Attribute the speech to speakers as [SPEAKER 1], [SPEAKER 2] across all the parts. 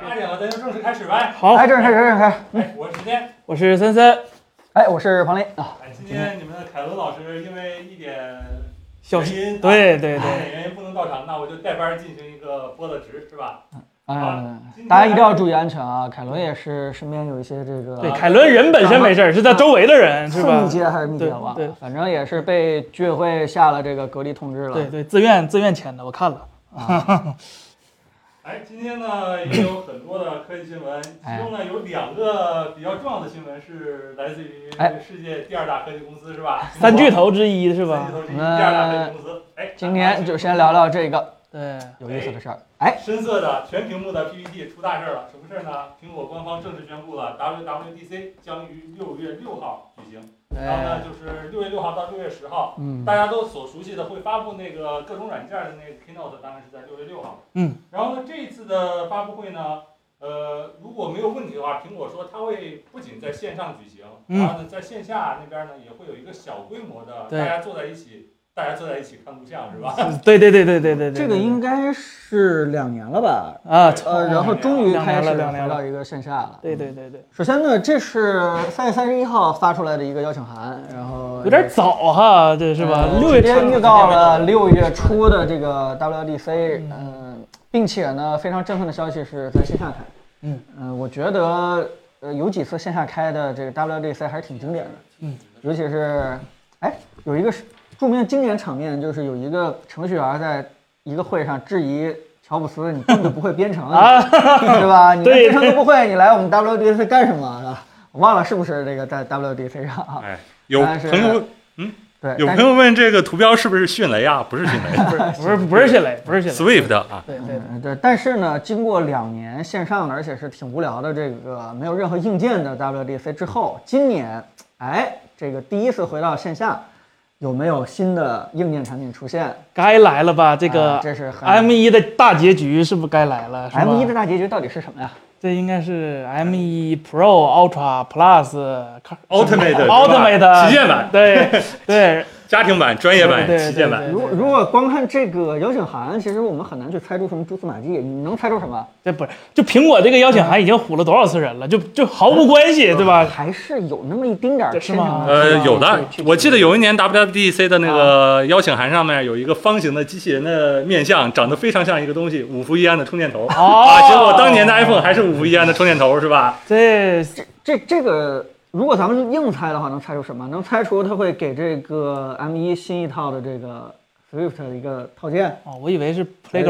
[SPEAKER 1] 八点了，咱就正式开始呗。
[SPEAKER 2] 好，
[SPEAKER 3] 哎，这是开始，这是开始。
[SPEAKER 1] 哎，我是时间。
[SPEAKER 2] 我是森森，
[SPEAKER 3] 哎，我是庞林啊。
[SPEAKER 1] 哎，今天你们的凯伦老师因为一点
[SPEAKER 2] 小
[SPEAKER 1] 原因，
[SPEAKER 2] 对对
[SPEAKER 1] 一
[SPEAKER 4] 哎
[SPEAKER 2] 对，
[SPEAKER 1] 点原因不能到场，那我就代班进行一个播的值，是吧？
[SPEAKER 3] 哎
[SPEAKER 2] 啊
[SPEAKER 1] 今天，
[SPEAKER 3] 大家一定要注意安全啊！凯伦也是身边有一些这
[SPEAKER 2] 对，
[SPEAKER 3] 个
[SPEAKER 2] 凯伦人本身没事儿，是他周围的人是
[SPEAKER 3] 是
[SPEAKER 2] 吧
[SPEAKER 3] 密？接还是密接吧
[SPEAKER 2] 对对，
[SPEAKER 3] 反正也是被居委会下了这个隔离通知了。啊
[SPEAKER 2] 对对，自愿自愿签的，我看了。
[SPEAKER 1] 哎，今天呢也有很多的科技新闻，其中
[SPEAKER 3] 哎
[SPEAKER 1] 呢有两个比较重要的新闻是来自于
[SPEAKER 3] 哎
[SPEAKER 1] 世界第二大科技公司，是吧？
[SPEAKER 2] 三巨头之一是
[SPEAKER 1] 三
[SPEAKER 2] 吧
[SPEAKER 1] 巨？头之一，第
[SPEAKER 3] 那
[SPEAKER 1] 二大科技公司。哎，
[SPEAKER 3] 今天就先聊聊这个
[SPEAKER 2] 对，
[SPEAKER 3] 有意思的事儿。哎，
[SPEAKER 1] 深色的全屏幕的 PPT 出大事儿了，什么事儿呢？苹果官方正式宣布了 WWDC 将于六月六号举行，然后呢
[SPEAKER 2] 哎，
[SPEAKER 1] 就是六月六号到六月十号，
[SPEAKER 3] 嗯
[SPEAKER 1] 大家都所熟悉的会发布那个各种软件的那个 keynote，当然是在六月六号。
[SPEAKER 2] 嗯，
[SPEAKER 1] 然后呢，这一次的发布会呢，呃，如果没有问题的话，苹果说它会不仅在线上举行，
[SPEAKER 2] 嗯
[SPEAKER 1] 然后呢，在线下那边呢也会有一个小规模的，
[SPEAKER 2] 对
[SPEAKER 1] 大家坐在一起，大家坐在一起看录像是吧？
[SPEAKER 2] 嗯对对对对对对对，
[SPEAKER 3] 这个应该是两年了吧？
[SPEAKER 2] 啊，
[SPEAKER 3] 呃，然后终于
[SPEAKER 2] 两年
[SPEAKER 3] 开
[SPEAKER 2] 了
[SPEAKER 3] 始回
[SPEAKER 2] 两年了
[SPEAKER 3] 到一个线下了。
[SPEAKER 2] 对对对对，
[SPEAKER 3] 首先呢，这是三月三十一号发出来的一个邀请函，然后
[SPEAKER 2] 有点早哈，这是吧？六月
[SPEAKER 3] 直接
[SPEAKER 2] 初
[SPEAKER 3] 呃预告了六月初的这个 WDC，嗯、并且呢，非常振奋的消息是在线下开。
[SPEAKER 2] 嗯
[SPEAKER 3] 呃我觉得呃有几次线下开的这个 WDC 还是挺经典的，
[SPEAKER 2] 嗯，
[SPEAKER 3] 尤其是哎有一个是著名的经典场面，就是有一个程序员在一个会上质疑。乔布斯，你根本就不会编 程
[SPEAKER 2] 啊
[SPEAKER 3] 对吧？你
[SPEAKER 2] 对
[SPEAKER 3] 连编程都不会，你来我们 WDC 干什么？是吧？我忘了是不是这个在 WDC 上啊？
[SPEAKER 4] 哎，有
[SPEAKER 3] 但是
[SPEAKER 4] 朋友
[SPEAKER 3] 对，
[SPEAKER 4] 有朋
[SPEAKER 3] 但是
[SPEAKER 4] 友问这个图标是不是迅雷啊？不是迅雷
[SPEAKER 2] 不是不是谢磊，不是谢磊，
[SPEAKER 4] ，Swift 啊，
[SPEAKER 2] 对对
[SPEAKER 3] 嗯，对，但是呢，经过两年线上的，而且是挺无聊的这个没有任何硬件的 WDC 之后，今年，哎，这个第一次回到线下，有没有新的硬件产品出现？
[SPEAKER 2] 该来了吧？这
[SPEAKER 3] 啊
[SPEAKER 2] 个
[SPEAKER 3] 这是很
[SPEAKER 2] M 一的大结局是不是该来了？是吧
[SPEAKER 3] M1 的大结局到底是什么呀？
[SPEAKER 2] 这应该是 M 一 Pro Ultra Plus
[SPEAKER 4] Ultimate，是吧
[SPEAKER 2] Ultimate
[SPEAKER 4] 旗舰版、
[SPEAKER 2] 对对
[SPEAKER 4] 家庭版、专业版、
[SPEAKER 2] 对对
[SPEAKER 4] 旗舰版，
[SPEAKER 2] 对
[SPEAKER 3] 如
[SPEAKER 2] 对
[SPEAKER 3] 如果光看这个邀请函，其实我们很难去猜出什么蛛丝马迹。你能猜出什么？
[SPEAKER 2] 这不是就苹果这个邀请函已经唬了多少次人了，就就毫无关系，对吧？
[SPEAKER 3] 还是有那么一丁点儿啊
[SPEAKER 2] 对是
[SPEAKER 3] 牵
[SPEAKER 2] 吗
[SPEAKER 3] 强的地
[SPEAKER 4] 呃，
[SPEAKER 3] 方
[SPEAKER 4] 有的
[SPEAKER 3] 去，
[SPEAKER 4] 我记得有一年 WWDC 的那
[SPEAKER 3] 啊
[SPEAKER 4] 个邀请函上面有一个方形的机器人的面相，长得非常像一个东西，五伏一安的充电头。
[SPEAKER 2] 哦
[SPEAKER 4] 啊，结果当年的 iPhone 还是五伏一安的充电头，是吧？
[SPEAKER 2] 这
[SPEAKER 3] 这这个，如果咱们硬猜的话，能猜出什么？能猜出它会给这个 M 1新一套的这个 Swift 的一个套件，
[SPEAKER 2] 哦，我以为是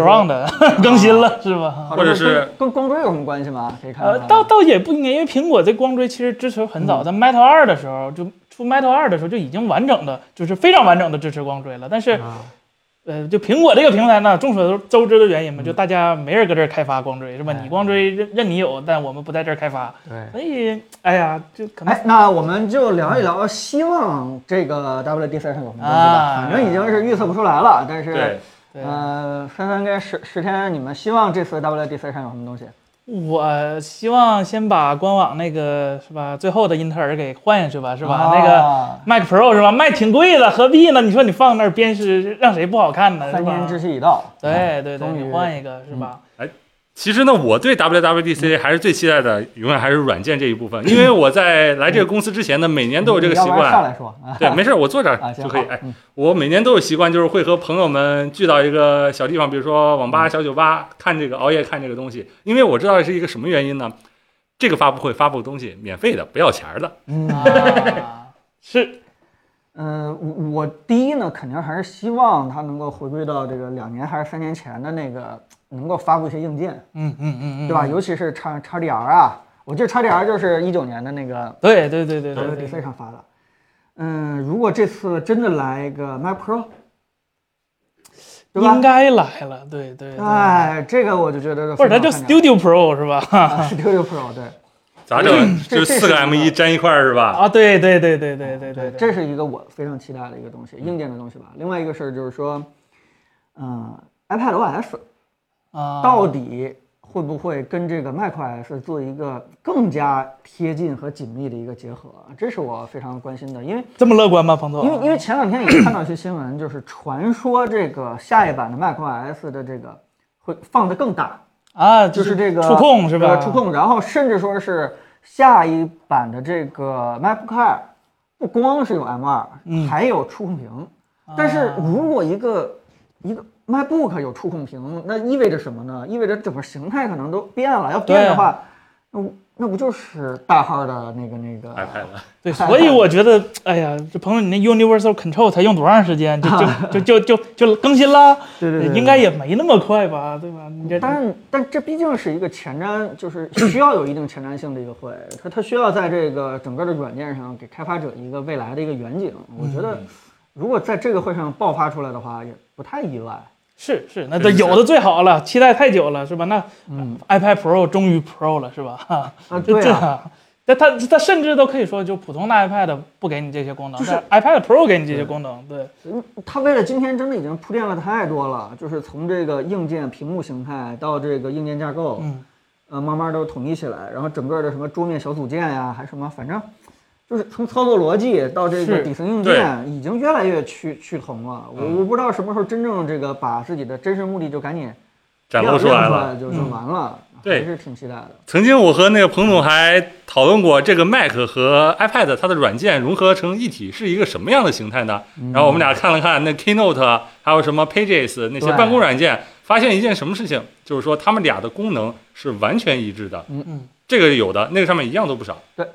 [SPEAKER 2] Playground 更新了，是吧？
[SPEAKER 3] 好
[SPEAKER 4] 或者
[SPEAKER 3] 这
[SPEAKER 4] 是
[SPEAKER 3] 跟跟光追有什么关系吗？可以看啊
[SPEAKER 2] 呃，
[SPEAKER 3] 看。
[SPEAKER 2] 倒倒也不应该，因为苹果这光追其实支持很
[SPEAKER 3] 嗯
[SPEAKER 2] 早，在 Metal 二的时候就出 Metal 二的时候就已经完整的，就是非常完整的支持光追了。但是，
[SPEAKER 3] 啊
[SPEAKER 2] 呃，就苹果这个平台呢，众所周知的原因嘛，就大家没人搁这儿开发光追是吧？
[SPEAKER 3] 嗯哎
[SPEAKER 2] 你光追任任你有，但我们不在这儿开发，
[SPEAKER 3] 对。
[SPEAKER 2] 所以，哎呀，就可能
[SPEAKER 3] 哎，那我们就聊一聊，希望这个 WDC 上有什么东西吧。
[SPEAKER 2] 啊
[SPEAKER 3] 反正已经是预测不出来了，但是
[SPEAKER 4] 对，
[SPEAKER 2] 对
[SPEAKER 3] 呃，三三跟十十天，你们希望这次 WDC 上有什么东西？
[SPEAKER 2] 我希望先把官网那个是吧，最后的英特尔给换下去吧，是吧？
[SPEAKER 3] 啊
[SPEAKER 2] 那个 Mac Pro 是吧，卖挺贵的，何必呢？你说你放那儿鞭尸，让谁不好看呢？
[SPEAKER 3] 三年
[SPEAKER 2] 是吧？
[SPEAKER 3] 之期已到，
[SPEAKER 2] 哎对对对，
[SPEAKER 3] 哎终于嗯
[SPEAKER 2] 你换一个是吧？
[SPEAKER 4] 其实呢，我对 WWDC 还是最期待的，永远还是软件这一部分，因为我在来这个公司之前呢，每年都有这个习
[SPEAKER 3] 要不然
[SPEAKER 4] 惯
[SPEAKER 3] 上。来 说 啊
[SPEAKER 4] 对，没事，儿，我坐这
[SPEAKER 3] 啊，
[SPEAKER 4] 儿
[SPEAKER 3] 行
[SPEAKER 4] 就可以。
[SPEAKER 3] 好
[SPEAKER 4] 哎，
[SPEAKER 3] 嗯
[SPEAKER 4] 我每年都有习惯，就是会和朋友们聚到一个小地方，比如说网
[SPEAKER 3] 嗯
[SPEAKER 4] 吧、小酒吧，看这个熬夜看这个东西。因为我知道是一个什么原因呢？这个发布会发布东西免费的，不要钱儿的。
[SPEAKER 3] 嗯
[SPEAKER 2] 啊，是
[SPEAKER 3] 嗯，我我第一呢，肯定还是希望它能够回归到这个两年还是三年前的那个，能够发布一些硬件，
[SPEAKER 2] 嗯嗯嗯嗯，
[SPEAKER 3] 对吧？尤其是叉叉 DR 啊，我记得叉 DR 就是一九年的那个
[SPEAKER 2] 对对对对对
[SPEAKER 3] WDC
[SPEAKER 2] 对，
[SPEAKER 3] 上发的。嗯，如果这次真的来一个 Mac Pro，对吧
[SPEAKER 2] 应？该来了，对对对，
[SPEAKER 3] 哎，这个我就觉得
[SPEAKER 2] 或者它叫
[SPEAKER 3] 非常看点
[SPEAKER 2] Studio Pro 是吧？
[SPEAKER 3] 啊 Studio Pro，对
[SPEAKER 4] 咋整？就
[SPEAKER 3] 这嗯这是哦
[SPEAKER 4] 四个
[SPEAKER 3] 什
[SPEAKER 4] M
[SPEAKER 3] 么
[SPEAKER 4] 一粘一块儿是吧？
[SPEAKER 2] 啊，对对对对对对对，
[SPEAKER 3] 这是一个我非常期待的一个东西，硬件的东西吧。另外一个事儿就是说，嗯，iPad OS
[SPEAKER 2] 啊，
[SPEAKER 3] 到底会不会跟这个 macOS 做一个更加贴近和紧密的一个结合？啊这是我非常关心的，因为
[SPEAKER 2] 这么乐观吗，彭总？
[SPEAKER 3] 因为因为前两天也看到一些新闻，就是传说这个下一版的 macOS 的这个会放得更大，
[SPEAKER 2] 啊，就
[SPEAKER 3] 就
[SPEAKER 2] 是
[SPEAKER 3] 这个
[SPEAKER 2] 触控是吧？
[SPEAKER 3] 呃触。控，然后甚至说是下一版的这个 MacBook Air 不光是有 M2，、
[SPEAKER 2] 嗯
[SPEAKER 3] 还有触控屏。但是
[SPEAKER 2] 啊
[SPEAKER 3] 如果一个一个 MacBook 有触控屏，那意味着什么呢？意味着整个形态可能都变了。要变
[SPEAKER 2] 对啊
[SPEAKER 3] 的话，那不那不就是大号的那个那个
[SPEAKER 4] iPad
[SPEAKER 2] 对，所 以我觉得，哎呀，这彭总，你那 Universal Control 才用多长时间，就 就就就就就更新啦？
[SPEAKER 3] 对对对，
[SPEAKER 2] 应该也没那么快吧，对吧？你这
[SPEAKER 3] 但但这毕竟是一个前瞻，就是 需要有一定前瞻性的一个会，它它需要在这个整个的软件上给开发者一个未来的一个远景。我觉得，如果在这个会上爆发出来的话，也不太意外。
[SPEAKER 2] 是是，那
[SPEAKER 4] 是
[SPEAKER 2] 这
[SPEAKER 4] 是
[SPEAKER 2] 有的最好了，期待太久了，是吧？那
[SPEAKER 3] 嗯
[SPEAKER 2] iPad Pro 终于 Pro 了，是吧？哈，
[SPEAKER 3] 啊，
[SPEAKER 2] 这
[SPEAKER 3] 对
[SPEAKER 2] 这
[SPEAKER 3] 啊，
[SPEAKER 2] 啊，那它它甚至都可以说，就普通的 iPad 不给你这些功能，
[SPEAKER 3] 就是
[SPEAKER 2] 但 iPad Pro 给你这些功能，对，
[SPEAKER 3] 嗯，它为了今天真的已经铺垫了太多了，就是从这个硬件屏幕形态到这个硬件架构，
[SPEAKER 2] 嗯，
[SPEAKER 3] 呃，慢慢都统一起来，然后整个的什么桌面小组件呀、还什么，反正就是从操作逻辑到这个
[SPEAKER 2] 是
[SPEAKER 3] 底层硬件，已经越来越趋趋同了。我
[SPEAKER 4] 嗯
[SPEAKER 3] 我不知道什么时候真正这个把自己的真实目的就赶紧
[SPEAKER 4] 展
[SPEAKER 3] 亮
[SPEAKER 4] 露出来
[SPEAKER 3] 亮
[SPEAKER 4] 了。
[SPEAKER 3] 就就
[SPEAKER 2] 嗯
[SPEAKER 3] 完了，
[SPEAKER 4] 对
[SPEAKER 3] 还是挺期待的。
[SPEAKER 4] 曾经我和那个彭总还讨论过，这个 Mac 和 iPad 它的软件融合成一体是一个什么样的形态呢？
[SPEAKER 3] 嗯
[SPEAKER 4] 然后我们俩看了看那 Keynote，还有什么 Pages 那些
[SPEAKER 3] 对
[SPEAKER 4] 办公软件，发现一件什么事情，就是说它们俩的功能是完全一致的。
[SPEAKER 3] 嗯
[SPEAKER 2] 嗯，
[SPEAKER 4] 这个有的，那个上面一样都不少。
[SPEAKER 2] 哦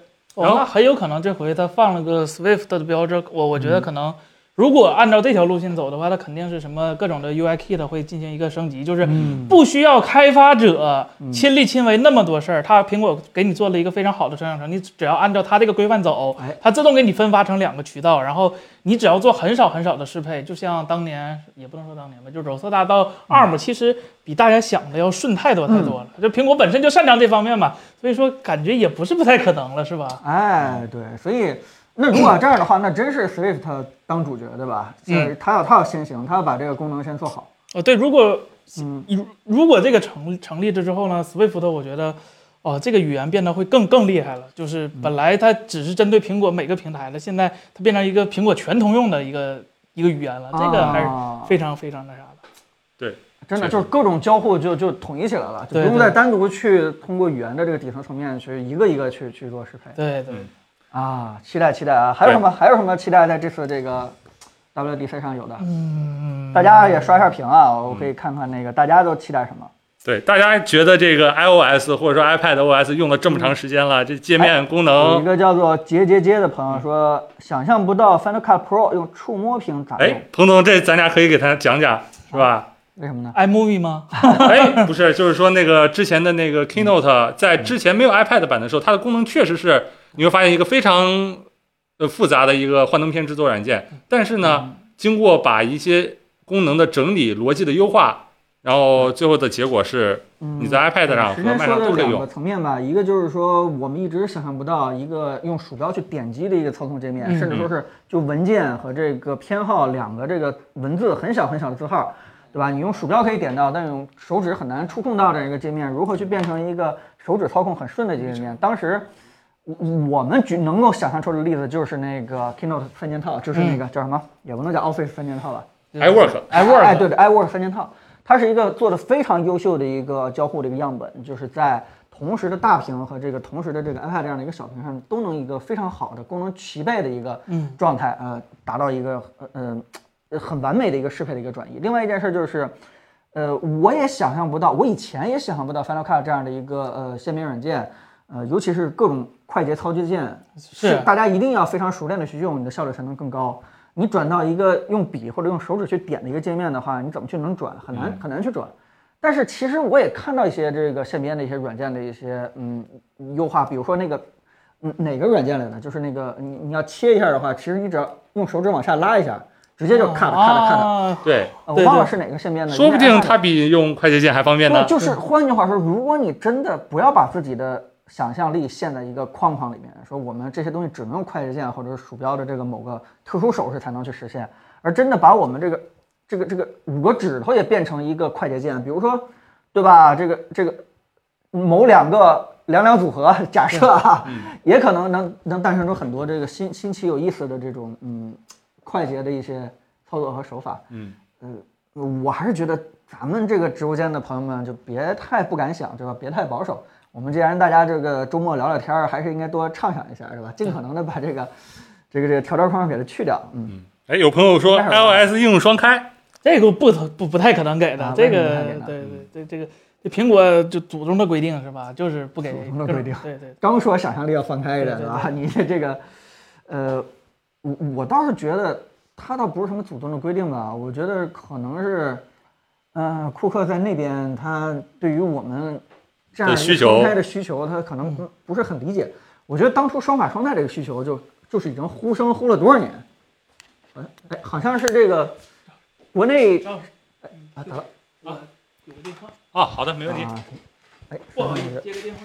[SPEAKER 4] 然，后
[SPEAKER 2] 那很有可能这回它放了个 Swift 的标志，我我觉
[SPEAKER 3] 嗯
[SPEAKER 2] 得可能如果按照这条路线走的话，它肯定是什么各种的 UI Kit 会进行一个升级，就是
[SPEAKER 3] 嗯
[SPEAKER 2] 不需要开发者亲力亲为那么多事儿，它苹果给你做了一个非常好的生产层，你只要按照它这个规范走
[SPEAKER 3] 哎，
[SPEAKER 2] 它自动给你分发成两个渠道，然后你只要做很少很少的适配，就像当年嗯也不能说当年吧，就是 Rosetta 到 ARM 其实比大家想的要顺太多太多了，这苹果本身就擅长这方面嘛，所以说感觉也不是不太可能了，是吧？
[SPEAKER 3] 哎，对，所以那如果这样的话，那真是 Swift 当主角，对吧？
[SPEAKER 2] 嗯
[SPEAKER 3] 就是它要它要先行，它要把这个功能先做好。
[SPEAKER 2] 哦，对，如果
[SPEAKER 3] 嗯，
[SPEAKER 2] 如如果这个成成立了之后呢，Swift 我觉得，哦，这个语言变得会更更厉害了。就是
[SPEAKER 3] 嗯
[SPEAKER 2] 本来它只是针对苹果每个平台的，现在它变成一个苹果全通用的一个一个语言了，这个还是
[SPEAKER 3] 啊
[SPEAKER 2] 非常非常那啥的。
[SPEAKER 3] 真的
[SPEAKER 4] 确实
[SPEAKER 3] 就是各种交互就就统一起来了，就
[SPEAKER 2] 对
[SPEAKER 3] 不用
[SPEAKER 2] 对
[SPEAKER 3] 再单独去通过语言的这个底层层面去一个一个去去做适配
[SPEAKER 2] 对对，
[SPEAKER 3] 啊！期待期待啊！还有什么还有什么期待在这次这个 WDC 上有的？
[SPEAKER 2] 嗯，
[SPEAKER 3] 大家也刷一下屏啊，我可以看看那个大家都期待什么。
[SPEAKER 4] 对，大家觉得这个 iOS 或者说 iPad OS 用了这么长时间了，这界面功
[SPEAKER 3] 哎
[SPEAKER 2] 呃
[SPEAKER 3] 有
[SPEAKER 4] 能，
[SPEAKER 3] 一个叫做杰杰杰的朋
[SPEAKER 2] 嗯
[SPEAKER 3] 友说，想象不到 Final Cut Pro 用触摸屏咋用
[SPEAKER 4] 哎，，彭总，这咱俩可以给他讲讲，是吧？
[SPEAKER 3] 为什么呢？
[SPEAKER 2] 嗯 iMovie 吗？
[SPEAKER 4] 哎，不是，就是说那个之前的那个
[SPEAKER 3] 嗯
[SPEAKER 4] Keynote，在之前没有 iPad 版的时候，它的功能确实是你会发现一个非常呃复杂的一个幻灯片制作软件，但是呢，
[SPEAKER 3] 嗯
[SPEAKER 4] 经过把一些功能的整理、逻辑的优化，然后最后的结果是
[SPEAKER 3] 嗯
[SPEAKER 4] 你在 iPad 上和
[SPEAKER 3] 时间
[SPEAKER 4] Mac
[SPEAKER 3] 说
[SPEAKER 4] 上
[SPEAKER 3] 的
[SPEAKER 4] 都可以
[SPEAKER 3] 两个
[SPEAKER 4] 用。
[SPEAKER 3] 层面吧，一个就是说我们一直想象不到一个用鼠标去点击的一个操纵界面，
[SPEAKER 2] 嗯
[SPEAKER 3] 甚至说是就文件和这个偏好两个这个文字很小很小的字号，对吧？你用鼠标可以点到，但用手指很难触控到的一个界面，如何去变成一个手指操控很顺的界面？当时。我我们举能够想象出的例子就是那个 Keynote 三件套，就是
[SPEAKER 4] 嗯
[SPEAKER 3] 那个叫什么，也不能叫 Office 三件套吧，
[SPEAKER 4] iWork，
[SPEAKER 2] iWork
[SPEAKER 3] 哎，对对，iWork 三件套，它是一个做的非常优秀的一个交互的一个样本，就是在同时的大屏和这个同时的这个 iPad 这样的一个小屏上，都能一个非常好的功能齐备的一个
[SPEAKER 2] 嗯
[SPEAKER 3] 状态，呃，达到一个呃嗯、呃很完美的一个适配的一个转移。另外一件事就是。呃，我也想象不到，我以前也想象不到 Final Cut 这样的一个呃限编软件，呃，尤其是各种快捷操作键，
[SPEAKER 2] 是
[SPEAKER 3] 大家一定要非常熟练的去用，你的效率才能更高。你转到一个用笔或者用手指去点的一个界面的话，你怎么去能转？很
[SPEAKER 4] 嗯
[SPEAKER 3] 难很难去转。但是其实我也看到一些这个线边的一些软件的一些嗯优化，比如说那个嗯哪个软件来的，就是那个你你要切一下的话，其实你只要用手指往下拉一下，直接就咔了咔了咔了。
[SPEAKER 2] 啊，
[SPEAKER 4] 哦对，
[SPEAKER 3] 呃
[SPEAKER 2] 对
[SPEAKER 3] 我
[SPEAKER 2] 对
[SPEAKER 3] 忘了是哪个线边的，
[SPEAKER 4] 说不
[SPEAKER 3] 应该是
[SPEAKER 4] 定
[SPEAKER 3] iPad
[SPEAKER 4] 它比用快捷键还方便
[SPEAKER 3] 对，
[SPEAKER 4] 呢。
[SPEAKER 3] 就是换句话说，如果你真的不要把自己的想象力陷在一个框框里面，说我们这些东西只能用快捷键或者是鼠标的这个某个特殊手势才能去实现，而真的把我们这个这个这个五个指头也变成一个快捷键，比如说，对吧？这个这个某两个两两组合，假设啊，
[SPEAKER 4] 嗯
[SPEAKER 3] 也可能能能诞生出很多这个新新奇有意思的这种嗯快捷的一些操作和手法。
[SPEAKER 4] 嗯，
[SPEAKER 3] 我还是觉得咱们这个直播间的朋友们就别太不敢想，对吧？别太保守。我们既然大家这个周末聊聊天儿，还是应该多畅想一下，是吧？尽可能的把这个这个这个条条框框给它去掉。嗯，
[SPEAKER 4] 哎，有朋友说
[SPEAKER 3] 待会儿
[SPEAKER 4] iOS 应用双开，
[SPEAKER 2] 这个不不不太可能给的
[SPEAKER 3] 啊，
[SPEAKER 2] 这
[SPEAKER 3] 不太
[SPEAKER 2] 个
[SPEAKER 3] 可能给的
[SPEAKER 2] 对
[SPEAKER 4] 嗯
[SPEAKER 2] 对对，这个这苹果就祖宗的规定是吧？就是不给
[SPEAKER 3] 祖宗的规定
[SPEAKER 2] 对 对，
[SPEAKER 3] 刚说想象力要放开一点，
[SPEAKER 2] 对对
[SPEAKER 3] 吧？
[SPEAKER 2] 对
[SPEAKER 3] 你这这个，呃，我我倒是觉得它倒不是什么祖宗的规定吧，我觉得可能是，呃，库克在那边他对于我们这样
[SPEAKER 4] 的
[SPEAKER 3] 一个
[SPEAKER 4] 需求
[SPEAKER 3] 双开的需求，他可能
[SPEAKER 2] 嗯
[SPEAKER 3] 不不是很理解。我觉得当初双卡双待这个需求就就是已经呼声呼了多少年，好像哎，好像是这个国内
[SPEAKER 2] 张老师
[SPEAKER 3] 啊，得了，
[SPEAKER 2] 有个电话，
[SPEAKER 4] 啊，好的，没问题。
[SPEAKER 3] 啊，哎，
[SPEAKER 2] 不好意
[SPEAKER 3] 稍等一下
[SPEAKER 2] 思接个电话。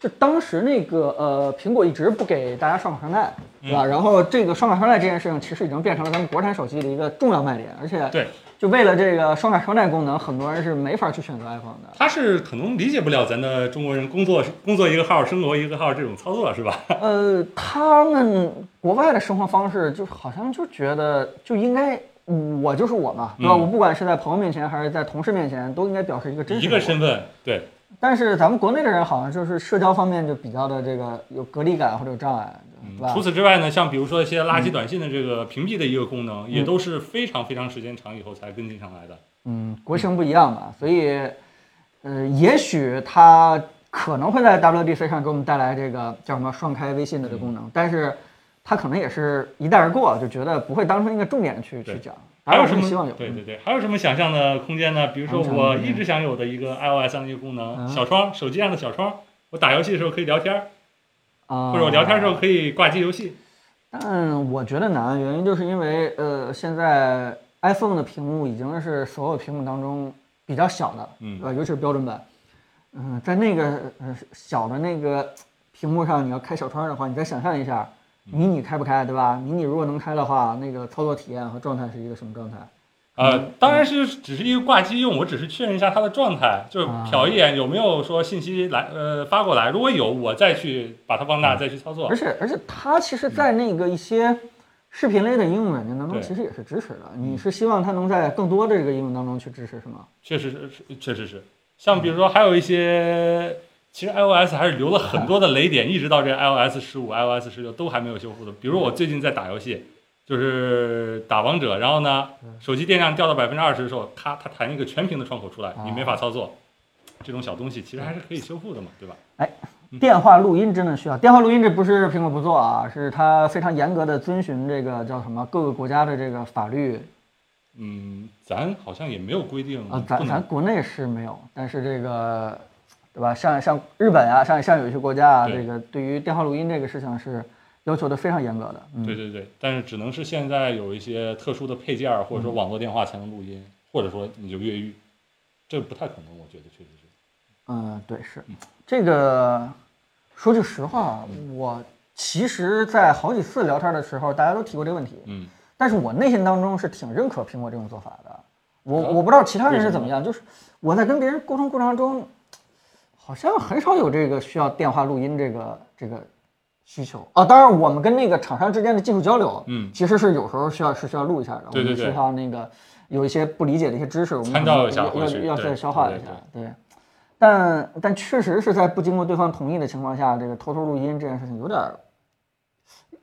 [SPEAKER 3] 就当时那个呃，苹果一直不给大家双卡双待，对
[SPEAKER 4] 嗯
[SPEAKER 3] 吧？然后这个双卡双待这件事情，其实已经变成了咱们国产手机的一个重要卖点，而且
[SPEAKER 4] 对，
[SPEAKER 3] 就为了这个双卡双待功能，很多人是没法去选择 iPhone 的。
[SPEAKER 4] 他是可能理解不了咱的中国人工作工作一个号，生活一个号这种操作是吧？
[SPEAKER 3] 呃，他们国外的生活方式，就好像就觉得就应该。我就是我嘛，对吧？
[SPEAKER 4] 嗯
[SPEAKER 3] 我不管是在朋友面前还是在同事面前，都应该表示一个真实
[SPEAKER 4] 一
[SPEAKER 3] 的
[SPEAKER 4] 个
[SPEAKER 3] 我。
[SPEAKER 4] 身份，对，
[SPEAKER 3] 但是咱们国内的人好像就是社交方面就比较的这个有隔离感或者有障碍，对吧？
[SPEAKER 4] 除此之外呢，像比如说一些垃圾短信的这个屏蔽的一个功能，也都是非常非常时间长以后才跟进上来的。
[SPEAKER 3] 嗯，国情不一样吧，所以，呃，也许它可能会在 WDC 上给我们带来这个叫什么双开微信的这个功
[SPEAKER 4] 嗯
[SPEAKER 3] 能，但是它可能也是一带而过，就觉得不会当成一个重点去去
[SPEAKER 4] 对
[SPEAKER 3] 讲。
[SPEAKER 4] 还有
[SPEAKER 3] 是
[SPEAKER 4] 什么
[SPEAKER 3] 希望有？
[SPEAKER 4] 对对对，还有什么想象的空间啊呢？比如说我一直想有的一个 iOS 上的一个功能，
[SPEAKER 3] 嗯
[SPEAKER 4] 小窗，手机上的小窗，我打游戏的时候可以聊天儿，
[SPEAKER 3] 啊，
[SPEAKER 4] 或者我聊天的时候可以挂机游戏。
[SPEAKER 3] 但我觉得难，原因就是因为呃，现在 iPhone 的屏幕已经是所有屏幕当中比较小的，呃
[SPEAKER 4] 嗯
[SPEAKER 3] 对吧？尤其是标准版，嗯、在那个呃小的那个屏幕上，你要开小窗的话，你再想象一下，迷你开不开，对吧？迷你如果能开的话，那个操作体验和状态是一个什么状态？
[SPEAKER 4] 呃，当然是只是一个挂机用，我只是确认一下它的状态，就是瞟一眼有没有说信息来呃发过来，如果有我再去把它放大再去操作
[SPEAKER 3] 而。且而且它其实，在那个一些视频类的应用软件当中，
[SPEAKER 4] 对嗯
[SPEAKER 3] 其实也是支持的。你是希望它能在更多这个应用当中去支持，是吗？
[SPEAKER 4] 确实是，确实是。像比如说还有一些，其实 iOS 还是留了很多的雷点，一直到这 iOS 十五、iOS 十六都还没有修复的。比如我最近在打游戏，就是打王者，然后呢，
[SPEAKER 3] 嗯
[SPEAKER 4] 手机电量掉到百分之二十的时候，咔，它弹一个全屏的窗口出
[SPEAKER 3] 哦
[SPEAKER 4] 来，你没法操作。这种小东西其实还是可以修复的嘛，对吧？嗯
[SPEAKER 3] 电话录音真的需要，电话录音这不是苹果不做啊，是它非常严格的遵循这个叫什么各个国家的这个法律
[SPEAKER 4] 嗯，咱好像也没有规定
[SPEAKER 3] 啊，
[SPEAKER 4] 嗯不
[SPEAKER 3] 咱咱
[SPEAKER 4] 能。
[SPEAKER 3] 国内是没有，但是这个对吧？像像日本啊，像像有一些国家啊，
[SPEAKER 4] 对
[SPEAKER 3] 这个对于电话录音这个事情是要求的非常严格的。嗯，
[SPEAKER 4] 对对对，但是只能是现在有一些特殊的配件儿，或者说网络电话才能录音，或者说你就越狱，这不太可能，我觉得确实是。
[SPEAKER 3] 嗯，对，是这个。说句实话，我其实，在好几次聊天的时候，大家都提过这个问题。
[SPEAKER 4] 嗯，
[SPEAKER 3] 但是我内心当中是挺认可苹果这种做法的。我
[SPEAKER 4] 啊
[SPEAKER 3] 我不知道其他人是怎么样，就是我在跟别人沟通过程中，好像很少有这个需要电话录音这个这个需求啊。当然，我们跟那个厂商之间的技术交流，
[SPEAKER 4] 嗯
[SPEAKER 3] 其实是有时候需要是需要录一下的，
[SPEAKER 4] 对对
[SPEAKER 3] 我们
[SPEAKER 4] 对
[SPEAKER 3] 需要那个有一些不理解的一些知识，我们
[SPEAKER 4] 参照
[SPEAKER 3] 可能
[SPEAKER 4] 一下
[SPEAKER 3] 要
[SPEAKER 4] 回去
[SPEAKER 3] 要要
[SPEAKER 4] 对
[SPEAKER 3] 再消化一
[SPEAKER 4] 对
[SPEAKER 3] 下
[SPEAKER 4] 对，
[SPEAKER 3] 对。但但确实是在不经过对方同意的情况下，这个偷偷录音这件事情有点儿，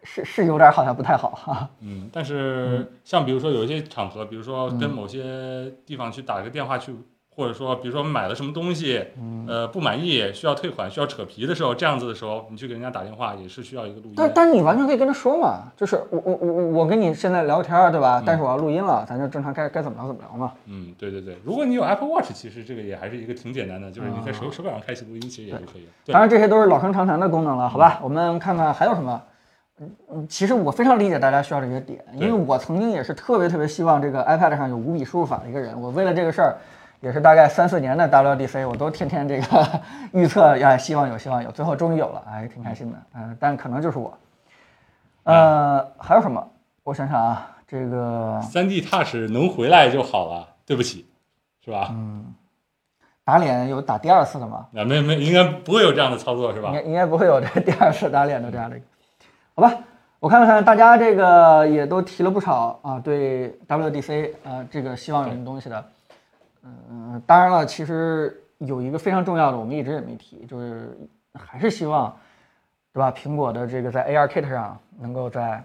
[SPEAKER 3] 是是有点儿好像不太好哈、
[SPEAKER 4] 嗯，但是像比如说有一些场合，比如说跟某些地方去打个电话去，或者说比如说买了什么东西，呃不满意需要退款需要扯皮的时候，这样子的时候，你去给人家打电话也是需要一个录音
[SPEAKER 3] 但
[SPEAKER 4] 的。
[SPEAKER 3] 但你完全可以跟他说嘛，就是我我我我我跟你现在聊天儿对吧？但是我要录音了，咱就正常该该怎么聊怎么聊嘛。
[SPEAKER 4] 嗯，对对对，如果你有 Apple Watch，其实这个也还是一个挺简单的，就是你在手手表上开启录音，其实也就可以了。对嗯
[SPEAKER 3] 当，然这些都是老生常谈的功能了，好吧？我们看看还有什么。嗯嗯，其实我非常理解大家需要这些点，因为
[SPEAKER 4] 对
[SPEAKER 3] 我曾经也是特别特别希望这个 iPad 上有五笔输入法的一个人。我为了这个事儿，也是大概三四年的 WDC，我都天天这个 预测呀，希望有，希望有，最后终于有了，哎，挺开心的。嗯、但可能就是我。
[SPEAKER 4] 嗯
[SPEAKER 3] 呃，还有什么？我想想啊，这个嗯
[SPEAKER 4] 三 D Touch 能回来就好了，对不起，是吧？
[SPEAKER 3] 打脸有打第二次的吗？
[SPEAKER 4] 那没没应该不会有这样的操作是
[SPEAKER 3] 应
[SPEAKER 4] 吧
[SPEAKER 3] 该？应该不会有这第二次打脸的这样的一个，好吧？我看了看大家这个也都提了不少啊，对 WDC 呃这个希望有什么东西的，嗯、当然了，其实有一个非常重要的，我们一直也没提，就是还是希望，对吧？苹果的这个在 ARKit 上能够在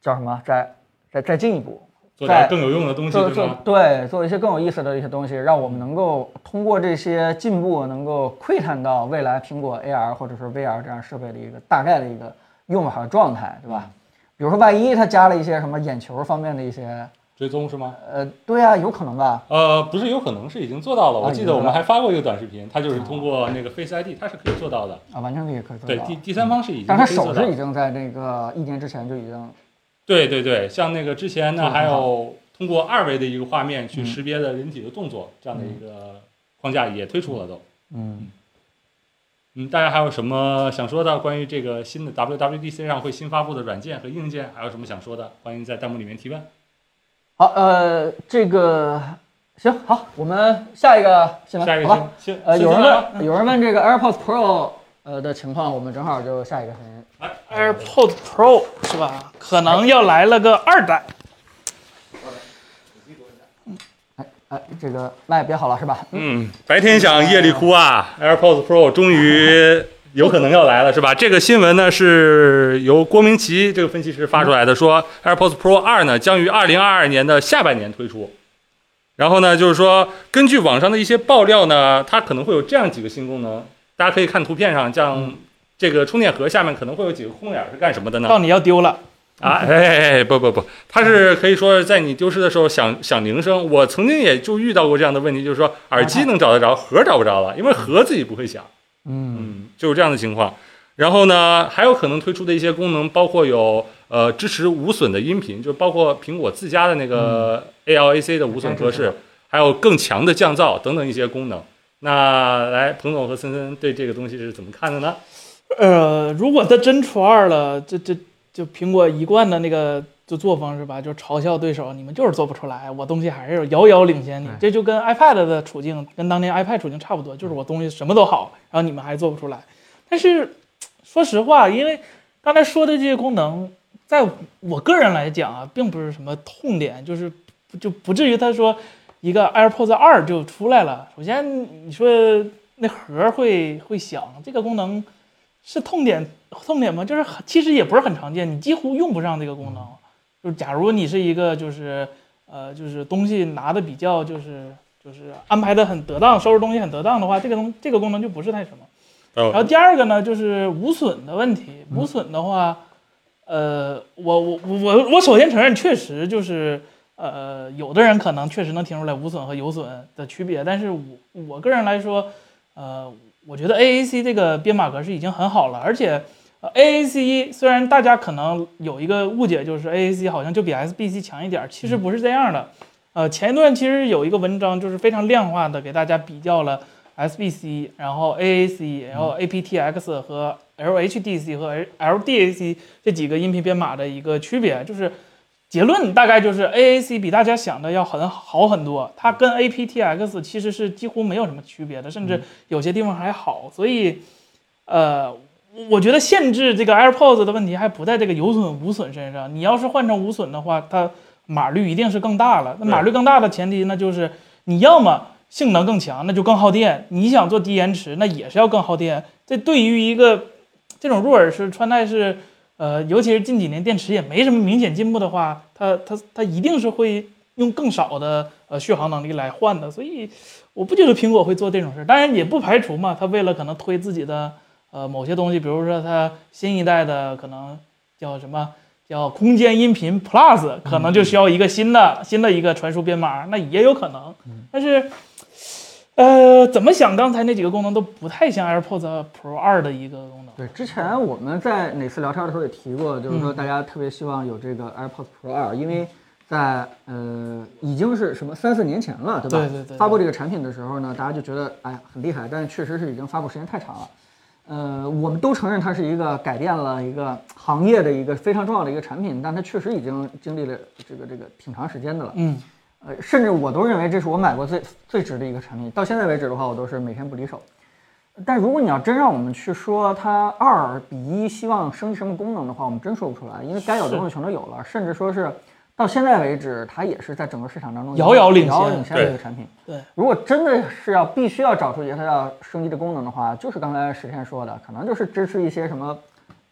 [SPEAKER 3] 叫什么，再再再进一步，
[SPEAKER 4] 做点
[SPEAKER 3] 在
[SPEAKER 4] 更有用的东西
[SPEAKER 3] 做
[SPEAKER 4] 对
[SPEAKER 3] 做
[SPEAKER 4] 吗？
[SPEAKER 3] 对做一些更有意思的一些东西，让我们能够通过这些进步，能够窥探到未来苹果 AR 或者是 VR 这样设备的一个大概的一个用法状态，对
[SPEAKER 4] 嗯
[SPEAKER 3] 吧？比如说，万一它加了一些什么眼球方面的一些，
[SPEAKER 4] 追踪是吗？
[SPEAKER 3] 呃，对啊，有可能吧？
[SPEAKER 4] 呃，不是，有可能是已经做到了。
[SPEAKER 3] 啊
[SPEAKER 4] 我
[SPEAKER 3] 已
[SPEAKER 4] 记
[SPEAKER 3] 经
[SPEAKER 4] 得
[SPEAKER 3] 做
[SPEAKER 4] 我们
[SPEAKER 3] 到
[SPEAKER 4] 还发过一个短视频，它就是通过
[SPEAKER 3] 哦
[SPEAKER 4] 那个 Face ID，它是可以做到的。
[SPEAKER 3] 啊，完全可以可以做
[SPEAKER 4] 对，
[SPEAKER 3] 到
[SPEAKER 4] 第。第三方是已经
[SPEAKER 3] 但它
[SPEAKER 4] 可以做
[SPEAKER 3] 手
[SPEAKER 4] 到
[SPEAKER 3] 势已。经在这个一年之前就已经
[SPEAKER 4] 对对对，像那个之前
[SPEAKER 3] 做
[SPEAKER 4] 呢，
[SPEAKER 3] 得
[SPEAKER 4] 还
[SPEAKER 3] 很好
[SPEAKER 4] 有通过二维的一个画面去
[SPEAKER 3] 嗯
[SPEAKER 4] 识别的人体的动作这样的一个框架也推出了都。
[SPEAKER 3] 嗯
[SPEAKER 4] 嗯，大家还有什么想说的？关于这个新的 WWDC 上会新发布的软件和硬件，还有什么想说的？欢迎在弹幕里面提问。
[SPEAKER 3] 好呃这个行好，我们下一个新闻
[SPEAKER 4] 下一
[SPEAKER 3] 好吧？
[SPEAKER 4] 个新新
[SPEAKER 3] 呃，
[SPEAKER 4] 新
[SPEAKER 3] 有
[SPEAKER 4] 闻
[SPEAKER 3] 人
[SPEAKER 4] 啊
[SPEAKER 2] 嗯
[SPEAKER 3] 问，有人问这个 AirPods Pro 呃的情况，我们正好就下一个声音。
[SPEAKER 4] 来
[SPEAKER 2] AirPods Pro 是吧？可能要来了个二代，
[SPEAKER 3] 哎，这个麦别好了是吧？
[SPEAKER 4] 嗯，白天想，夜里哭啊！AirPods Pro 终于有可能要来了，是吧？这个新闻呢是由郭明奇这个分析师发出来的，说 AirPods Pro 二呢将于二零二二年的下半年推出。然后呢，就是说根据网上的一些爆料呢，它可能会有这样几个新功能，大家可以看图片上，像这个充电盒下面可能会有几个空眼儿是干什么的呢？
[SPEAKER 2] 到你要丢了。
[SPEAKER 4] 啊，哎哎哎，不不不，它是可以说在你丢失的时候响响铃声。我曾经也就遇到过这样的问题，就是说耳机能找得着，盒找不着了，因为盒自己不会响。
[SPEAKER 3] 嗯
[SPEAKER 4] 嗯，就是这样的情况。然后呢，还有可能推出的一些功能，包括有呃支持无损的音频，就包括苹果自家的那个 ALAC 的无损格
[SPEAKER 3] 这
[SPEAKER 4] 式，还有更强的降噪等等一些功能。那来，彭总和森森对这个东西是怎么看的呢？
[SPEAKER 2] 呃，如果它真出二了，这这就苹果一贯的那个就作风是吧？就嘲笑对手，你们就是做不出来，我东西还是有遥遥领先你这
[SPEAKER 3] 对。
[SPEAKER 2] 就跟 iPad 的处境，跟当年 iPad 处境差不多，就是我东西什么都好，然后你们还做不出来。但是说实话，因为刚才说的这些功能，在我个人来讲啊，并不是什么痛点，就是不就不至于他说一个 AirPods 二就出来了。首先你说那盒儿会会响，这个功能是痛点痛点吗？就是很其实也不是很常见，你几乎用不上这个功能。就假如你是一个就是呃就是东西拿的比较就是就是安排的很得当，收拾东西很得当的话，这个东这个功能就不是太什么。
[SPEAKER 4] 嗯
[SPEAKER 2] 然后第二个呢，就是无损的问题。无损的话，呃，我我我我我首先承认，确实就是呃，有的人可能确实能听出来无损和有损的区别，但是我我个人来说，呃，我觉得 AAC 这个编码格式已经很好了，而且。呃 AAC 虽然大家可能有一个误解，就是 AAC 好像就比 SBC 强一点儿，其实不是这样的。呃，前一段其实有一个文章，就是非常量化的给大家比较了 SBC，然后 AAC，然后 aptX 和 LHDC 和 LDAC 这几个音频编码的一个区别，就是结论大概就是 AAC 比大家想的要很好很多，它跟 aptX 其实是几乎没有什么区别的，甚至有些地方还好，所以，呃。我觉得限制这个 AirPods 的问题还不在这个有损无损身上。你要是换成无损的话，它码率一定是更大了。那码率更大的前提，那就是你要么性能更强，那就更耗电；你想做低延迟，那也是要更耗电。这对于一个这种入耳式穿戴式，呃，尤其是近几年电池也没什么明显进步的话，它它它一定是会用更少的呃续航能力来换的。所以我不觉得苹果会做这种事儿，当然也不排除嘛，它为了可能推自己的呃某些东西，比如说它新一代的可能叫什么。叫空间音频 Plus，可能就需要一个新的、新的一个传输编码，那也有可能。但是呃，怎么想刚才那几个功能都不太像 AirPods Pro 二的一个功能。
[SPEAKER 3] 对，之前我们在哪次聊天的时候也提过，就是说大家特别希望有这个 AirPods Pro 二，因
[SPEAKER 2] 嗯
[SPEAKER 3] 为在呃已经是什么三四年前了，对吧？
[SPEAKER 2] 对对对对
[SPEAKER 3] 发布这个产品的时候呢，大家就觉得哎呀很厉害，但是确实是已经发布时间太长了。呃，我们都承认它是一个改变了一个行业的一个非常重要的一个产品，但它确实已经经历了这个这个挺长时间的了。
[SPEAKER 2] 嗯，
[SPEAKER 3] 呃，甚至我都认为这是我买过最最值的一个产品。到现在为止的话，我都是每天不离手。但如果你要真让我们去说它二比一希望升级什么功能的话，我们真说不出来，因为该有的东西全都有了，甚至说是到现在为止，它也是在整个市场当中
[SPEAKER 2] 遥遥领先
[SPEAKER 3] 遥遥领先的一个产品。
[SPEAKER 2] 对，
[SPEAKER 3] 如果真的是要必须要找出一个它要升级的功能的话，就是刚才石天说的，可能就是支持一些什么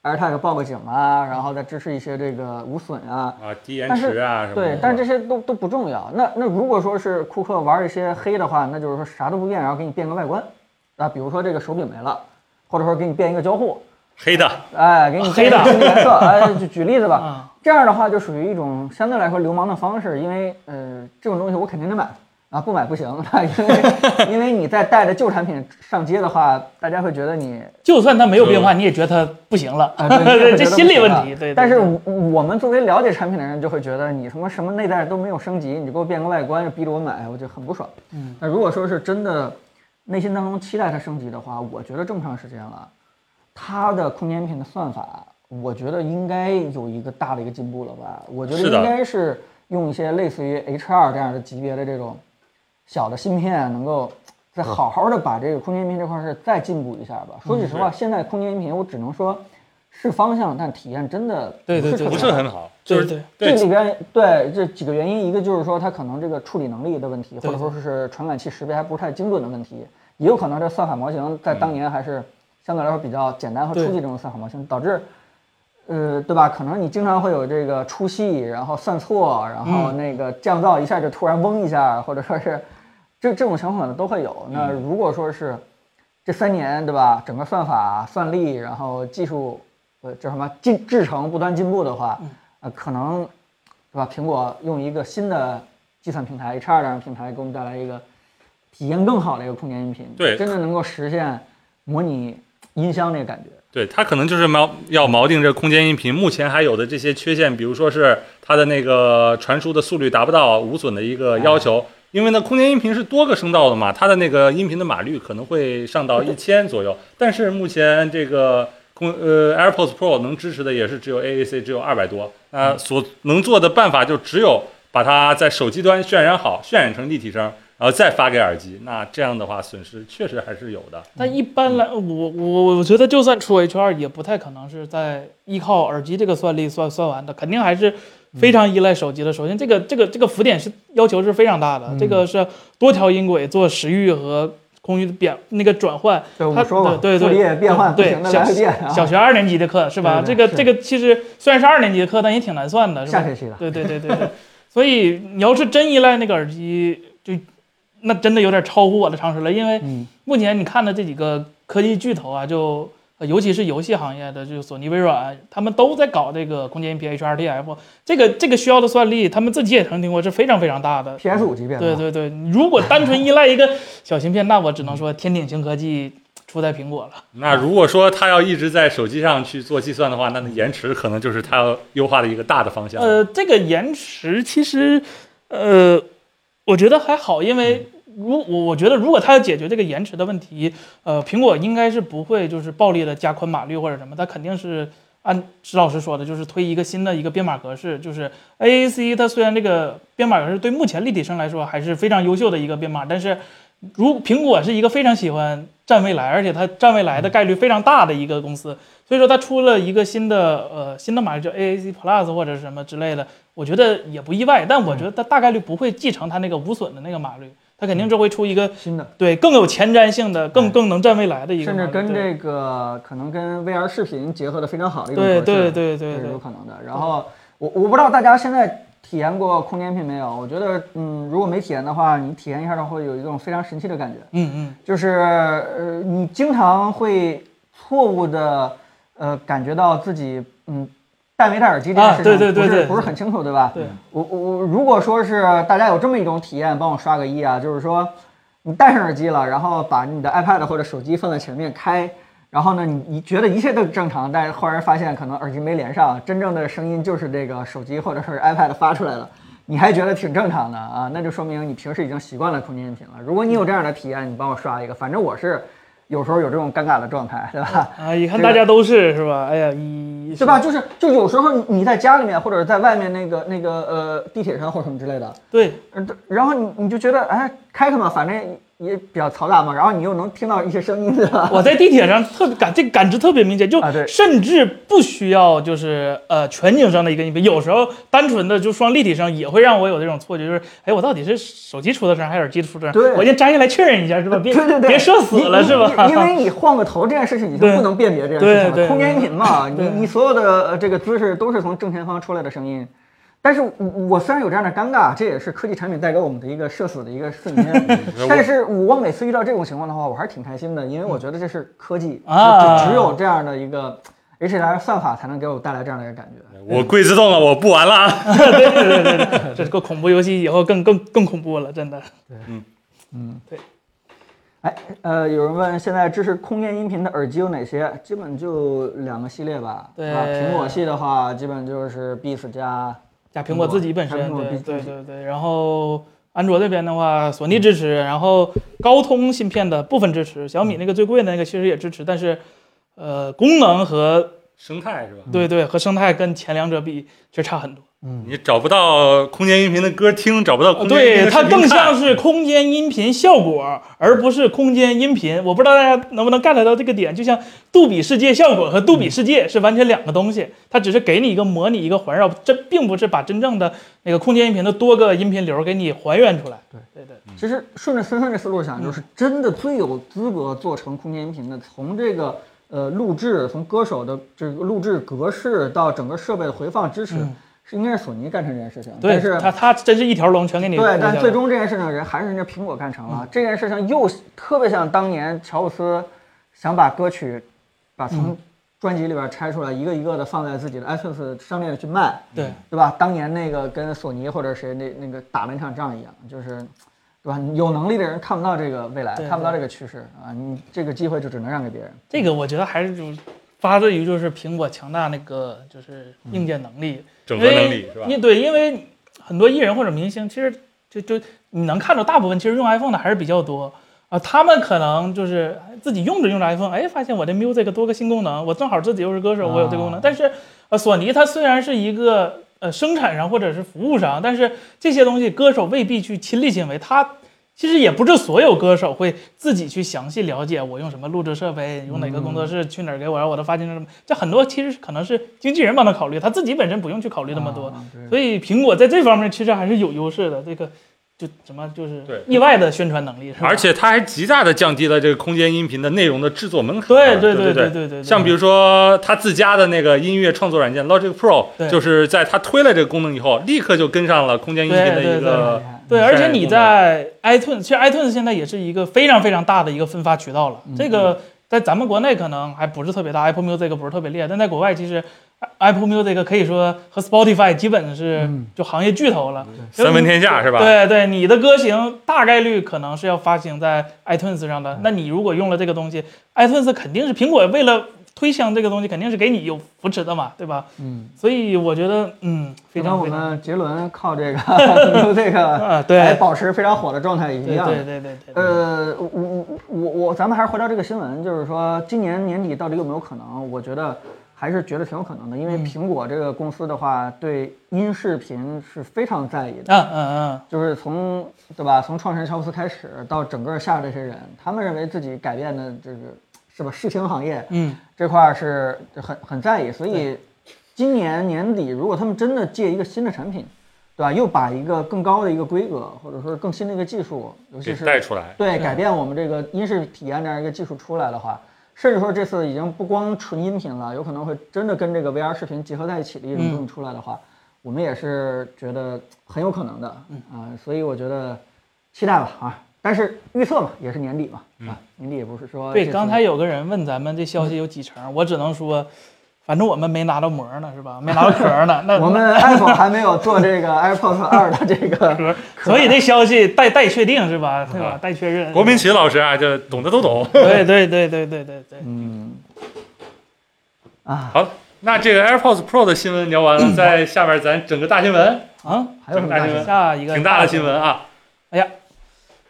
[SPEAKER 3] AirTag 报个警啊，然后再支持一些这个无损啊，
[SPEAKER 4] 啊，低延
[SPEAKER 3] 但是
[SPEAKER 4] 迟啊什么的。
[SPEAKER 3] 对，但是这些都都不重要。那那如果说是库克玩一些黑的话，那就是说啥都不变，然后给你变个外观，啊，比如说这个手柄没了，或者说给你变一个交互，
[SPEAKER 4] 黑的
[SPEAKER 3] 哎，给你变一个
[SPEAKER 2] 黑的
[SPEAKER 3] 新 颜色，哎，就举例子吧。
[SPEAKER 2] 啊，
[SPEAKER 3] 这样的话就属于一种相对来说流氓的方式，因为呃，这种东西我肯定得买啊，不买不行， 因为因为你在带着旧产品上街的话，大家会觉得你
[SPEAKER 2] 就算它没有变化，你也觉得它不行了，
[SPEAKER 3] 啊，对
[SPEAKER 2] 这心理问题。对，对
[SPEAKER 3] 但是
[SPEAKER 2] 对
[SPEAKER 3] 我我们作为了解产品的人，就会觉得你他妈什么内在都没有升级，你就给我变个外观，就逼着我买，我就很不爽。
[SPEAKER 2] 嗯，
[SPEAKER 3] 那如果说是真的内心当中期待它升级的话，我觉得这么长时间了，它的空间片的算法，我觉得应该有一个大的一个进步了吧？我觉得
[SPEAKER 4] 是的
[SPEAKER 3] 应该是用一些类似于 H2 这样的级别的这种小的芯片，能
[SPEAKER 4] 嗯
[SPEAKER 3] 够再好好的把这个空间音频这块儿是再进步一下吧。说句实
[SPEAKER 4] 嗯
[SPEAKER 3] 话，现在空间音频我只能说是方向，但体验真的
[SPEAKER 2] 对对
[SPEAKER 3] 不是
[SPEAKER 2] 对
[SPEAKER 4] 不
[SPEAKER 3] 特别
[SPEAKER 4] 是
[SPEAKER 3] 好
[SPEAKER 4] 很好，就是
[SPEAKER 2] 对
[SPEAKER 3] 这
[SPEAKER 4] 对
[SPEAKER 3] 里边对这几个原因，一个就是说它可能这个处理能力的问题，或者说是传感器识别还不是太精准的问题，也有可能这算法模型在当年还是相对来说比较简单和初级这种算法模型，导致。呃，对吧？可能你经常会有这个出戏，然后算错，然后那个降噪一下就突然嗡一下，或者说是这这种情况可能都会有。那如果说是这三年，对吧？整个算法、算力，然后技术，呃，叫什么进制程不断进步的话，
[SPEAKER 2] 嗯
[SPEAKER 3] 呃，可能对吧？苹果用一个新的计算平台 H2 这样的平台，给我们带来一个体验更好的一个空间音频，
[SPEAKER 4] 对
[SPEAKER 3] 真的能够实现模拟音箱那个感觉。
[SPEAKER 4] 对，它可能就是锚要锚定这空间音频目前还有的这些缺陷，比如说是它的那个传输的速率达不到无损的一个要求。因为呢，空间音频是多个声道的嘛，它的那个音频的码率可能会上到一千左右，但是目前这个空呃 AirPods Pro 能支持的也是只有 AAC 只有二百多，那、所能做的办法就只有把它在手机端渲染好，渲染成立体声，然后再发给耳机，那这样的话损失确实还是有的。
[SPEAKER 2] 但一般来，我我我觉得就算出 H 2也不太可能是在依靠耳机这个算力算算完的，肯定还是非常依赖手机的。首先，这个这个这个浮点是要求是非常大的，
[SPEAKER 3] 嗯
[SPEAKER 2] 这个是多条音轨做时域和空域的变那个转换，
[SPEAKER 3] 对，我
[SPEAKER 2] 它
[SPEAKER 3] 说过，
[SPEAKER 2] 对对
[SPEAKER 3] 傅立叶变换不
[SPEAKER 2] 对
[SPEAKER 3] 停的
[SPEAKER 2] 小
[SPEAKER 3] 来回变啊，
[SPEAKER 2] 小学二年级的课是吧？这
[SPEAKER 3] 对对
[SPEAKER 2] 个这个其实虽然是二年级的课，但也挺难算的，是吧
[SPEAKER 3] 下？学期的。
[SPEAKER 2] 对对对对对，所以你要是真依赖那个耳机，就那真的有点超乎我的常识了，因为
[SPEAKER 3] 嗯
[SPEAKER 2] 目前你看的这几个科技巨头啊，就呃尤其是游戏行业的，就是索尼、微软，啊他们都在搞这个空间音频 HRTF，这个这个需要的算力，他们自己也曾听过，是非常非常大的。
[SPEAKER 3] ，PS 五级变
[SPEAKER 2] 对
[SPEAKER 3] 的。
[SPEAKER 2] 对对，你如果单纯依赖一个小芯片，那我只能说天顶星科技出在苹果了。
[SPEAKER 4] 那如果说它要一直在手机上去做计算的话，那延迟可能就是它要优化的一个大的方向。。
[SPEAKER 2] 呃，这个延迟其实，呃，我觉得还好，因为如我我觉得如果它要解决这个延迟的问题，呃，苹果应该是不会就是暴力的加宽码率或者什么，它肯定是按石老师说的，就是推一个新的一个编码格式，就是 AAC 它虽然这个编码格式对目前立体声来说还是非常优秀的一个编码，但是如苹果是一个非常喜欢占未来，而且它占未来的概率非常大的一个公司，所以说它出了一个新的呃新的码叫 AAC Plus 或者是什么之类的，我觉得也不意外，但我觉得它大概率不会继承它那个无损的那个码率，它肯定就会出一个
[SPEAKER 3] 新的，
[SPEAKER 2] 对更有前瞻性的、更更能占未来的一个
[SPEAKER 3] 甚
[SPEAKER 2] 码
[SPEAKER 3] 至
[SPEAKER 2] 率，
[SPEAKER 3] 跟
[SPEAKER 2] 对
[SPEAKER 3] 这个可能跟 VR 视频结合的非常好的一种
[SPEAKER 2] 对
[SPEAKER 3] 格式
[SPEAKER 2] 对对对
[SPEAKER 3] 这是
[SPEAKER 2] 对
[SPEAKER 3] 有，可能的。然后我我不知道大家现在体验过空间音频没有？我觉得，嗯，如果没体验的话，你体验一下的话，会有一种非常神奇的感觉，
[SPEAKER 2] 嗯嗯。
[SPEAKER 3] 就是呃，你经常会错误的呃感觉到自己嗯戴没戴耳机这件
[SPEAKER 2] 啊
[SPEAKER 3] 事情，
[SPEAKER 2] 对对对对
[SPEAKER 3] 不是不是很清楚，对吧？
[SPEAKER 2] 对，
[SPEAKER 3] 我我我如果说是大家有这么一种体验，帮我刷个一啊，就是说你戴上耳机了，然后把你的 iPad 或者手机放在前面开，然后呢，你你觉得一切都正常，但是忽然发现可能耳机没连上，真正的声音就是这个手机或者是 iPad 发出来了。你还觉得挺正常的啊？那就说明你平时已经习惯了空间音频了。如果你有这样的体验，你帮我刷一个。反正我是有时候有这种尴尬的状态，对吧？
[SPEAKER 2] 啊，一看大家都是是吧？哎呀，一
[SPEAKER 3] 对吧？？就是就有时候你你在家里面或者在外面那个那个呃地铁上或者什么之类的，
[SPEAKER 2] 对，
[SPEAKER 3] 呃然后你你就觉得哎开开嘛，反正也比较嘈杂嘛，然后你又能听到一些声音，对吧？
[SPEAKER 2] 我在地铁上特感这感知特别明显，就
[SPEAKER 3] 啊对
[SPEAKER 2] 甚至不需要就是呃全景声的一个音频，有时候单纯的就双立体声也会让我有这种错觉，就是哎我到底是手机出的声还是耳机出的声？
[SPEAKER 3] 对
[SPEAKER 2] 我先摘下来确认一下是吧？ 别
[SPEAKER 3] 对对对
[SPEAKER 2] 别射死了
[SPEAKER 3] 你
[SPEAKER 2] 是吧？
[SPEAKER 3] 因因为你晃个头这件事情，你就
[SPEAKER 2] 对
[SPEAKER 3] 不能辨别这件事情
[SPEAKER 2] 对
[SPEAKER 3] 了。
[SPEAKER 2] 对
[SPEAKER 3] 空间音频嘛，你
[SPEAKER 2] 对
[SPEAKER 3] 你所有的呃这个姿势都是从正前方出来的声音。但是我我虽然有这样的尴尬，这也是科技产品带给我们的一个社死的一个瞬
[SPEAKER 2] 嗯
[SPEAKER 3] 间但是我每次遇到这种情况的话，我还是挺开心的，因为我觉得这是科技，
[SPEAKER 2] 嗯啊
[SPEAKER 3] 只只有这样的一个 HDR 算法才能给我带来这样的一个感觉。
[SPEAKER 4] 我跪自动了，我不玩了啊。
[SPEAKER 2] 对对对对，对，这个恐怖游戏以后更更更恐怖了，真的。
[SPEAKER 3] 呃，有人问现在支持空间音频的耳机有哪些？基本就两个系列吧。
[SPEAKER 2] 对
[SPEAKER 3] 啊，苹果系的话，基本就是 Beats 加
[SPEAKER 2] 加苹果自己本身，
[SPEAKER 3] 苹果
[SPEAKER 2] 对
[SPEAKER 3] 苹果
[SPEAKER 2] 对
[SPEAKER 3] 自己
[SPEAKER 2] 对对。然后安卓这边的话，索尼支持，然后高通芯片的部分支持，小米那个最贵的那个其实也支持，但是呃，功能和
[SPEAKER 4] 生态是
[SPEAKER 3] 嗯
[SPEAKER 4] 吧？
[SPEAKER 2] 对对和生态跟前两者比，其实差很多。
[SPEAKER 4] 你找不到空间音频的歌听，找不到
[SPEAKER 3] 哦
[SPEAKER 4] 空间音频
[SPEAKER 2] 对，
[SPEAKER 4] 的
[SPEAKER 2] 它
[SPEAKER 4] 视频看
[SPEAKER 2] 更像是空间音频效果，而不是空间音频。我不知道大家能不能 get 到这个点，就像杜比世界效果和杜比世界是完全两个东
[SPEAKER 3] 嗯
[SPEAKER 2] 西，它只是给你一个模拟一个环绕，这并不是把真正的那个空间音频的多个音频流给你还原出来。对对对。
[SPEAKER 3] 其实顺着孙顺这思路想，就是真的最有资格做成空间音频的，从这个呃录制，从歌手的这个录制格式到整个设备的回放支持，是应该是索尼干成这件事情。
[SPEAKER 2] 嗯对，
[SPEAKER 3] 但是
[SPEAKER 2] 他他真是一条龙全给你弄
[SPEAKER 3] 对，
[SPEAKER 2] 下
[SPEAKER 3] 但
[SPEAKER 2] 来
[SPEAKER 3] 最终这件事情人还是人家苹果干成了。
[SPEAKER 2] 嗯
[SPEAKER 3] 这件事情又特别像当年乔布斯想把歌曲，把
[SPEAKER 2] 嗯
[SPEAKER 3] 从专辑里边拆出来，一个一个的放在自己的 iTunes 商店里去卖，
[SPEAKER 2] 对
[SPEAKER 3] 对吧？当年那个跟索尼或者谁那那个打了一场仗一样，就是，对吧？有能力的人看不到这个未来，
[SPEAKER 2] 对
[SPEAKER 3] 看不到这个趋势啊，你这个机会就只能让给别人。
[SPEAKER 2] 这个，我觉得还是就发自于就是苹果强大那个就是硬件能力，
[SPEAKER 4] 整合能力是吧
[SPEAKER 2] 因？为哎对，因为很多艺人或者明星，其实就就你能看到，大部分其实用 iPhone 的还是比较多啊。他们可能就是自己用着用着 iPhone，哎，发现我这 Music 多个新功能，我正好自己又是歌手，我有这个功能。
[SPEAKER 3] 啊
[SPEAKER 2] 但是呃，索尼它虽然是一个呃生产商或者是服务商，但是这些东西歌手未必去亲力亲为，他。其实也不是所有歌手会自己去详细了解我用什么录制设备，用哪个工作室，去哪儿给我让我的发行什么，这很多其实可能是经纪人帮他考虑，他自己本身不用去考虑那么多。
[SPEAKER 3] 啊对
[SPEAKER 2] 所以苹果在这方面其实还是有优势的，这个就什么就是
[SPEAKER 4] 对
[SPEAKER 2] 意外的宣传能力，是吧
[SPEAKER 4] 而且它还极大的降低了这个空间音频的内容的制作门槛。
[SPEAKER 2] 对
[SPEAKER 4] 对
[SPEAKER 2] 对
[SPEAKER 4] 对
[SPEAKER 2] 对对，
[SPEAKER 4] 像比
[SPEAKER 2] 如
[SPEAKER 4] 如说他自家的那个音乐创作软件 Logic Pro，
[SPEAKER 2] 对
[SPEAKER 4] 就是在它推了这个功能以后，立刻就跟上了空间音频的一
[SPEAKER 2] 对
[SPEAKER 4] 个
[SPEAKER 3] 厉害
[SPEAKER 2] 对，
[SPEAKER 4] 像
[SPEAKER 2] 而且你
[SPEAKER 4] 这种
[SPEAKER 2] 在 iTunes，其实 iTunes 现在也是一个非常非常大的一个分发渠道了，这个在咱们国内可能还不是特别大，Apple Music 不是特别厉害，但在国外其实啊 Apple Music 可以说和 Spotify 基本是就行业巨头了，
[SPEAKER 4] 三分天下是吧？
[SPEAKER 2] 对对，你的歌型大概率可能是要发行在 iTunes
[SPEAKER 4] 嗯
[SPEAKER 2] 上的。那你如果用了这个东西，iTunes 肯定是苹果为了推向这个东西，肯定是给你有扶持的嘛，对吧？
[SPEAKER 3] 嗯，
[SPEAKER 2] 所以我觉得，嗯，非
[SPEAKER 3] 就跟
[SPEAKER 2] 常
[SPEAKER 3] 我
[SPEAKER 2] 非常
[SPEAKER 3] 们杰伦靠 这个 用这个
[SPEAKER 2] 啊，
[SPEAKER 3] 来啊
[SPEAKER 2] 对
[SPEAKER 3] 保持非常火的状态一
[SPEAKER 2] 对
[SPEAKER 3] 样。
[SPEAKER 2] 对对对对，
[SPEAKER 3] 呃，我我我我，咱们还是回到这个新闻，就是说今年年底到底有没有可能？我觉得还是觉得挺有可能的，因为苹果这个公司的话，对音视频是非常在意的，
[SPEAKER 2] 嗯嗯
[SPEAKER 3] 就是从对吧，从创始人乔布斯开始到整个下这些人，他们认为自己改变的这个是吧，视听行业
[SPEAKER 2] 嗯
[SPEAKER 3] 这块儿是很很在意，所以今年年底如果他们真的借一个新的产品。对吧？又把一个更高的一个规格，或者说更新的一个技术，尤
[SPEAKER 4] 给
[SPEAKER 3] 其是
[SPEAKER 4] 带出来。
[SPEAKER 3] 对，改变我们这个音视体验这样一个技术出来的话，甚至说这次已经不光纯音频了，有可能会真的跟这个 VR 视频结合在一起的一种东西出来的话，我们也是觉得很有可能的，嗯啊、所以我觉得期待吧啊，但是预测嘛，也是年底嘛，啊，年底也不是
[SPEAKER 2] 嗯，
[SPEAKER 3] 说
[SPEAKER 2] 对，
[SPEAKER 3] 这次嗯
[SPEAKER 2] 刚才有个人问咱们这消息有几成，我只能说，反正我们没拿到膜呢，是吧？没拿到壳 呢，那
[SPEAKER 3] 我们 Apple 还没有做这个 AirPods 二的这个，
[SPEAKER 2] 壳，所以这消息待待确定是吧？对吧？待确认。
[SPEAKER 4] 啊 国民企老师啊，就懂的都 懂。
[SPEAKER 2] 对对对对对对对。
[SPEAKER 3] 嗯，啊，
[SPEAKER 4] 好了，那这个 AirPods Pro 的新闻聊完
[SPEAKER 2] 嗯
[SPEAKER 4] 了，在下边咱整个大新闻，
[SPEAKER 2] 啊，
[SPEAKER 3] 还有什么
[SPEAKER 4] 大
[SPEAKER 3] 大
[SPEAKER 4] 新闻
[SPEAKER 3] 新闻？
[SPEAKER 2] 下一个
[SPEAKER 4] 挺大的新闻啊。
[SPEAKER 2] 哎呀，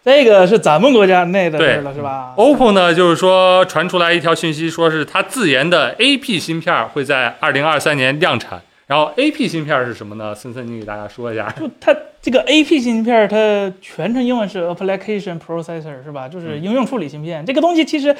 [SPEAKER 2] 这个是咱们国家内的事儿
[SPEAKER 4] 对
[SPEAKER 2] 了，是吧？
[SPEAKER 3] 嗯
[SPEAKER 2] 哦
[SPEAKER 4] OPPO 呢，就是说传出来一条讯息，说是它自研的 AP 芯片儿会在二零二三年量产。然后 AP 芯片儿是什么呢？森森，你给大家说 一下。
[SPEAKER 2] 就它这个 A P 芯片儿，它全称英文是 Application Processor，是吧？就是
[SPEAKER 4] 嗯
[SPEAKER 2] 应用处理芯片。这个东西其实，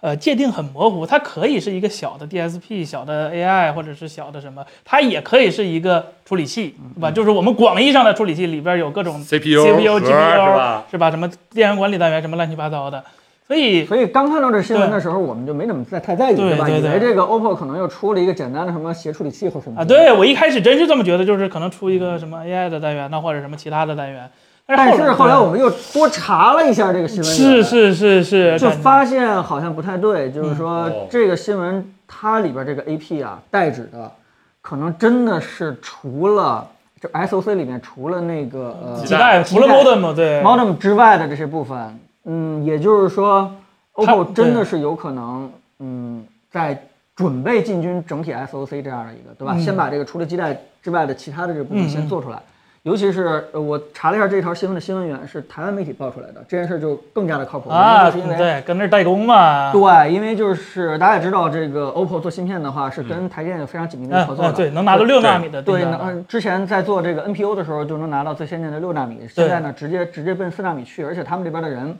[SPEAKER 2] 呃，界定很模糊，它可以是一个小的 D S P、小的 A I 或者是小的什么，它也可以是一个处理器，
[SPEAKER 3] 嗯
[SPEAKER 2] 是吧？就是我们广义上的处理器里边有各种
[SPEAKER 4] CPU、
[SPEAKER 2] CPU
[SPEAKER 4] 核是吧？
[SPEAKER 2] 是吧？什么电源管理单元，什么乱七八糟的。所以
[SPEAKER 3] 所以刚看到这新闻的时候，我们就没怎么在太在意，
[SPEAKER 2] 对
[SPEAKER 3] 吧？
[SPEAKER 2] 对
[SPEAKER 3] 以
[SPEAKER 2] 对
[SPEAKER 3] 为这个 OPPO 可能又出了一个简单的什么协处理器或什么
[SPEAKER 2] 啊，。对我一开始真是这么觉得，就是可能出一个什么 A I 的单元，那或者什么其他的单元。
[SPEAKER 3] 但是后来
[SPEAKER 2] 对
[SPEAKER 3] 我们又多查了一下这个新闻，
[SPEAKER 2] 是，是是是，
[SPEAKER 3] 就
[SPEAKER 2] 感觉
[SPEAKER 3] 发现好像不太对，就是
[SPEAKER 4] 嗯
[SPEAKER 3] 说
[SPEAKER 4] 哦
[SPEAKER 3] 这个新闻它里边这个 AP 啊代指的，可能真的是除了就 SOC 里面除了那个
[SPEAKER 4] 嗯
[SPEAKER 3] 呃
[SPEAKER 2] 几代除了 modem 对
[SPEAKER 3] modem 之外的这些部分，嗯，也就是说
[SPEAKER 2] 它
[SPEAKER 3] ，OPPO 真的
[SPEAKER 2] 对
[SPEAKER 3] 是有可能，嗯，在准备进军整体 SOC 这样的一个，对吧？
[SPEAKER 2] 嗯
[SPEAKER 3] 先把这个除了基带之外的其他的这部分
[SPEAKER 2] 嗯
[SPEAKER 3] 先
[SPEAKER 2] 嗯
[SPEAKER 3] 做出来。尤其是呃我查了一下这条新闻的新闻源是台湾媒体报出来的，这件事就更加的靠谱
[SPEAKER 2] 啊，
[SPEAKER 3] 就是因为
[SPEAKER 2] 对，跟那儿代工嘛，
[SPEAKER 3] 对，因为就是大家也知道，这个 OPPO 做芯片的话是跟台积电有非常紧密的合
[SPEAKER 2] 嗯
[SPEAKER 3] 作的。
[SPEAKER 2] 嗯，对，能拿到六纳米的订
[SPEAKER 3] 对，
[SPEAKER 2] 单
[SPEAKER 3] 那
[SPEAKER 2] 了，
[SPEAKER 3] 嗯之前在做这个 NPU 的时候就能拿到最先进的六纳米，现在呢直接直接奔四纳米去，而且他们这边的人，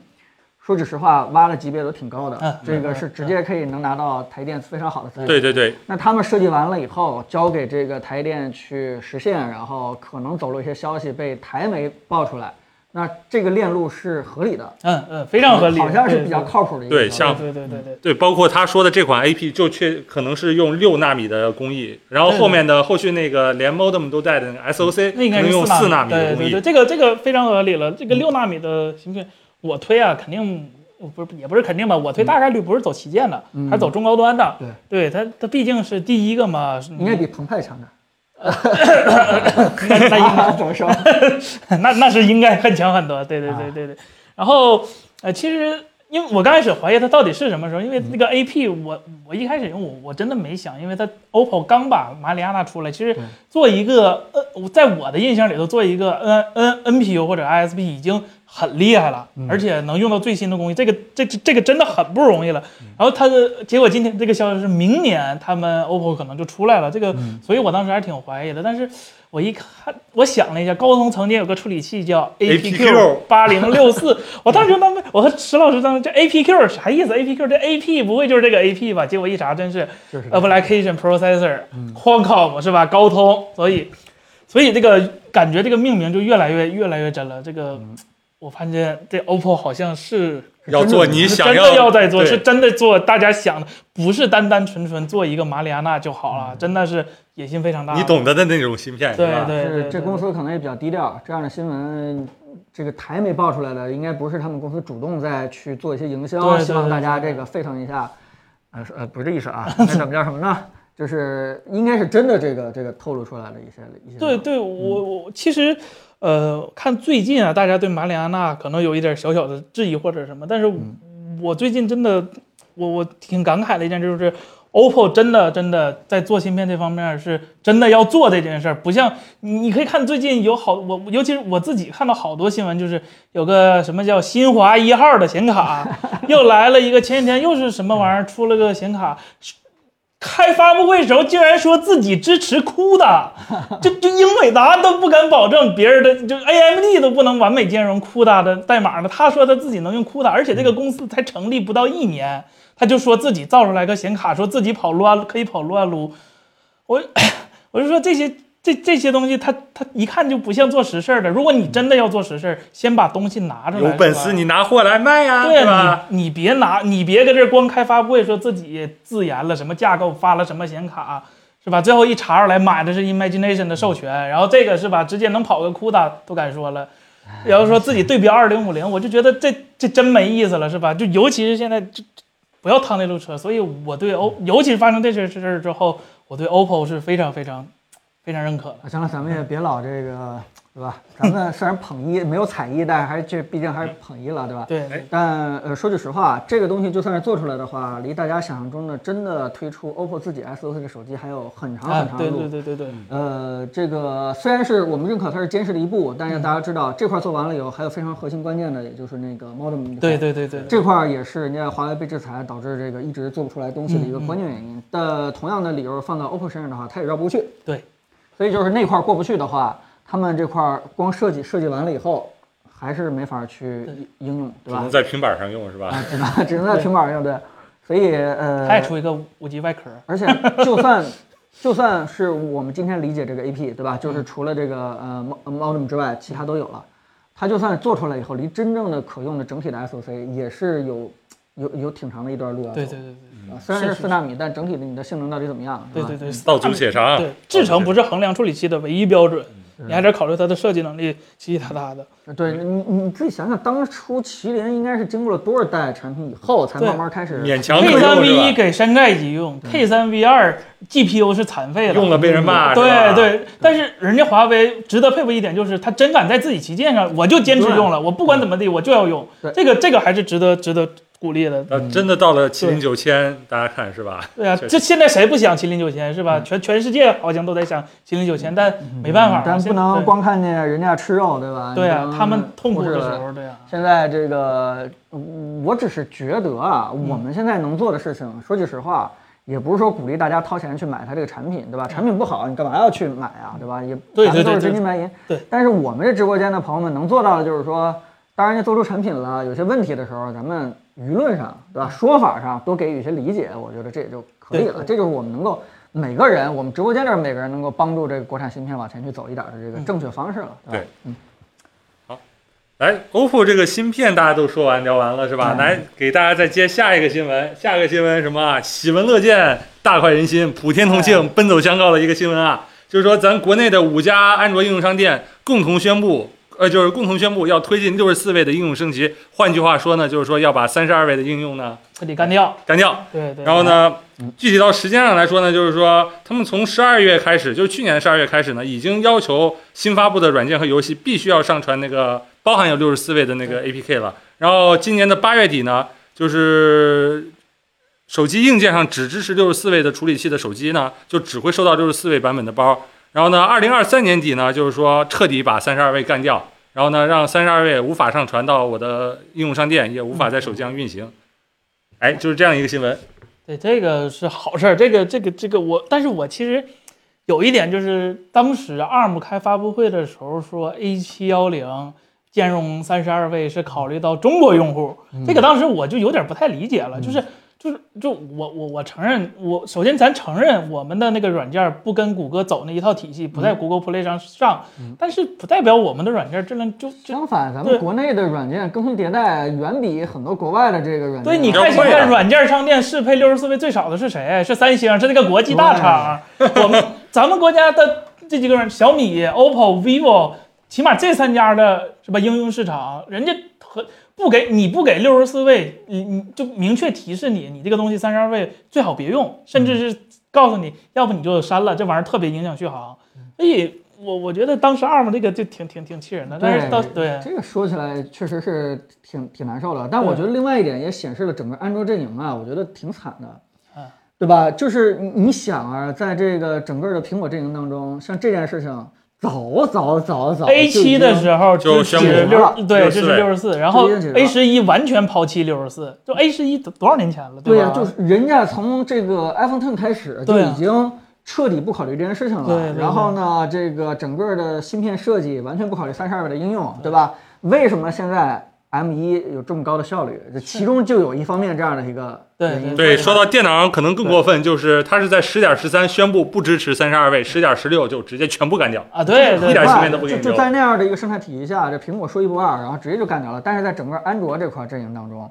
[SPEAKER 3] 说句实话，挖的级别都挺高的，
[SPEAKER 2] 嗯
[SPEAKER 3] 这个
[SPEAKER 2] 嗯
[SPEAKER 3] 是
[SPEAKER 2] 嗯
[SPEAKER 3] 直接可以能拿到台电非常好的资源。
[SPEAKER 4] 对对对，
[SPEAKER 3] 那他们设计完了以后，交给这个台电去实现，然后可能走漏一些消息被台媒爆出来，那这个链路是合理的，
[SPEAKER 2] 嗯嗯，非常合理，
[SPEAKER 3] 好像是
[SPEAKER 2] 对
[SPEAKER 3] 比较
[SPEAKER 2] 对
[SPEAKER 3] 靠谱的一个
[SPEAKER 4] 对
[SPEAKER 3] 消
[SPEAKER 4] 像嗯
[SPEAKER 3] 息。
[SPEAKER 2] 对对对对，
[SPEAKER 4] 对，包括他说的这款 AP 就确可能是用六纳米的工艺，然后
[SPEAKER 2] 对
[SPEAKER 4] 后面的后续那个连 modem 都带的那个 SOC
[SPEAKER 2] 那应
[SPEAKER 4] 可
[SPEAKER 2] 该
[SPEAKER 4] 能
[SPEAKER 2] 是
[SPEAKER 4] 用四纳米的
[SPEAKER 2] 对
[SPEAKER 4] 工
[SPEAKER 2] 对
[SPEAKER 4] 艺
[SPEAKER 2] 对，。这个这个非常合理了。这个六纳米的芯片，我推啊，肯定呃不是也不是肯定吧，我推大概率不是走旗舰的，
[SPEAKER 3] 嗯
[SPEAKER 2] 还是走中高端的。对，
[SPEAKER 3] 对
[SPEAKER 2] 它它毕竟是第一个嘛，是
[SPEAKER 3] 应该比澎湃 强 点。
[SPEAKER 2] 那那应该
[SPEAKER 3] 怎么说？
[SPEAKER 2] 那那是应该很强很多，对对对对对。然后呃，其实因为我刚开始怀疑它到底是什么时候，因为那个 AP 我我一开始用我我真的没想，因为它 OPPO 刚把马里亚纳出来，其实
[SPEAKER 3] 对
[SPEAKER 2] 做一个呃，我在我的印象里头做一个 N N NPU 或者 ISP 已经很厉害了，而且能用到最新的工艺，这个这这这个真的很不容易了。然后它的结果今天这个消息是明年他们 OPPO 可能就出来了，这个，所以我当时还挺怀疑的，但是。我一看，我想了一下，高通曾经有个处理器叫 APQ 八零六四，我当时纳闷，我和石老师当时这 APQ 啥意思？APQ 这 AP 不会就是这个 AP 吧？结果一查，真是
[SPEAKER 3] 嗯
[SPEAKER 2] 呃
[SPEAKER 3] 就是
[SPEAKER 2] application processor Qualcomm 是吧？高通，所以所以这个感觉这个命名就越来越越来越真了。这个我发现这 OPPO 好像是
[SPEAKER 4] 要做你
[SPEAKER 2] 是
[SPEAKER 4] 想
[SPEAKER 2] 真的
[SPEAKER 4] 要
[SPEAKER 2] 要在做，
[SPEAKER 4] 对
[SPEAKER 2] 是真的做大家想的，不是单单纯纯做一个马里亚纳就好了，真的是野心非常大。
[SPEAKER 4] 嗯你懂得的那种芯片，
[SPEAKER 2] 啊对？
[SPEAKER 4] 是吧
[SPEAKER 2] 对对
[SPEAKER 3] 是
[SPEAKER 2] 对，
[SPEAKER 3] 这公司可能也比较低调，这样的新闻，这个台媒爆出来的，应该不是他们公司主动在去做一些营
[SPEAKER 2] 对
[SPEAKER 3] 销，
[SPEAKER 2] 对
[SPEAKER 3] 希望
[SPEAKER 2] 对
[SPEAKER 3] 大家
[SPEAKER 2] 对
[SPEAKER 3] 这个沸腾一下。呃呃，不是这意思啊，那怎么叫什么呢？就是应该是真的这个这个透露出来的一些一些。
[SPEAKER 2] 对，对，我我其实，呃，看最近啊，大家对马里亚纳可能有一点小小的质疑或者什么，但是我,、最近真的，我我挺感慨的一件事就是，OPPO 真的真的在做芯片这方面是真的要做这件事儿，不像你你可以看最近有好我尤其是我自己看到好多新闻，就是有个什么叫新华一号的显卡， 又来了一个，前几天又是什么玩意儿出了个显卡。开发布会时候竟然说自己支持哭的， 这这英伟达都不敢保证别人的，就 AMD 都不能完美兼容 CUDA 的代码呢。他说他自己能用 CUDA，而且这个公司才成立不到一年，他就说自己造出来个显卡，说自己跑撸啊可以跑撸啊撸。我 我就说这些这这些东西他，他一看就不像做实事儿的。如果你真的要做实事儿，先把东西拿出来。
[SPEAKER 4] 有本
[SPEAKER 2] 是吧
[SPEAKER 4] 事你拿货来卖呀，
[SPEAKER 2] 啊对
[SPEAKER 4] 对吧？
[SPEAKER 2] 你你别拿，你别跟这儿光开发布会说自己自研了什么架构，发了什么显卡，是吧？最后一查出来买的是 Imagination 的授权，然后这个是吧，直接能跑个 CUDA 都敢说 了。然后说自己对标二零五零，我就觉得这这真没意思了，是吧？就尤其是现在，就就不要趟那
[SPEAKER 3] 嗯
[SPEAKER 2] 路车。所以我对 O，尤其是发生这事事儿之后，我对 OPPO 是非常非常非常认可了。
[SPEAKER 3] 啊，行了，咱们也别老这个，对吧？咱们虽然捧一没有踩一，但还是这毕竟还是捧一了，对吧？
[SPEAKER 2] 对，
[SPEAKER 4] 哎
[SPEAKER 3] 但呃，说句实话，这个东西就算是做出来的话，离大家想象中的真的推出 OPPO 自己 S 六这个手机还有很长
[SPEAKER 2] 啊
[SPEAKER 3] 很，长的
[SPEAKER 2] 对
[SPEAKER 3] 路。
[SPEAKER 2] 对对对对，
[SPEAKER 3] 呃，这个虽然是我们认可它是监视的一步，但是大家知道、这块做完了以后，还有非常核心关键的，也就是那个 modem 这块。
[SPEAKER 2] 对对对对，
[SPEAKER 3] 这块儿也是人家华为被制裁导致这个一直做不出来东西的一个关键原因。但同样的理由放到 OPPO 身上的话，它也绕不过去。
[SPEAKER 2] 对，
[SPEAKER 3] 所以就是那块儿过不去的话，他们这块儿光设计设计完了以后，还是没法去
[SPEAKER 2] 对
[SPEAKER 3] 应用，
[SPEAKER 4] 只
[SPEAKER 3] 对吧
[SPEAKER 4] 能？在平板上用是吧？
[SPEAKER 3] 啊，只能只能在平板上用，对。所以呃，
[SPEAKER 2] 他也出一个五 G 外壳，
[SPEAKER 3] 而且就算就算是我们今天理解这个 AP，对吧？
[SPEAKER 2] 嗯
[SPEAKER 3] 就是除了这个呃 Mo- Modem 之外，其他都有了。它就算做出来以后，离真正的可用的整体的 SOC 也是有有有挺长的一段路要走。
[SPEAKER 2] 对对对
[SPEAKER 3] 啊，虽然
[SPEAKER 2] 是
[SPEAKER 3] 是
[SPEAKER 2] 是
[SPEAKER 3] 四纳米，但整体的你的性能到底怎么样？是
[SPEAKER 2] 对
[SPEAKER 3] 吧
[SPEAKER 2] 对对对，
[SPEAKER 4] 道阻且长，
[SPEAKER 2] 对，制程不是衡量处理器的唯一标准，
[SPEAKER 3] 嗯
[SPEAKER 2] 你还得考虑它的设计能力，其其他他的。
[SPEAKER 3] 对，你你你自己想想，当初麒麟应该是经过了多少代产品以后，才
[SPEAKER 2] 对
[SPEAKER 3] 慢慢开始
[SPEAKER 4] 勉强可
[SPEAKER 2] K
[SPEAKER 4] 用
[SPEAKER 2] 三 V 一
[SPEAKER 4] 是吧？嗯
[SPEAKER 2] 给山寨机用，K 三 V 二 GPU 是残废了，
[SPEAKER 4] 用了被人骂，是吧嗯
[SPEAKER 2] 对，对，但是人家华为值得佩服一点就是，他真敢在自己旗舰上，我就坚持用了，我
[SPEAKER 4] 嗯
[SPEAKER 2] 不管怎么地，我就要用
[SPEAKER 3] 对。
[SPEAKER 2] 这个这个还是值得值得鼓励的。
[SPEAKER 4] 那真的到了麒麟九千，大家看是吧？
[SPEAKER 2] 对啊，
[SPEAKER 4] 确实嗯
[SPEAKER 2] 这现在谁不想麒麟九千是吧？全全世界好像都在想麒麟九千，但没办法啊，
[SPEAKER 3] 咱嗯不
[SPEAKER 2] 现
[SPEAKER 3] 能
[SPEAKER 2] 对
[SPEAKER 3] 光看见人家吃肉，对吧？
[SPEAKER 2] 对
[SPEAKER 3] 你
[SPEAKER 2] 啊
[SPEAKER 3] 不，能
[SPEAKER 2] 他们痛苦
[SPEAKER 3] 忽视
[SPEAKER 2] 的
[SPEAKER 3] 了
[SPEAKER 2] 时候，对啊，
[SPEAKER 3] 现在这个，嗯我只是觉得啊，
[SPEAKER 2] 嗯
[SPEAKER 3] 我们现在能做的事情，说句实话，也不是说鼓励大家掏钱去买它这个产品，对吧？产品不好，你干嘛要去买啊，对吧？也
[SPEAKER 2] 嗯对
[SPEAKER 3] 咱们
[SPEAKER 2] 对对
[SPEAKER 3] 都是
[SPEAKER 2] 对
[SPEAKER 3] 真金白银。
[SPEAKER 2] 对。
[SPEAKER 3] 但是我们这直播间的朋友们能做到的就是说，当人家做出产品了，有些问题的时候，咱们舆论上，对吧？说法上多给予一些理解，我觉得这也就可以了。
[SPEAKER 2] 嗯对
[SPEAKER 3] 这就是我们能够每个人，我们直播间这儿每个人能够帮助这个国产芯片往前去走一点的这个
[SPEAKER 2] 嗯
[SPEAKER 3] 正确方式了，对吧？
[SPEAKER 4] 来，OPPO 哎这个芯片大家都说完聊完了是吧？来给大家再接下一个新闻，下一个新闻什么啊？喜闻乐见，大快人心，普天同庆，奔走相告的一个新闻啊！就是说，咱国内的五家安卓应用商店共同宣布，呃，就是共同宣布要推进六十四位的应用升级。换句话说呢，就是说要把三十二位的应用呢
[SPEAKER 2] 彻底干掉。
[SPEAKER 4] 干掉。
[SPEAKER 2] 对对。
[SPEAKER 4] 然后呢
[SPEAKER 3] 嗯，
[SPEAKER 4] 具体到时间上来说呢，就是说他们从十二月开始，就是去年十二月开始呢，已经要求新发布的软件和游戏必须要上传那个包含有六十四位的那个 APK 了。然后今年的八月底呢，就是手机硬件上只支持六十四位的处理器的手机呢，就只会收到六十四位版本的包。然后呢，二零二三年底呢，就是说彻底把三十二位干掉，然后呢，让三十二位无法上传到我的应用商店，也无法在手机上运行。哎，就是这样一个新闻。
[SPEAKER 2] 对，这个是好事儿。这个，这个，这个我，但是我其实有一点就是，当时 ARM 开发布会的时候说 A 7 1 0兼容三十二位是考虑到中国用户，
[SPEAKER 3] 嗯
[SPEAKER 2] 这个当时我就有点不太理解了，就是。就是就我我我承认，我首先咱承认我们的那个软件不跟谷歌走那一套体系，不在 Google Play 上上，但是不代表我们的软件质量就就
[SPEAKER 3] 相反，咱们
[SPEAKER 2] 对
[SPEAKER 3] 国内的软件更新迭代远比很多国外的这个软件，
[SPEAKER 2] 对，你
[SPEAKER 4] 要
[SPEAKER 2] 看现
[SPEAKER 4] 会
[SPEAKER 2] 在
[SPEAKER 4] 啊
[SPEAKER 2] 软件商店适配六十四位最少的是谁？是三星，是那个国际大厂。我们咱们国家的这几个软，小米、OPPO、vivo，起码这三家的什么应用市场，人家和不给你不给六十四位，你你就明确提示你，你这个东西三十二位最好别用，甚至是告诉你，要不你就删了，这玩意儿特别影响续航。所以我我觉得当时 ARM 这个就挺挺挺气人的，但是到对
[SPEAKER 3] 这个说起来确实是挺挺难受的，但我觉
[SPEAKER 2] 对
[SPEAKER 3] 得另外一点也显示了整个安卓阵营啊，我觉得挺惨的
[SPEAKER 2] 嗯，
[SPEAKER 3] 对吧？就是你你想啊，在这个整个的苹果阵营当中，像这件事情早早早早
[SPEAKER 2] A
[SPEAKER 3] 就
[SPEAKER 2] 7
[SPEAKER 3] 已经
[SPEAKER 2] 的时候
[SPEAKER 4] 就
[SPEAKER 2] 支持
[SPEAKER 4] 宣
[SPEAKER 3] 布了
[SPEAKER 2] 六，对，
[SPEAKER 4] 64
[SPEAKER 2] 支持六十四，然后
[SPEAKER 3] 就已经
[SPEAKER 2] A
[SPEAKER 3] 解
[SPEAKER 2] 1一完全抛弃六十四，就 A 1一多多少年前了，
[SPEAKER 3] 对呀、
[SPEAKER 2] 吧？
[SPEAKER 3] 就是人家从这个 iPhone Ten 开始就
[SPEAKER 2] 对啊
[SPEAKER 3] 已经彻底不考虑这件事情了。
[SPEAKER 2] 对对对
[SPEAKER 3] 然后呢，这个整个的芯片设计完全不考虑三十二位的应用，对吧？为什么现在 M 1有这么高的效率？这其中就有一方面这样的一个
[SPEAKER 2] 对
[SPEAKER 3] 原因。
[SPEAKER 4] 对，说到电脑上可能更过分，就是它是在十点十三宣布不支持三十二位，十点十六就直接全部干掉。
[SPEAKER 2] 啊，对
[SPEAKER 4] 一点
[SPEAKER 2] 对对
[SPEAKER 4] 儿，芯片都不给你
[SPEAKER 3] 就就
[SPEAKER 4] 留
[SPEAKER 3] 在那样的一个生态体系下，这苹果说一不二，然后直接就干掉了。但是在整个安卓这块阵营当中，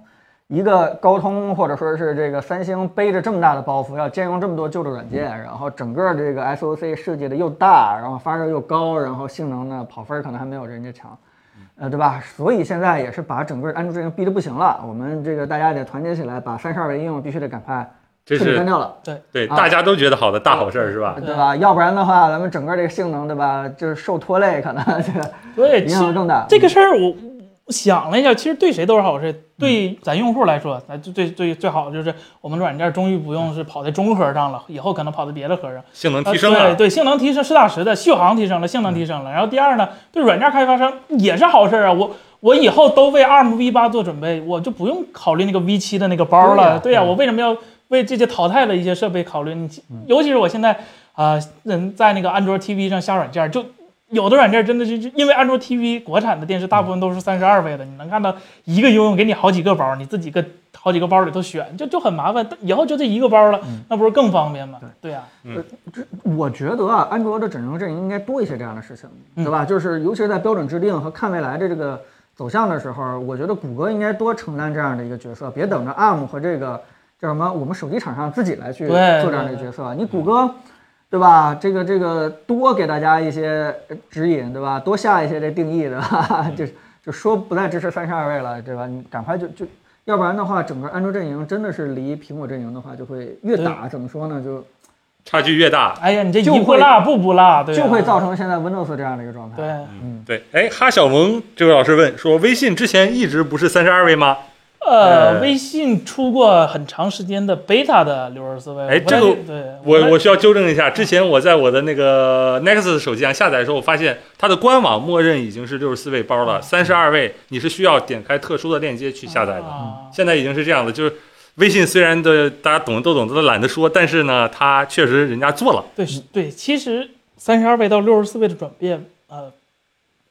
[SPEAKER 3] 一个高通或者说是这个三星背着这么大的包袱，要兼容这么多旧的软件，然后整个这个 SOC 设计的又大，然后发热又高，然后性能呢跑分儿可能还没有人家强。呃，对吧？所以现在也是把整个安卓阵营逼得不行了。我们这个大家得团结起来，把三十二位应用必须得赶快
[SPEAKER 4] 这
[SPEAKER 3] 彻底
[SPEAKER 4] 是
[SPEAKER 3] 干掉了，
[SPEAKER 4] 对
[SPEAKER 3] 啊
[SPEAKER 4] 大家都觉得好的大好事儿是
[SPEAKER 2] 啊
[SPEAKER 4] 吧？
[SPEAKER 3] 对吧？要不然的话，咱们整个这个性能，对吧，就是受拖累，可能 这个
[SPEAKER 2] 对，
[SPEAKER 3] 影
[SPEAKER 2] 其
[SPEAKER 3] 响
[SPEAKER 2] 实
[SPEAKER 3] 更大。
[SPEAKER 2] 这个事儿我我想了一下，其实对谁都是好事，对咱用户来说，咱最最最最好就是我们软件终于不用是跑在中核上了，以后可能跑在别的核上。
[SPEAKER 4] 性能
[SPEAKER 2] 啊
[SPEAKER 4] 提升了
[SPEAKER 2] 对，对，性能提升实打实的，续航提升了，性能提升了。然后第二呢，对软件开发商也是好事儿啊，我我以后都为 ARM V 八做准备，我就不用考虑那个 V 七的那个包了。
[SPEAKER 3] 对
[SPEAKER 2] 对
[SPEAKER 3] 呀
[SPEAKER 2] 呀、我为什么要为这些淘汰的一些设备考虑？你
[SPEAKER 3] 嗯
[SPEAKER 2] 尤其是我现在啊，人、在那个安卓 TV 上下软件，就有的软件真的就是因为安卓 TV 国产的电视大部分都是三十二位的，你能看到一个应用给你好几个包，你自己个好几个包里头选，就就很麻烦。但以后就这一个包了
[SPEAKER 3] 嗯，
[SPEAKER 2] 那不是更方便吗？对呀、
[SPEAKER 3] 我觉得啊，安卓的整容阵营应该多一些这样的事情，
[SPEAKER 2] 嗯
[SPEAKER 3] 对吧？就是尤其是在标准制定和看未来的这个走向的时候，我觉得谷歌应该多承担这样的一个角色，别等着 ARM 和这个叫什么我们手机厂商自己来去做
[SPEAKER 2] 对
[SPEAKER 3] 这样的角色。啊你谷歌，对吧？这个这个多给大家一些呃指引，对吧？多下一些这定义，对吧？
[SPEAKER 2] 嗯
[SPEAKER 3] 就是就说不再支持三十二位了，对吧？你赶快就就。要不然的话，整个安卓阵营真的是离苹果阵营的话，就会越
[SPEAKER 2] 对
[SPEAKER 3] 打怎么说呢？就
[SPEAKER 4] 差距越大，
[SPEAKER 2] 哎呀，你这
[SPEAKER 3] 就
[SPEAKER 2] 一不
[SPEAKER 3] 会
[SPEAKER 2] 辣不不辣，对啊、
[SPEAKER 3] 就会造成现在 Windows 这样的一个状态。
[SPEAKER 2] 对，
[SPEAKER 3] 嗯
[SPEAKER 4] 对，哎，哈小萌这位老师问说，微信之前一直不是三十二位吗？
[SPEAKER 2] 呃
[SPEAKER 4] 呃，
[SPEAKER 2] 微信出过很长时间的 beta 的六十四位，
[SPEAKER 4] 哎
[SPEAKER 2] 我来
[SPEAKER 4] 这个
[SPEAKER 2] 对
[SPEAKER 4] 我
[SPEAKER 2] 来
[SPEAKER 4] 我需要纠正一下，之前我在我的那个 Nexus 手机上下载的时候，我发现它的官网默认已经是六十四位包了，三十二位你是需要点开特殊的链接去下载的。嗯
[SPEAKER 2] 啊
[SPEAKER 4] 现在已经是这样的，就是微信虽然的大家懂的都懂，都懒得说，但是呢，它确实人家做了。
[SPEAKER 2] 对是对，其实三十二位到六十四位的转变，呃，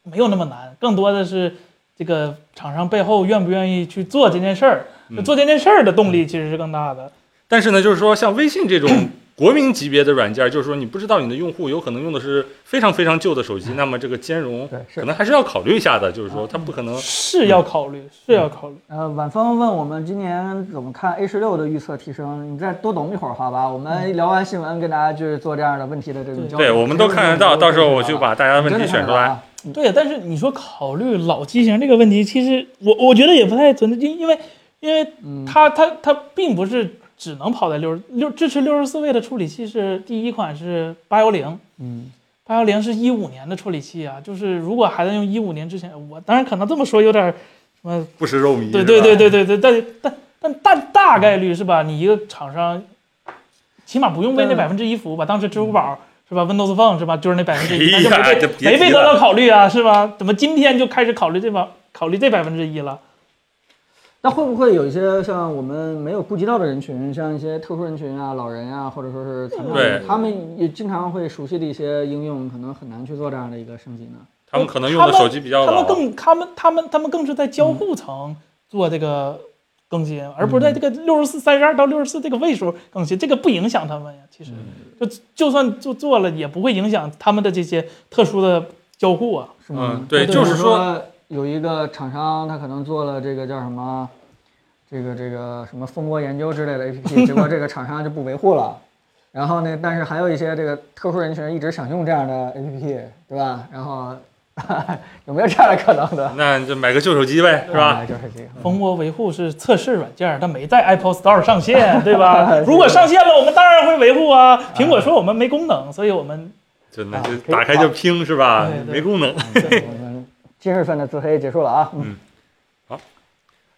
[SPEAKER 2] 没有那么难，更多的是这个厂商背后愿不愿意去做这件事儿，
[SPEAKER 4] 嗯
[SPEAKER 2] 做这件事儿的动力其实是更大的。
[SPEAKER 4] 但是呢，就是说像微信这种国民级别的软件，就是说你不知道你的用户有可能用的是非常非常旧的手机，那么这个兼容
[SPEAKER 3] 对
[SPEAKER 4] 可
[SPEAKER 3] 是。
[SPEAKER 4] 能还是要考虑一下的，就是说它不可能
[SPEAKER 2] 是要考虑，是要考虑。
[SPEAKER 3] 呃，晚风问我们今年怎么看 A 十六的预测提升，你再多懂一会儿好吧？我们聊完新闻跟大家去做这样的问题的这种
[SPEAKER 2] 对
[SPEAKER 3] 交流。
[SPEAKER 4] 对，我们都看得到，到时候我就把大家的
[SPEAKER 3] 真
[SPEAKER 4] 问
[SPEAKER 3] 的
[SPEAKER 4] 题
[SPEAKER 3] 看
[SPEAKER 4] 选
[SPEAKER 3] 得
[SPEAKER 4] 出
[SPEAKER 3] 到
[SPEAKER 4] 来。
[SPEAKER 3] 啊。
[SPEAKER 2] 对，但是你说考虑老机型这个问题，其实我我觉得也不太存在，因因为因为
[SPEAKER 3] 嗯，
[SPEAKER 2] 它它它并不是只能跑在六十六支持六十四位的处理器是第一款是八幺零，
[SPEAKER 3] 嗯，
[SPEAKER 2] 八幺零是一五年的处理器啊，就是如果还在用一五年之前，我当然可能这么说有点儿什么，
[SPEAKER 4] 不食肉糜。
[SPEAKER 2] 对
[SPEAKER 4] 是
[SPEAKER 2] 对
[SPEAKER 4] 吧
[SPEAKER 2] 对对对对，但但但但大概率是吧？你一个厂商起码不用
[SPEAKER 4] 嗯
[SPEAKER 2] 为那百分之一服务吧？当时支付宝。是吧？Windows Phone 是吧？就是那百分之一，
[SPEAKER 4] 哎呀
[SPEAKER 2] 那就没
[SPEAKER 4] 这
[SPEAKER 2] 被
[SPEAKER 4] 别
[SPEAKER 2] 没被
[SPEAKER 4] 提
[SPEAKER 2] 得
[SPEAKER 4] 了
[SPEAKER 2] 到考虑啊，是吧？怎么今天就开始考虑这帮考虑这百分之一了？
[SPEAKER 3] 那会不会有一些像我们没有顾及到的人群，像一些特殊人群啊、老人啊，或者说是残障人，
[SPEAKER 4] 对
[SPEAKER 3] 他们也经常会熟悉的一些应用，可能很难去做这样的一个升级呢？
[SPEAKER 4] 他们可能用的手机比较
[SPEAKER 2] 他们
[SPEAKER 4] 老。嗯
[SPEAKER 2] 更他们他们他们更是在交互层做这个更新，而不是在这个六十四、三十二到六十四这个位数更新，这个不影响他们呀。其实
[SPEAKER 4] 嗯
[SPEAKER 2] 就就算做做了，也不会影响他们的这些特殊的交互啊。
[SPEAKER 3] 是吗？
[SPEAKER 4] 嗯对
[SPEAKER 3] 那
[SPEAKER 4] 就是是
[SPEAKER 3] 说有一个厂商，他可能做了这个叫什么，这个这个什么蜂窝研究之类的 APP，结果这个厂商就不维护了。然后呢，但是还有一些这个特殊人群一直想用这样的 APP，对吧？然后 有没有这样的可能的？
[SPEAKER 4] 那你就买个旧手机呗，是吧？
[SPEAKER 3] 哎？就是这个。
[SPEAKER 4] 嗯
[SPEAKER 2] 蜂窝维护是测试软件，它没在 Apple Store 上线，对吧？如果上线了，我们当然会维护啊。苹果说我们没功能，所以我们
[SPEAKER 4] 就那
[SPEAKER 3] 啊
[SPEAKER 4] 就
[SPEAKER 3] 可以
[SPEAKER 4] 打开就拼是吧
[SPEAKER 2] 对？对
[SPEAKER 4] 没功能。
[SPEAKER 3] 对我们今日份的自黑结束了啊。嗯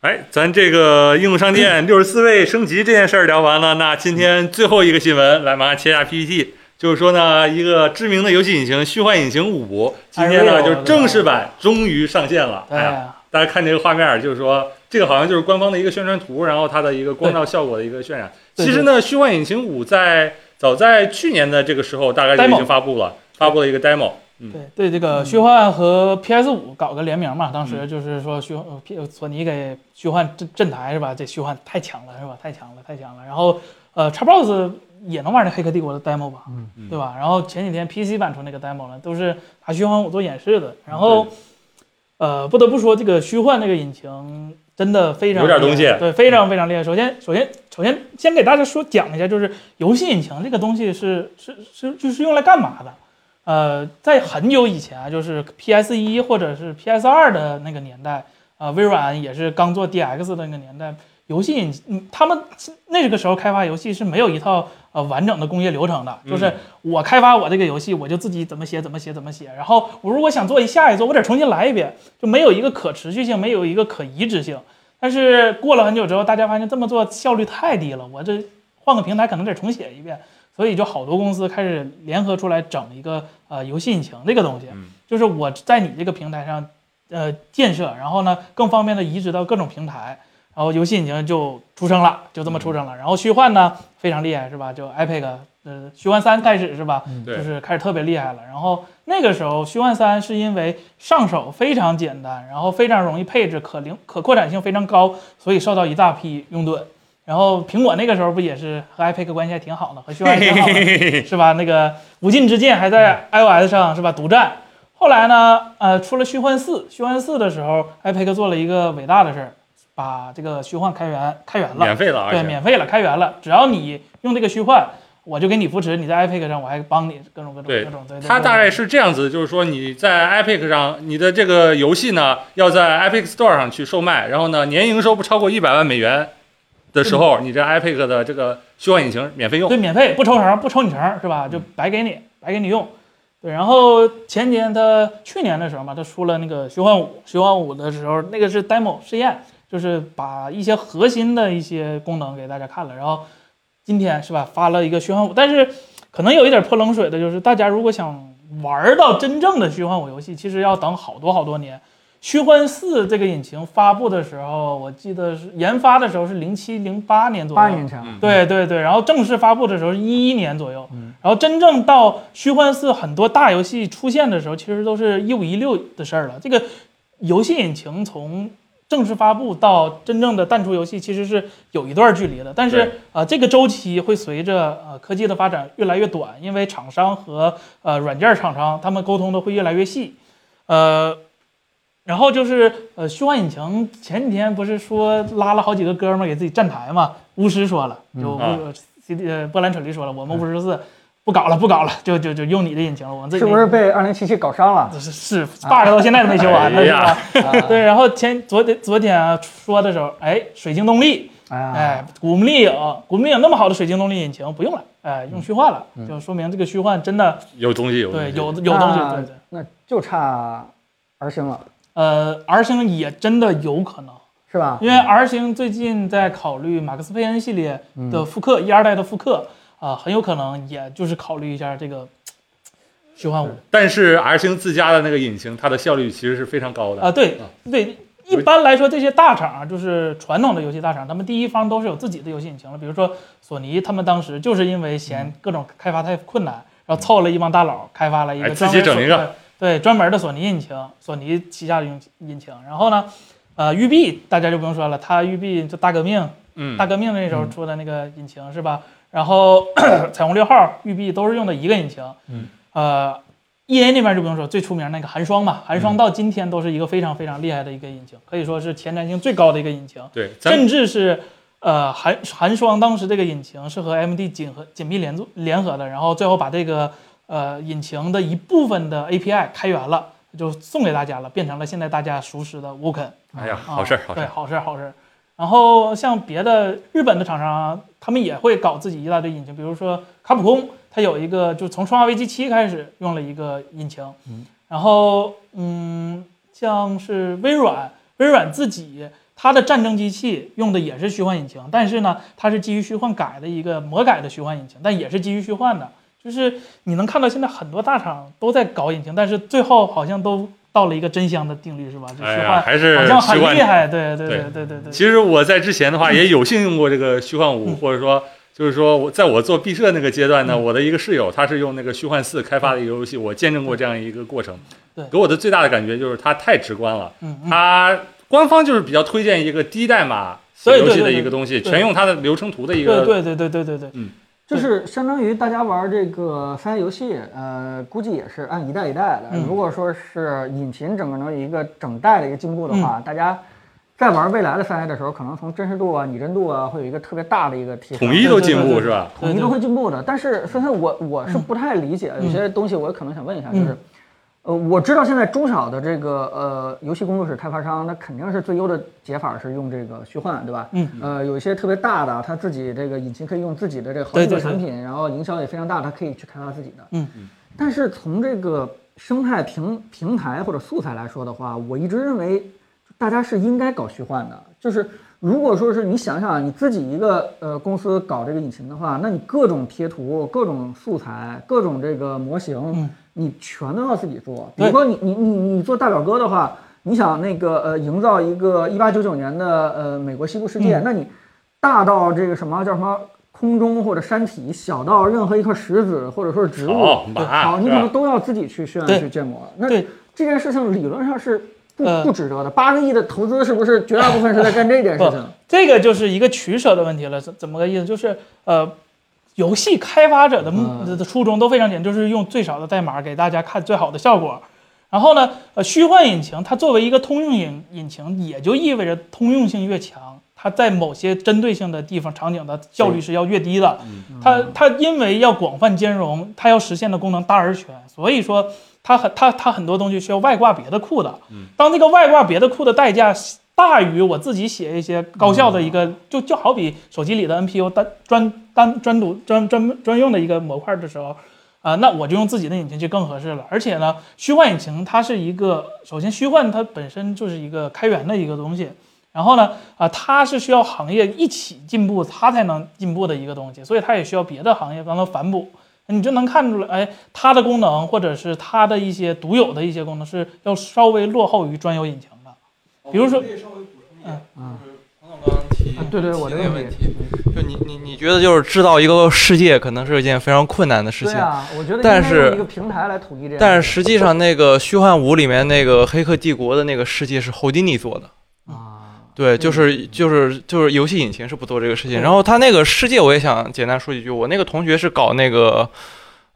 [SPEAKER 4] 哎，咱这个应用商 店六十四位升级这件事儿聊完了，那今天最后一个新闻，来马上切一下 PPT。就是说呢，一个知名的游戏引擎《虚幻引擎五》，今天呢
[SPEAKER 2] Unreal，
[SPEAKER 4] 就是正式版终于上线了。
[SPEAKER 2] 哎对
[SPEAKER 4] 哎呀，大家看这个画面儿，就是说这个好像就是官方的一个宣传图，然后它的一个光照效果的一个渲染。
[SPEAKER 2] 对
[SPEAKER 4] 其实呢，《虚幻引擎五》在早在去年的这个时候，大概就
[SPEAKER 2] Demo
[SPEAKER 4] 已经发布了，发布了一个 demo。嗯，嗯
[SPEAKER 2] 对对，这个虚幻和 PS 五搞个联名嘛，当时就是说虚幻呃 P 索尼给虚幻镇镇台是吧？这虚幻太强了是吧？太强了，太强了。然后呃，Xbox 也能玩那《黑客帝国》的 demo 吧，
[SPEAKER 3] 嗯
[SPEAKER 4] 嗯
[SPEAKER 2] 对吧？然后前几天 PC 版出那个 demo 了，都是拿虚幻五做演示的。然后呃，不得不说这个虚幻这个引擎真的非常
[SPEAKER 4] 有点
[SPEAKER 2] 厉害
[SPEAKER 4] 东西
[SPEAKER 2] 对，非常非常厉害。首先，首先，首先，先给大家说讲一下，就是游戏引擎这个东西是是是就是用来干嘛的？呃，在很久以前啊，就是 PS 呃一或者是 PS 二的那个年代，啊、微软也是刚做 DX 的那个年代，游戏引嗯他们那个时候开发游戏是没有一套呃完整的工业流程的，就是我开发我这个游戏，我就自己怎么写怎么写怎么写，然后我如果想做一下一哎做，我得重新来一遍，就没有一个可持续性，没有一个可移植性。但是过了很久之后，大家发现这么做效率太低了，我这换个平台可能得重写一遍，所以就好多公司开始联合出来整一个呃游戏引擎这个东西
[SPEAKER 4] 嗯，
[SPEAKER 2] 就是我在你这个平台上呃建设，然后呢更方便的移植到各种平台，然后游戏引擎就出生了，就这么出生了。然后虚幻呢非常厉害是吧？就 Epic 呃虚幻三开始是吧？
[SPEAKER 4] 对
[SPEAKER 2] 就是开始特别厉害了。然后那个时候，虚幻三是因为上手非常简单，然后非常容易配置，可灵可扩展性非常高，所以受到一大批拥趸。然后苹果那个时候不也是和 iPad 关系还挺好的，和虚幻挺好的，是吧？那个《无尽之剑》还在 iOS 上是吧独占。后来呢，呃，出了虚幻四，虚幻四的时候，iPad 做了一个伟大的事儿，把这个虚幻开源开源了。
[SPEAKER 4] 免费了，而
[SPEAKER 2] 对，
[SPEAKER 4] 且
[SPEAKER 2] 免费了，开源了，只要你用这个虚幻，我就给你扶持，你在 iPad 上我还帮你各种各种
[SPEAKER 4] 对
[SPEAKER 2] 各种。对，对
[SPEAKER 4] 它
[SPEAKER 2] 对
[SPEAKER 4] 大概是这样子，就是说你在 Epic 上，你的这个游戏呢要在 Epic Store 上去售卖，然后呢年营收不超过一百万美元的时候，你这 Epic 的这个虚幻引擎免费用。
[SPEAKER 2] 对免费不抽成，不抽你成是吧？就
[SPEAKER 3] 嗯
[SPEAKER 2] 白给你，白给你用。对，然后前年他去年的时候嘛，他出了那个虚幻五，虚幻五的时候，那个是 demo 试验，就是把一些核心的一些功能给大家看了。然后今天是吧，发了一个虚幻五，但是可能有一点泼冷水的，就是大家如果想玩到真正的虚幻五游戏，其实要等好多好多年。虚幻四这个引擎发布的时候，我记得是研发的时候是零七零八年左右，
[SPEAKER 3] 八年前了，
[SPEAKER 4] 嗯，
[SPEAKER 2] 对对对，然后正式发布的时候是一一年左右，
[SPEAKER 3] 嗯
[SPEAKER 2] 然后真正到虚幻四很多大游戏出现的时候，其实都是一五一六的事儿了。这个游戏引擎从正式发布到真正的淡出游戏，其实是有一段距离的。但
[SPEAKER 4] 对
[SPEAKER 2] 是呃，这个周期会随着呃科技的发展越来越短，因为厂商和呃软件厂商他们沟通的会越来越细，呃。然后就是呃，虚幻引擎前几天不是说拉了好几个哥们儿给自己站台嘛？巫师说了，就巫、
[SPEAKER 3] 嗯
[SPEAKER 4] 啊嗯
[SPEAKER 2] CD 呃波兰蠢驴说了，我们巫师四不搞了，不搞了，就就就用你的引擎了，我们自己
[SPEAKER 3] 是不是被二零七七搞伤了？
[SPEAKER 2] 是是 bug 到现在都没修完呢，
[SPEAKER 4] 哎
[SPEAKER 2] 是
[SPEAKER 4] 呀
[SPEAKER 2] 吧？
[SPEAKER 3] 啊
[SPEAKER 2] 对，然后前昨天昨天啊说的时候，哎，水晶动力，
[SPEAKER 3] 哎呀，
[SPEAKER 2] 哎，古墓丽影，古墓丽影那么好的水晶动力引擎不用了，哎，用虚幻了，就说明这个虚幻真的
[SPEAKER 4] 有东西有东
[SPEAKER 2] 对
[SPEAKER 4] 西
[SPEAKER 2] 有有东西，
[SPEAKER 3] 那
[SPEAKER 2] 对对。
[SPEAKER 3] 那就差 R 星了，
[SPEAKER 2] 呃，R 星也真的有可能，
[SPEAKER 3] 是吧？
[SPEAKER 2] 因为 R 星最近在考虑马克思佩恩系列
[SPEAKER 3] 嗯
[SPEAKER 2] 的复刻，一二代的复刻啊、很有可能也就是考虑一下这个虚幻五
[SPEAKER 4] 但是 R 星自家的那个引擎，它的效率其实是非常高的。嗯
[SPEAKER 2] 啊，对对。一
[SPEAKER 4] 有
[SPEAKER 2] 般来说，这些大厂啊就是传统的游戏大厂，他们第一方都是有自己的游戏引擎了。比如说索尼，他们当时就是因为
[SPEAKER 4] 嗯
[SPEAKER 2] 嫌各种开发太困难，然后凑了一帮大佬开发了一个
[SPEAKER 4] 哎
[SPEAKER 2] 专
[SPEAKER 4] 自
[SPEAKER 2] 门
[SPEAKER 4] 己整一个
[SPEAKER 2] 索对专门的索尼引擎，索尼旗下的引引擎。然后呢，呃，育碧大家就不用说了，它育碧就大革命
[SPEAKER 4] 嗯
[SPEAKER 2] 大，革命那时候出的那个引擎是吧？然后 彩虹六号、育碧都是用的一个引擎。
[SPEAKER 4] 嗯，
[SPEAKER 2] 呃，E A 那边就不用说，最出名那个寒霜嘛，寒
[SPEAKER 4] 嗯
[SPEAKER 2] 霜到今天都是一个非常非常厉害的一个引擎，可以说是前瞻性最高的一个引擎，
[SPEAKER 4] 对，咱
[SPEAKER 2] 甚至是。呃，寒寒霜当时这个引擎是和 AMD 紧合紧密联做联合的，然后最后把这个呃引擎的一部分的 API 开源了，就送给大家了，变成了现在大家熟识的 Woken。
[SPEAKER 4] 哎呀，
[SPEAKER 2] 啊
[SPEAKER 4] 好事儿，好事
[SPEAKER 2] 对，
[SPEAKER 4] 儿。
[SPEAKER 2] 好事儿，好事儿。然后像别的日本的厂商啊，他们也会搞自己一大堆引擎，比如说卡普空，它有一个就从《生化危机七》开始用了一个引擎，
[SPEAKER 3] 嗯
[SPEAKER 2] 然后嗯，像是微软，微软自己它的战争机器用的也是虚幻引擎，但是呢，它是基于虚幻改的一个魔改的虚幻引擎，但也是基于虚幻的。就是你能看到现在很多大厂都在搞引擎，但是最后好像都到了一个真香的定律是吧？就
[SPEAKER 4] 哎
[SPEAKER 2] 虚
[SPEAKER 4] 呀，
[SPEAKER 2] 幻
[SPEAKER 4] 还是
[SPEAKER 2] 好像
[SPEAKER 4] 虚
[SPEAKER 2] 很
[SPEAKER 4] 幻
[SPEAKER 2] 厉害，对对对
[SPEAKER 4] 对
[SPEAKER 2] 对对对。
[SPEAKER 4] 其实我在之前的话也有幸用过这个虚幻五，
[SPEAKER 2] 嗯
[SPEAKER 4] 或者说就是说我在我做毕设那个阶段呢，我的一个室友他是用那个虚幻四开发的一个游戏，我见证过这样一个过程
[SPEAKER 2] 嗯对。
[SPEAKER 4] 给我的最大的感觉就是它太直观了，
[SPEAKER 2] 嗯嗯，
[SPEAKER 4] 它官方就是比较推荐一个低代码写
[SPEAKER 2] 对对
[SPEAKER 4] 游戏的
[SPEAKER 2] 对
[SPEAKER 4] 一
[SPEAKER 2] 对
[SPEAKER 4] 个东西，
[SPEAKER 2] 对
[SPEAKER 4] 全用它的流程图的一
[SPEAKER 2] 对
[SPEAKER 4] 个。
[SPEAKER 2] 对对对对对对，
[SPEAKER 3] 就是相当于大家玩这个三 A 游戏，呃，估计也是按一代一代的。
[SPEAKER 2] 嗯
[SPEAKER 3] 如果说是引擎整个能有一个整代的一个进步的话，
[SPEAKER 2] 嗯
[SPEAKER 3] 大家在玩未来的三 A 的时候，可能从真实度啊、拟真度啊，会有一个特别大的一个提升。
[SPEAKER 4] 统一都进
[SPEAKER 2] 对对对
[SPEAKER 4] 步
[SPEAKER 2] 对
[SPEAKER 4] 是吧？
[SPEAKER 3] 统一
[SPEAKER 2] 对嗯
[SPEAKER 3] 都
[SPEAKER 2] 对嗯
[SPEAKER 3] 会进步的。但是森森，我我是不太理解，有些东西我可能想问一下，就是呃，我知道现在中小的这个呃游戏工作室开发商，那肯定是最优的解法是用这个虚幻，对吧？
[SPEAKER 2] 嗯。
[SPEAKER 3] 呃，有一些特别大的，它自己这个引擎可以用自己的这个好
[SPEAKER 2] 对
[SPEAKER 3] 几个
[SPEAKER 2] 对对
[SPEAKER 3] 产品，然后营销也非常大，它可以去开发自己的。
[SPEAKER 2] 嗯
[SPEAKER 4] 嗯。
[SPEAKER 3] 但是从这个生态平平台或者素材来说的话，我一直认为大家是应该搞虚幻的。就是如果说是你想想啊你自己一个呃公司搞这个引擎的话，那你各种贴图、各种素材、各种这个模型，
[SPEAKER 2] 嗯
[SPEAKER 3] 你全都要自己做。比
[SPEAKER 2] 对
[SPEAKER 3] 如说你你你你做大表哥的话，你想那个呃营造一个一八九九年的呃美国西部世
[SPEAKER 2] 嗯
[SPEAKER 3] 界，那你大到这个什么叫什么空中或者山体，小到任何一块石子或者说是
[SPEAKER 2] 哎
[SPEAKER 3] 植物，
[SPEAKER 4] 草马，
[SPEAKER 3] 好，
[SPEAKER 4] 啊是
[SPEAKER 3] 你可
[SPEAKER 4] 吧
[SPEAKER 3] 能都要自己去渲染、
[SPEAKER 2] 对
[SPEAKER 3] 去建模。那
[SPEAKER 2] 对
[SPEAKER 3] 这件事情理论上是不
[SPEAKER 2] 呃
[SPEAKER 3] 不值得的。八个亿的投资是不是绝大部分是在干这件事情？
[SPEAKER 2] 这个就是一个取舍的问题了，怎怎么个意思？就是呃，游戏开发者的目、
[SPEAKER 3] 嗯
[SPEAKER 2] 的初衷都非常简单，就是用最少的代码给大家看最好的效果。然后呢，呃，虚幻引擎它作为一个通用引引擎，也就意味着通用性越强，它在某些针对性的地方场景的效率是要越低的。它它因为要广泛兼容，它要实现的功能大而全，所以说它很它它很多东西需要外挂别的库的。当这个外挂别的库的代价大于我自己写一些高效的一个，就就好比手机里的 NPU 单专单专独专专专用的一个模块的时候，啊、那我就用自己的引擎就更合适了。而且呢，虚幻引擎它是一个，首先虚幻它本身就是一个开源的一个东西，然后呢，啊、它是需要行业一起进步，它才能进步的一个东西，所以它也需要别的行业帮它反哺。你就能看出来，哎，它的功能或者是它的一些独有的一些功能是要稍微落后于专有引擎的。比如说
[SPEAKER 1] 我可以稍微补充一点，
[SPEAKER 3] 嗯
[SPEAKER 1] 就是
[SPEAKER 5] 彭总刚刚提
[SPEAKER 3] 啊对对我的
[SPEAKER 5] 提那
[SPEAKER 3] 问
[SPEAKER 5] 问题，就你你你觉得就是制造一个世界，可能是一件非常困难的事
[SPEAKER 3] 对
[SPEAKER 5] 情。
[SPEAKER 3] 啊，我觉得
[SPEAKER 5] 但
[SPEAKER 3] 应该用
[SPEAKER 5] 是
[SPEAKER 3] 一个平台来统一这件事情。
[SPEAKER 5] 但是实际上，那个《虚幻五》里面那个《黑客帝国》的那个世界是侯金尼做的，
[SPEAKER 3] 啊，
[SPEAKER 5] 对，就是就是就是游戏引擎是不做这个事情。然后他那个世界，我也想简单说几句。我那个同学是搞那个，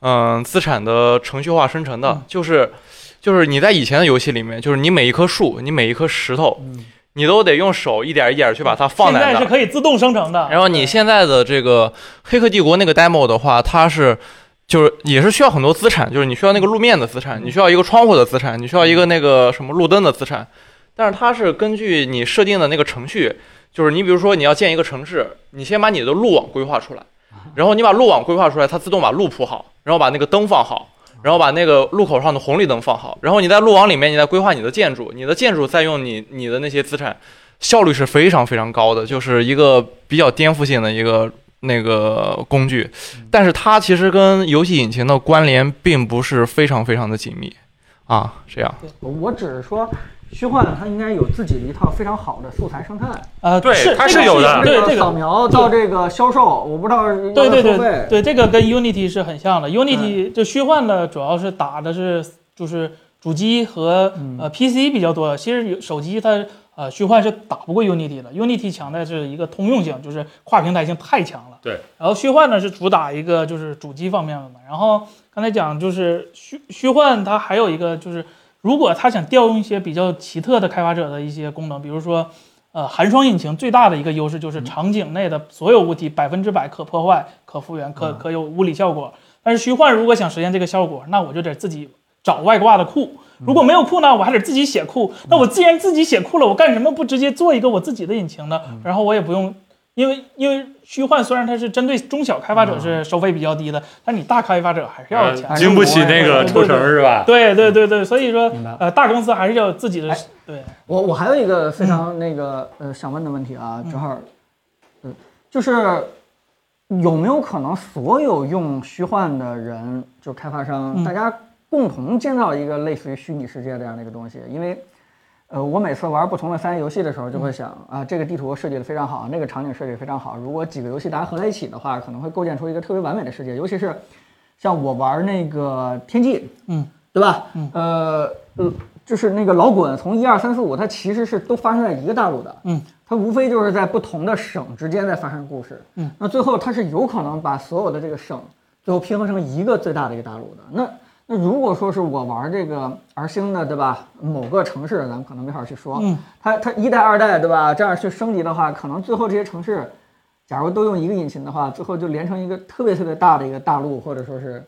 [SPEAKER 5] 嗯，资产的程序化生成的
[SPEAKER 2] 嗯，
[SPEAKER 5] 就是就是你在以前的游戏里面，就是你每一棵树，你每一颗石头，
[SPEAKER 3] 嗯
[SPEAKER 5] 你都得用手一点一点去把它放
[SPEAKER 2] 现
[SPEAKER 5] 在
[SPEAKER 2] 在
[SPEAKER 5] 那儿。
[SPEAKER 2] 是可以自动生成的。
[SPEAKER 5] 然后你现在的这个《黑客帝国》那个 demo 的话，它是就是也是需要很多资产，就是你需要那个路面的资产，你需要一个窗户的资产，你需要一个那个什么路灯的资产，但是它是根据你设定的那个程序，就是你比如说你要建一个城市，你先把你的路网规划出来，然后你把路网规划出来，它自动把路铺好，然后把那个灯放好。然后把那个路口上的红绿灯放好，然后你在路网里面，你再规划你的建筑，你的建筑再用你你的那些资产效率是非常非常高的，就是一个比较颠覆性的一个那个工具，但是它其实跟游戏引擎的关联并不是非常非常的紧密啊，这样
[SPEAKER 3] 我只是说。虚幻它应该有自己的一套非常好的素材生态，
[SPEAKER 2] 呃，
[SPEAKER 4] 对
[SPEAKER 2] 是
[SPEAKER 4] 它
[SPEAKER 2] 这
[SPEAKER 4] 是
[SPEAKER 2] 个
[SPEAKER 4] 有的
[SPEAKER 2] 是对这
[SPEAKER 3] 这个
[SPEAKER 2] 个
[SPEAKER 3] 扫描到这个销售，我不知道要不
[SPEAKER 2] 对
[SPEAKER 3] 要
[SPEAKER 2] 对对
[SPEAKER 3] 收费。嗯
[SPEAKER 2] 对，这个跟 Unity 是很像的。Unity 就虚幻呢，主要是打的是就是主机和
[SPEAKER 3] 嗯
[SPEAKER 2] 呃 PC 比较多。其实有手机它呃虚幻是打不过 Unity 的，Unity 强的是一个通用性，就是跨平台性太强了。
[SPEAKER 4] 对。
[SPEAKER 2] 然后虚幻呢是主打一个就是主机方面的嘛。然后刚才讲就是虚虚幻它还有一个就是，如果它想调用一些比较奇特的开发者的一些功能，比如说。呃，寒霜引擎最大的一个优势
[SPEAKER 3] 嗯
[SPEAKER 2] 就是场景内的所有物体百分之百可破坏、可复原、
[SPEAKER 3] 嗯
[SPEAKER 2] 可可有物理效果。但是虚幻如果想实现这个效果，那我就得自己找外挂的库。
[SPEAKER 3] 嗯
[SPEAKER 2] 如果没有库呢，我还得自己写库。那我既然自己写库了，我干什么不直接做一个我自己的引擎呢？
[SPEAKER 3] 嗯
[SPEAKER 2] 然后我也不用，因为因为虚幻虽然它是针对中小开发
[SPEAKER 3] 嗯
[SPEAKER 2] 者是收费比较低的，但你大开发者还是要有钱
[SPEAKER 4] 呃
[SPEAKER 2] 的。
[SPEAKER 4] 经不起那个抽成是吧？
[SPEAKER 2] 对对对对，所以说
[SPEAKER 3] 明白了
[SPEAKER 2] 呃，大公司还是要有自己的
[SPEAKER 3] 哎
[SPEAKER 2] 对
[SPEAKER 3] 我我还有一个非常那个呃想问的问题啊，正好，嗯，就是有没有可能所有用虚幻的人，就是开发商，
[SPEAKER 2] 嗯
[SPEAKER 3] 大家共同建造一个类似于虚拟世界这样的一个东西？因为，呃，我每次玩不同的三 A 游戏的时候，就会想啊，这个地图设计的非常好，那个场景设计得非常好，如果几个游戏大家合在一起的话，可能会构建出一个特别完美的世界，尤其是像我玩那个天际，
[SPEAKER 2] 嗯，
[SPEAKER 3] 对吧？嗯，呃，呃就是那个老滚从一二三四五，它其实是都发生在一个大陆的，
[SPEAKER 2] 嗯，
[SPEAKER 3] 它无非就是在不同的省之间在发生故事，
[SPEAKER 2] 嗯，
[SPEAKER 3] 那最后它是有可能把所有的这个省最后拼合成一个最大的一个大陆的。那那如果说是我玩这个 R 星的，对吧？某个城市咱们可能没法去说，
[SPEAKER 2] 嗯，
[SPEAKER 3] 它它一代二代，对吧？这样去升级的话，可能最后这些城市。假如都用一个引擎的话，最后就连成一个特别特别大的一个大陆，或者说是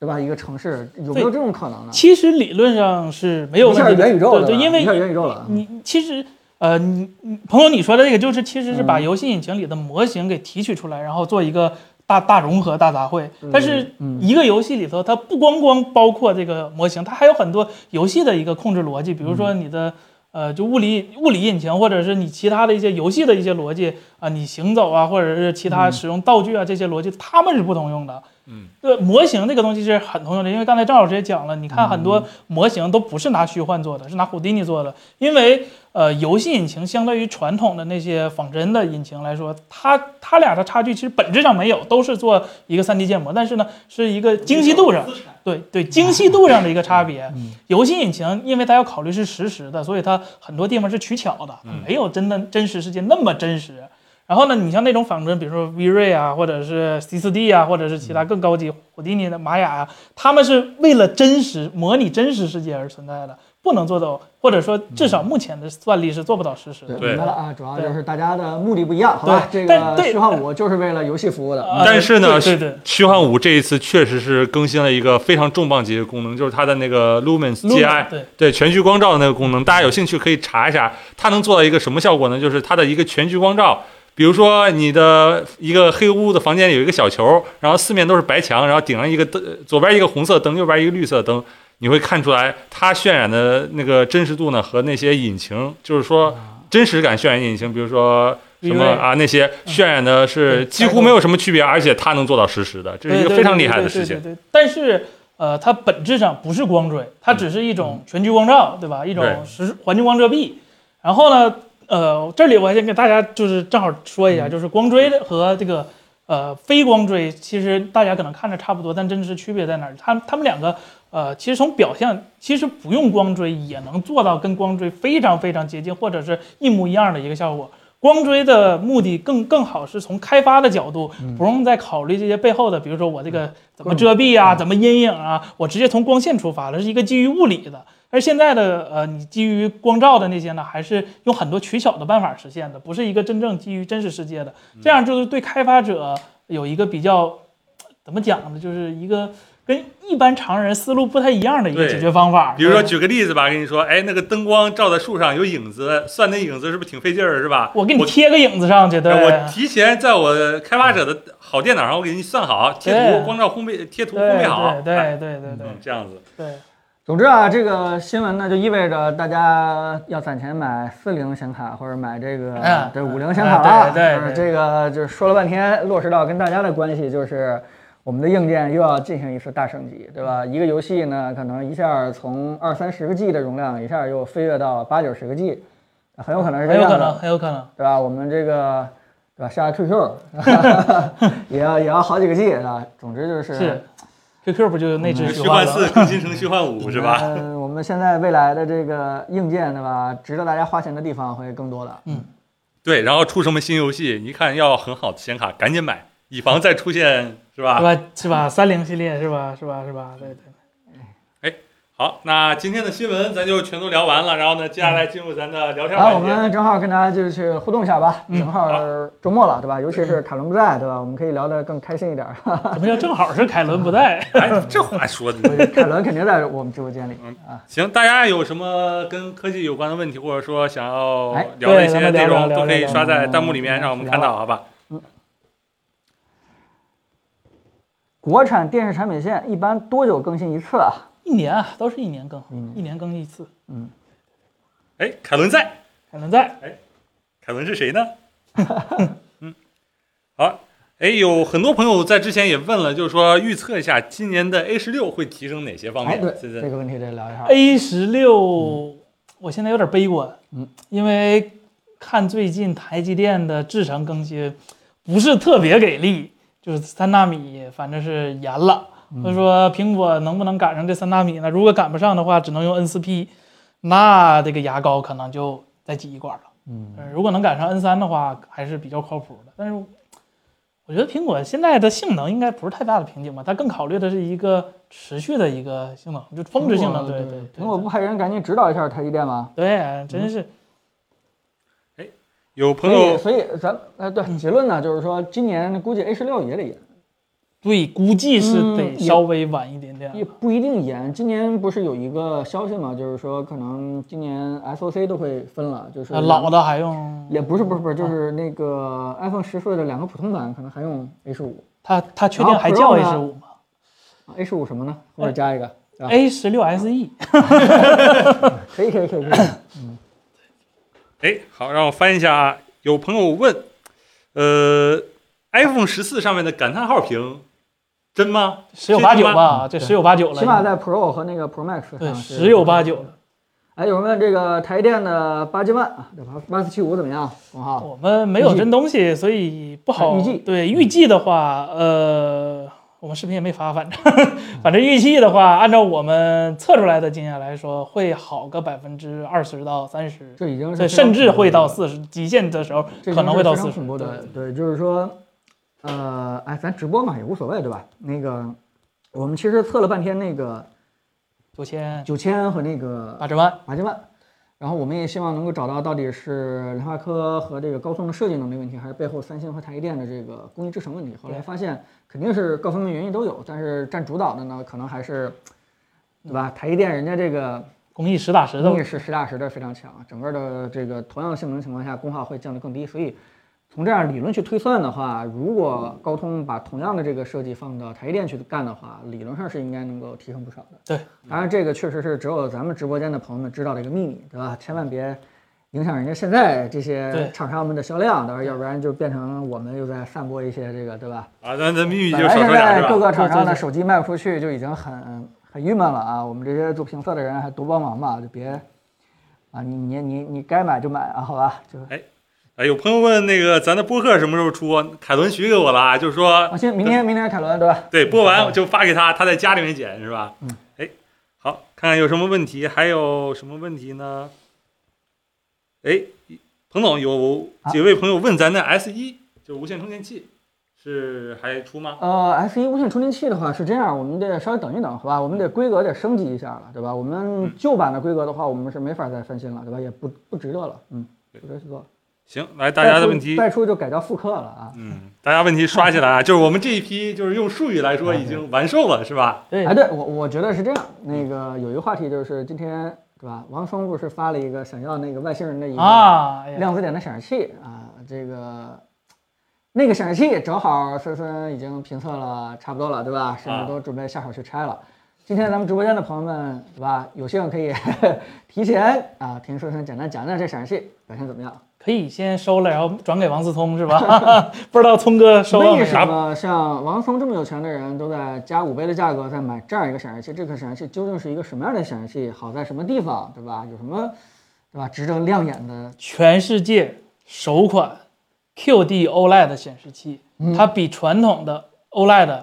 [SPEAKER 3] 对吧？一个城市有没有这种可能呢？
[SPEAKER 2] 其实理论上是没有
[SPEAKER 3] 啊一
[SPEAKER 2] 问
[SPEAKER 3] 下
[SPEAKER 2] 题的，
[SPEAKER 3] 元宇宙了，
[SPEAKER 2] 对对，因为
[SPEAKER 3] 一下元宇宙了，
[SPEAKER 2] 你你其实呃，你你朋友你说的这个就是其
[SPEAKER 3] 嗯
[SPEAKER 2] 实是把游戏引擎里的模型给提取出来，然后做一个大大融合、大杂烩。但是
[SPEAKER 3] 嗯
[SPEAKER 2] 一个游戏里头，它不光光包括这个模型，它还有很多游戏的一个控制逻辑，比如说你的。呃，就物理物理引擎，或者是你其他的一些游戏的一些逻辑啊、你行走啊，或者是其他使用道具啊、这些逻辑，它们是不通用的。
[SPEAKER 4] 嗯，
[SPEAKER 2] 对，模型这个东西是很通用的，因为刚才郑老师也讲了，你看很多模型都不是拿虚幻做的，是拿 Houdini 做的，因为呃，游戏引擎相对于传统的那些仿真的引擎来说，它它俩的差距其实本质上没有，都是做一个 3D 建模，但是呢，是一个精细度上，
[SPEAKER 1] 资产
[SPEAKER 2] 对对，精细度上的一个差别。
[SPEAKER 3] 嗯
[SPEAKER 2] 游戏引擎因为它要考虑是实时的，所以它很多地方是取巧的，它
[SPEAKER 4] 嗯
[SPEAKER 2] 没有真的真实世界那么真实。然后呢，你像那种仿真，比如说 V Ray 啊，或者是 C 4 D 啊，或者是
[SPEAKER 4] 嗯
[SPEAKER 2] 其他更高级火地尼的玛雅呀、啊他们是为了真实模拟真实世界而存在的，不能做到，或者说至少目前的算力是做不到实时的。
[SPEAKER 3] 对，
[SPEAKER 4] 嗯对
[SPEAKER 3] 明白了啊，主要
[SPEAKER 2] 对
[SPEAKER 3] 就是大家的目的不一样，好吧？这
[SPEAKER 2] 对
[SPEAKER 3] 个
[SPEAKER 2] 但对
[SPEAKER 3] 虚幻五就是为了游戏服务的，
[SPEAKER 2] 啊
[SPEAKER 4] 但是呢
[SPEAKER 2] 对对对
[SPEAKER 4] 虚幻五这一次确实是更新了一个非常重磅级的功能，就是它的那个 Lumens
[SPEAKER 2] Lumos，
[SPEAKER 4] GI，
[SPEAKER 2] 对
[SPEAKER 4] 对全局光照的那个功能，大家有兴趣可以查一下，它能做到一个什么效果呢？就是它的一个全局光照，比如说你的一个黑屋的房间里有一个小球，然后四面都是白墙，然后顶上一个灯，左边一个红色灯，右边一个绿色灯。你会看出来，它渲染的那个真实度呢，和那些引擎，就是说
[SPEAKER 2] 啊
[SPEAKER 4] 真实感渲染引擎，比如说什么
[SPEAKER 2] V-Ray
[SPEAKER 4] 啊那些渲染的是
[SPEAKER 2] 对
[SPEAKER 4] 几乎没有什么区别，而且它能做到实时的，这是一个非常厉害的事情。
[SPEAKER 2] 对对对对对对对但是呃，它本质上不是光追，它只是一种全局光照，对吧？一种
[SPEAKER 4] 对
[SPEAKER 2] 实环境光遮蔽。然后呢，呃，这里我还先给大家就是正好说一下，就是光追的和这个呃非光追，其实大家可能看着差不多，但真实区别在哪儿？它它们两个呃，其实从表象，其实不用光追也能做到跟光追非常非常接近，或者是一模一样的一个效果。光追的目的更更好是从开发的角度，不用再考虑这些背后的，比如说我这个怎么遮
[SPEAKER 4] 嗯
[SPEAKER 2] 蔽啊，怎么阴影啊，我直接从光线出发了，是一个基于物理的。而现在的呃，你基于光照的那些呢，还是用很多取巧的办法实现的，不是一个真正基于真实世界的。这样就是对开发者有一个比较怎么讲呢，就是一个跟一般常人思路不太一样的一个
[SPEAKER 4] 对
[SPEAKER 2] 解决方法。
[SPEAKER 4] 比如说
[SPEAKER 2] 对
[SPEAKER 4] 举个例子吧，跟你说，哎，那个灯光照在树上有影子，算那影子是不是挺费劲儿，是吧？哎
[SPEAKER 2] 我给你贴个影子上去，对，
[SPEAKER 4] 我提前在我开发者的好电脑上，我给你算好贴
[SPEAKER 2] 对
[SPEAKER 4] 图，光照烘焙贴图烘
[SPEAKER 2] 对
[SPEAKER 4] 焙好，哎
[SPEAKER 2] 对对对对对
[SPEAKER 4] 嗯，这样子，
[SPEAKER 2] 对，
[SPEAKER 3] 总之啊，这个新闻呢就意味着大家要攒钱买四零显卡或者买这个
[SPEAKER 2] 嗯
[SPEAKER 3] 这五零显卡
[SPEAKER 2] 嗯
[SPEAKER 3] 了。
[SPEAKER 2] 对对
[SPEAKER 3] 就是
[SPEAKER 2] 对
[SPEAKER 3] 这个就是说了半天，落实到跟大家的关系就是。我们的硬件又要进行一次大升级，对
[SPEAKER 2] 嗯
[SPEAKER 3] 吧？一个游戏呢，可能一下从二三十个 G 的容量，一下又飞跃到八九十个 G，很有可能是这
[SPEAKER 2] 很有
[SPEAKER 3] 样
[SPEAKER 2] 可
[SPEAKER 3] 的
[SPEAKER 2] 能，。很有可能。
[SPEAKER 3] 对吧？我们这个对吧？下 QQ 也要也要好几个 G 啊。总之就是
[SPEAKER 2] 是，QQ 不就内置
[SPEAKER 4] 嗯虚幻
[SPEAKER 2] 幻了
[SPEAKER 4] 四更新成虚幻 五是吧？
[SPEAKER 3] 嗯，我们现在未来的这个硬件，对吧？值得大家花钱的地方会更多的。
[SPEAKER 4] 对，然后出什么新游戏，一看要很好的显卡，赶紧买，以防再出现是吧？
[SPEAKER 2] 是吧？是吧？三菱系列是吧？是吧？是吧？对对。
[SPEAKER 4] 好，那今天的新闻咱就全都聊完了，然后呢，接下来进入咱的聊天
[SPEAKER 3] 然后我
[SPEAKER 4] 环节。
[SPEAKER 3] 们正好跟大家就去互动一下吧，
[SPEAKER 2] 嗯
[SPEAKER 3] 正好
[SPEAKER 4] 好
[SPEAKER 3] 周末了，对吧？尤其是凯伦不在，对吧？我们可以聊得更开心一点。
[SPEAKER 2] 怎么叫正好是凯伦不在？
[SPEAKER 4] 哎，这话 说的。
[SPEAKER 3] 凯伦肯定在我们直播间里
[SPEAKER 4] 嗯
[SPEAKER 3] 啊。
[SPEAKER 4] 行，大家有什么跟科技有关的问题，或者说想要
[SPEAKER 3] 哎
[SPEAKER 4] 聊的一
[SPEAKER 2] 对
[SPEAKER 4] 些
[SPEAKER 2] 咱们
[SPEAKER 4] 内
[SPEAKER 2] 聊聊
[SPEAKER 4] 容，
[SPEAKER 2] 聊
[SPEAKER 4] 都可以
[SPEAKER 2] 聊
[SPEAKER 4] 刷在弹幕里面，
[SPEAKER 3] 聊嗯
[SPEAKER 4] 让我们看到，好吧？
[SPEAKER 3] 国产电视产品线一般多久更新一次啊？
[SPEAKER 2] 一年啊，都是一年更
[SPEAKER 3] 嗯，
[SPEAKER 2] 一年更一次。
[SPEAKER 4] 哎，凯伦在，
[SPEAKER 2] 凯伦在，
[SPEAKER 4] 凯伦是谁 呢？嗯，好，哎，有很多朋友在之前也问了，就是说预测一下今年的 A 十六会提升哪些方
[SPEAKER 3] 哎，
[SPEAKER 4] 面？
[SPEAKER 3] 对，
[SPEAKER 4] 现在
[SPEAKER 3] 这个问题得聊一下。
[SPEAKER 2] A 十六，我现在有点悲观，
[SPEAKER 3] 嗯，
[SPEAKER 2] 因为看最近台积电的制程更新不是特别给力，就是三纳米反正是严了。所以说苹果能不能赶上这三纳米呢？如果赶不上的话，只能用 N 四 P，那这个牙膏可能就再挤一管了。
[SPEAKER 3] 嗯
[SPEAKER 2] 呃，如果能赶上 N 三的话，还是比较靠谱的。但是我觉得苹果现在的性能应该不是太大的瓶颈吧，它更考虑的是一个持续的一个性能，就峰值性能。
[SPEAKER 3] 苹果
[SPEAKER 2] 对对对
[SPEAKER 3] 苹果不派人赶紧指导一下台积电吗？
[SPEAKER 2] 对，真是
[SPEAKER 4] 有朋
[SPEAKER 3] 所
[SPEAKER 4] 友
[SPEAKER 3] 以，哎
[SPEAKER 2] 嗯
[SPEAKER 3] 所以咱呃，对结论呢，就是说今年估计 A 十六也得演，
[SPEAKER 2] 对，估计是
[SPEAKER 3] 嗯
[SPEAKER 2] 得
[SPEAKER 3] 也
[SPEAKER 2] 稍微晚一点点。
[SPEAKER 3] 也不一定严。今年不是有一个消息嘛，就是说可能今年 SOC 都会分了，就是
[SPEAKER 2] 啊，老啊的还用
[SPEAKER 3] 也不是不是不是，就是那个 iPhone 十出的两个普通版可能还用 A 十五
[SPEAKER 2] 它它确
[SPEAKER 3] 然
[SPEAKER 2] 定
[SPEAKER 3] 后
[SPEAKER 2] 还
[SPEAKER 3] Pro
[SPEAKER 2] 叫 A
[SPEAKER 3] 呢
[SPEAKER 2] 十五吗
[SPEAKER 3] ，A 十五什么
[SPEAKER 2] 哎
[SPEAKER 3] 呢？后面加一个，对吧？
[SPEAKER 2] ？A 十六 E SE
[SPEAKER 3] 可以可以可以可以。
[SPEAKER 4] 哎，好，让我翻一下啊。有朋友问，呃，iPhone 十四上面的感叹号屏真吗？
[SPEAKER 2] 十有八九
[SPEAKER 4] 这他
[SPEAKER 2] 吧，这十有八九了。
[SPEAKER 3] 起码在嗯 Pro 和那个 Pro Max
[SPEAKER 2] 对
[SPEAKER 3] 上是
[SPEAKER 2] 十有八九了。
[SPEAKER 3] 哎，有人问这个台电的八 G 万啊，对吧？八四七五怎么样？广浩，
[SPEAKER 2] 我们没有真东西，所以不好
[SPEAKER 3] 啊预计
[SPEAKER 2] 对预计的话，呃，我们视频也没发，反正 反正预计的话，按照我们测出来的经验来说，会好个百分之二十到三十，
[SPEAKER 3] 这已经
[SPEAKER 2] 对，
[SPEAKER 3] 是
[SPEAKER 2] 甚至会到
[SPEAKER 3] 四。
[SPEAKER 2] 四十，极限的时候
[SPEAKER 3] 这
[SPEAKER 2] 可能会到
[SPEAKER 3] 就是
[SPEAKER 2] 四
[SPEAKER 3] 非常
[SPEAKER 2] 十
[SPEAKER 3] 恐。怖的，对，就是说，呃，哎，咱直播嘛也无所谓，对吧？那个，我们其实测了半天那个
[SPEAKER 2] 九千
[SPEAKER 3] 九千和那个
[SPEAKER 2] 八十万，
[SPEAKER 3] 八千万，然后我们也希望能够找到到底是联发科和这个高通的设计能力问题，还是背后三星和台积电的这个工艺制程问题。后来发现肯定是各方面原因都有，但是占主导的呢，可能还是，对吧？台积电人家这个
[SPEAKER 2] 工艺实打实的
[SPEAKER 3] 工艺是实打实的非常强，整个的这个同样性能情况下，功耗会降得更低。所以从这样理论去推算的话，如果高通把同样的这个设计放到台积电去干的话，理论上是应该能够提升不少的。
[SPEAKER 2] 对，
[SPEAKER 3] 当然这个确实是只有咱们直播间的朋友们知道的一个秘密，对吧？千万别。影响人家现在这些
[SPEAKER 2] 对
[SPEAKER 3] 厂商们的销量，对吧？要不然就变成我们又在散播一些这个，对吧？
[SPEAKER 4] 啊，咱咱秘密就
[SPEAKER 3] 本
[SPEAKER 4] 是
[SPEAKER 3] 来
[SPEAKER 4] 少
[SPEAKER 3] 现
[SPEAKER 4] 说点是
[SPEAKER 3] 在
[SPEAKER 4] 吧？
[SPEAKER 3] 各个厂商
[SPEAKER 2] 对对
[SPEAKER 3] 的
[SPEAKER 2] 对
[SPEAKER 3] 手机卖不出去就已经很很郁闷了啊！我们这些做评测的人还多帮忙吧，就别啊，你你你你该买就买啊，好吧？就
[SPEAKER 4] 哎，有朋友问那个咱的播客什么时候出？凯伦许给我了啊，就是说
[SPEAKER 3] 放心，明天明天是凯伦对吧？
[SPEAKER 4] 对播完就发给他，他在家里面剪是吧？
[SPEAKER 3] 嗯。
[SPEAKER 4] 哎，好，看看有什么问题，还有什么问题呢？哎，彭总有几位朋友问咱的 S 一、就是无线充电器是还出吗？
[SPEAKER 3] 呃，S 一无线充电器的话是这样，我们得稍微等一等，好吧？我们得规格得升级一下了，对吧？我们旧版的规格的话，我们是没法再翻新了，对吧？也不不值得了，嗯，不值得去做。
[SPEAKER 4] 行，来大家的问题，
[SPEAKER 3] 再出就改叫复刻了啊！
[SPEAKER 4] 嗯，大家问题刷起来啊！就是我们这一批，就是用术语来说已经完售了，是吧？
[SPEAKER 2] 对
[SPEAKER 3] 哎，对我我觉得是这样。那个有一个话题就是今天对吧？王松不是发了一个想要那个外星人的一个
[SPEAKER 2] 啊，哎呀
[SPEAKER 3] 量子点的显示器啊，这个那个显示器正好森森已经评测了差不多了，对吧？甚
[SPEAKER 2] 啊
[SPEAKER 3] 至都准备下手去拆了。今天咱们直播间的朋友们，对吧？有幸可以 提前啊，听森森简单讲讲这显示器表现怎么样？
[SPEAKER 2] 可以先收了，然后转给王思聪是吧？ 不知道聪哥收到没
[SPEAKER 3] 为
[SPEAKER 2] 有？
[SPEAKER 3] 什么像王松这么有钱的人都在加五倍的价格在买这样一个显示器？这个显示器究竟是一个什么样的显示器？好在什么地方，对吧？有什么，对吧？值得亮眼的？
[SPEAKER 2] 全世界首款 QD OLED E 显示器，
[SPEAKER 3] 嗯
[SPEAKER 2] 它比传统的 OLED，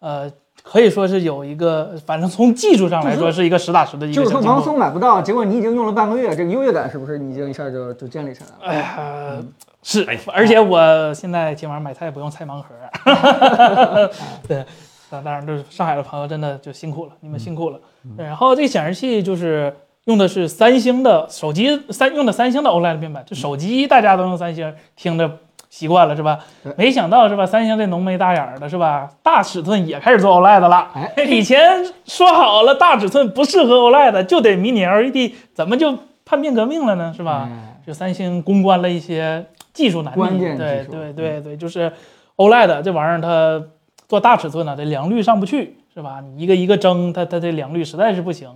[SPEAKER 2] 呃，可以说是有一个，反正从技术上来说是一个实打实的一
[SPEAKER 3] 就
[SPEAKER 2] 个
[SPEAKER 3] 是
[SPEAKER 2] 小
[SPEAKER 3] 说
[SPEAKER 2] 进
[SPEAKER 3] 王
[SPEAKER 2] 步。
[SPEAKER 3] 松买不到，结果你已经用了半个月，这个优越感是不是你已经一下就就建立起来了？
[SPEAKER 2] 哎呀，是
[SPEAKER 4] 哎，
[SPEAKER 2] 而且我现在今晚买菜不用菜盲盒。啊对，那当然，就是上海的朋友真的就辛苦了，你们辛苦了。对然后这显示器就是用的是三星的手机，三用的三星的 OLED 面板，就手机大家都用三星，听着习惯了是吧
[SPEAKER 3] 对？
[SPEAKER 2] 没想到是吧？三星这浓眉大眼儿的是吧？大尺寸也开始做 OLED 了
[SPEAKER 3] 哎。
[SPEAKER 2] 以前说好了大尺寸不适合 OLED，就得迷你 LED，怎么就叛变革命了呢？是吧？
[SPEAKER 3] 哎
[SPEAKER 2] 就三星攻关了一些技术难题，
[SPEAKER 3] 关键技
[SPEAKER 2] 对
[SPEAKER 3] 术嗯
[SPEAKER 2] 对对对，就是 OLED 这玩意儿它做大尺寸呢，这良率上不去，是吧？你一个一个争，它它这良率实在是不行。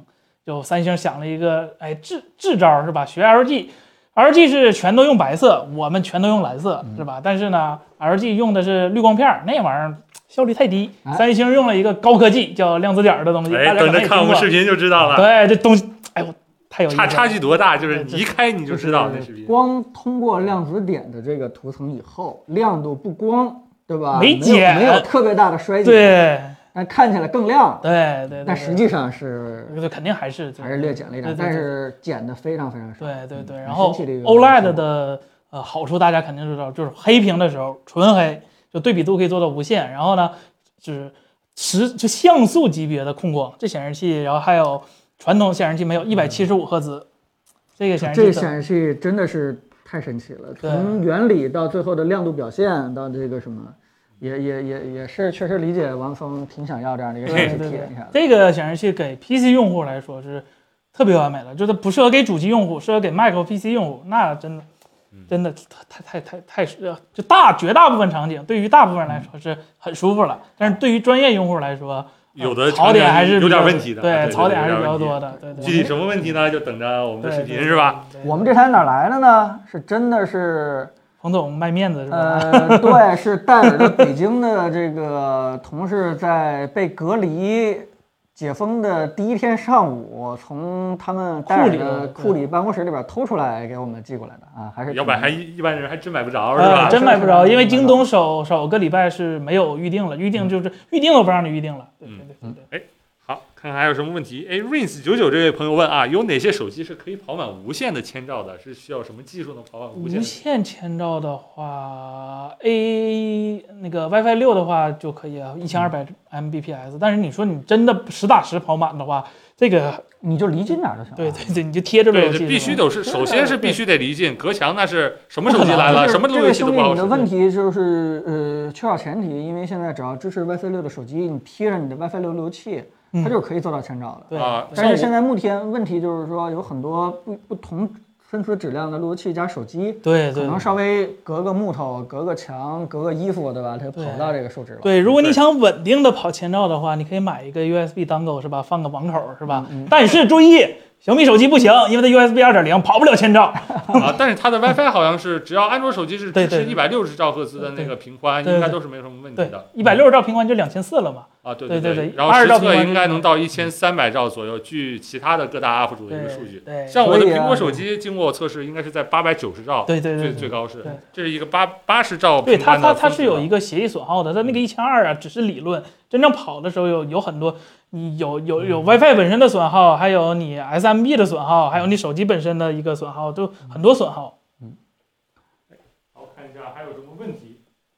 [SPEAKER 2] 就三星想了一个哎智智招是吧？学 LG。LG 是全都用白色，我们全都用蓝色，是
[SPEAKER 3] 嗯
[SPEAKER 2] 吧？但是呢，LG 用的是滤光片儿，那玩意儿效率太低
[SPEAKER 3] 哎。
[SPEAKER 2] 三星用了一个高科技叫量子点儿的东西，
[SPEAKER 4] 哎
[SPEAKER 2] 大，家可
[SPEAKER 4] 等
[SPEAKER 2] 能
[SPEAKER 4] 着
[SPEAKER 2] 也
[SPEAKER 4] 看我
[SPEAKER 2] 听
[SPEAKER 4] 们
[SPEAKER 2] 过
[SPEAKER 4] 视频就知道了，
[SPEAKER 2] 对，这东西，哎呦，太有意思
[SPEAKER 4] 差
[SPEAKER 2] 了。
[SPEAKER 4] 差距多大？就是
[SPEAKER 2] 对
[SPEAKER 4] 你
[SPEAKER 2] 这
[SPEAKER 4] 一开你就知道那
[SPEAKER 3] 就是
[SPEAKER 4] 视频。
[SPEAKER 3] 光通过量子点的这个涂层以后，亮度不光对吧？
[SPEAKER 2] 没
[SPEAKER 3] 有
[SPEAKER 2] 减
[SPEAKER 3] 没有特别大的衰减，，
[SPEAKER 2] 对
[SPEAKER 3] 但看起来更亮了，
[SPEAKER 2] 对对，对
[SPEAKER 3] 但实际上是
[SPEAKER 2] 对，肯定还是
[SPEAKER 3] 还是略减了一
[SPEAKER 2] 对，
[SPEAKER 3] 点
[SPEAKER 2] 对
[SPEAKER 3] 但是减的非常非常少。
[SPEAKER 2] 对对对。
[SPEAKER 3] 嗯
[SPEAKER 2] 然后
[SPEAKER 3] 神奇的一个
[SPEAKER 2] OLED 的呃好处大家肯定知道，就是黑屏的时候纯黑，就对比度可以做到无限。然后呢，就是十就像素级别的控光，这显示器，然后还有传统显示器没有一百七十五赫兹，这个显
[SPEAKER 3] 这
[SPEAKER 2] 示
[SPEAKER 3] 个
[SPEAKER 2] 器的
[SPEAKER 3] 显示器真的是太神奇了，
[SPEAKER 2] 对
[SPEAKER 3] 从原理到最后的亮度表现到这个什么。也也也也是确实理解王峰挺想要这样的一个
[SPEAKER 2] 对
[SPEAKER 3] 显示
[SPEAKER 2] 对
[SPEAKER 3] 器
[SPEAKER 2] 对，
[SPEAKER 3] 你看，
[SPEAKER 2] 这个显示器给 PC 用户来说是特别完美了，就是它不适合给主机用户，适合给 Mac 和 PC 用户，那真的
[SPEAKER 4] 嗯。
[SPEAKER 2] 真的太太太太是，就大绝大部分场景对于大部分人来说是很舒服了，但是对于专业用户来说，呃
[SPEAKER 4] 有的
[SPEAKER 2] 槽点还是
[SPEAKER 4] 有
[SPEAKER 2] 比较
[SPEAKER 4] 点问题的，啊
[SPEAKER 2] 对，槽点还是
[SPEAKER 4] 有
[SPEAKER 2] 比较
[SPEAKER 4] 问题
[SPEAKER 2] 多的，对对。
[SPEAKER 4] 具体什么问题呢？就等着我们的视频是吧？？
[SPEAKER 2] 对对对
[SPEAKER 3] 我们这台哪来的呢？是真的是，
[SPEAKER 2] 彭总卖面子是吧？
[SPEAKER 3] 呃，对，是戴尔的北京的这个同事在被隔离解封的第一天上午，从他们戴尔的
[SPEAKER 2] 库里
[SPEAKER 3] 库里办公室里边偷出来给我们寄过来的啊，还是
[SPEAKER 4] 要
[SPEAKER 3] 挺
[SPEAKER 4] 不然还一一般人还真买不着是
[SPEAKER 2] 呃，
[SPEAKER 4] 吧？嗯
[SPEAKER 2] 真买不着，因为京
[SPEAKER 3] 买不
[SPEAKER 2] 东首首个礼拜是没有预定了，预定
[SPEAKER 4] 嗯
[SPEAKER 2] 就是预定都不让你预定了。对对对对对。
[SPEAKER 4] 好，看看还有什么问题？哎，Rins 九九这位朋友问啊，有哪些手机是可以跑满无线的千兆的？是需要什么技术能跑满无线
[SPEAKER 2] 无
[SPEAKER 4] 的？
[SPEAKER 2] 线千兆的话，A 那个 WiFi 六的话就可以啊，一千二百
[SPEAKER 4] 嗯
[SPEAKER 2] Mbps。但是你说你真的实打实跑满的话，这个
[SPEAKER 3] 你就离近点儿就行了。
[SPEAKER 2] 对对对，你就贴着路由
[SPEAKER 4] 啊对，
[SPEAKER 2] 器
[SPEAKER 4] 这必须
[SPEAKER 2] 的。
[SPEAKER 4] 都是，
[SPEAKER 3] 对
[SPEAKER 4] 首先是必须得离近，隔墙那是什么手机来了，
[SPEAKER 3] 就是
[SPEAKER 4] 什么路由器都不
[SPEAKER 3] 这位兄弟
[SPEAKER 4] 好
[SPEAKER 3] 你
[SPEAKER 4] 使
[SPEAKER 3] 的。问题就是呃，缺少前提，因为现在只要支持 WiFi 六的手机，你贴着你的 WiFi 六路由器，它
[SPEAKER 2] 嗯
[SPEAKER 3] 就可以做到千兆了。
[SPEAKER 2] 对
[SPEAKER 4] 啊
[SPEAKER 2] 对
[SPEAKER 3] 但是现在目前问题就是说，有很多不不同参数质量的路由器加手机，
[SPEAKER 2] 对
[SPEAKER 3] 可
[SPEAKER 2] 对
[SPEAKER 3] 能稍微隔个木头、隔个墙、隔个衣服，对吧？它就跑不到这个数值了。
[SPEAKER 2] 对，如果你想稳定的跑千兆的话，你可以买一个 USB dongle 是吧？放个网口是
[SPEAKER 4] 嗯
[SPEAKER 2] 吧？但是注意，小米手机不行，因为它 USB 二点零跑不了千兆。
[SPEAKER 4] 啊，但是它的 WiFi 好像是只要安卓手机是
[SPEAKER 2] 对
[SPEAKER 4] 支
[SPEAKER 2] 对
[SPEAKER 4] 持一百六十兆赫兹的那个频宽，
[SPEAKER 2] 对对
[SPEAKER 4] 应该都是没什么问题
[SPEAKER 2] 对
[SPEAKER 4] 的，
[SPEAKER 2] 一百六十兆频宽就两千四了嘛。
[SPEAKER 4] 啊，对
[SPEAKER 2] 对
[SPEAKER 4] 对
[SPEAKER 2] 对对
[SPEAKER 4] 然后
[SPEAKER 2] 20
[SPEAKER 4] 实
[SPEAKER 2] 兆频
[SPEAKER 4] 测
[SPEAKER 2] 宽
[SPEAKER 4] 应该能到一千三百兆左右，据其他的各大 UP 主的一个数据。
[SPEAKER 2] 对
[SPEAKER 4] 像我的
[SPEAKER 3] 所以啊
[SPEAKER 4] 苹果手机经过我测试，应该是在八百九十兆，
[SPEAKER 2] 对对对
[SPEAKER 4] 最
[SPEAKER 2] 对
[SPEAKER 4] 最高是
[SPEAKER 2] 对，
[SPEAKER 4] 这是一个八八十兆
[SPEAKER 2] 对
[SPEAKER 4] 频
[SPEAKER 2] 它，
[SPEAKER 4] 宽
[SPEAKER 2] 它
[SPEAKER 4] 的
[SPEAKER 2] 它
[SPEAKER 4] 峰值的。
[SPEAKER 2] 是有一个协议损耗的，它那个一千二啊，只是理论，真正跑的时候有有很多，你有有有 WiFi 本身的损耗，还有你 SMB 的损耗，还有你手机本身的一个损耗，就很多损耗。
[SPEAKER 4] 好，看一下还有什么问题。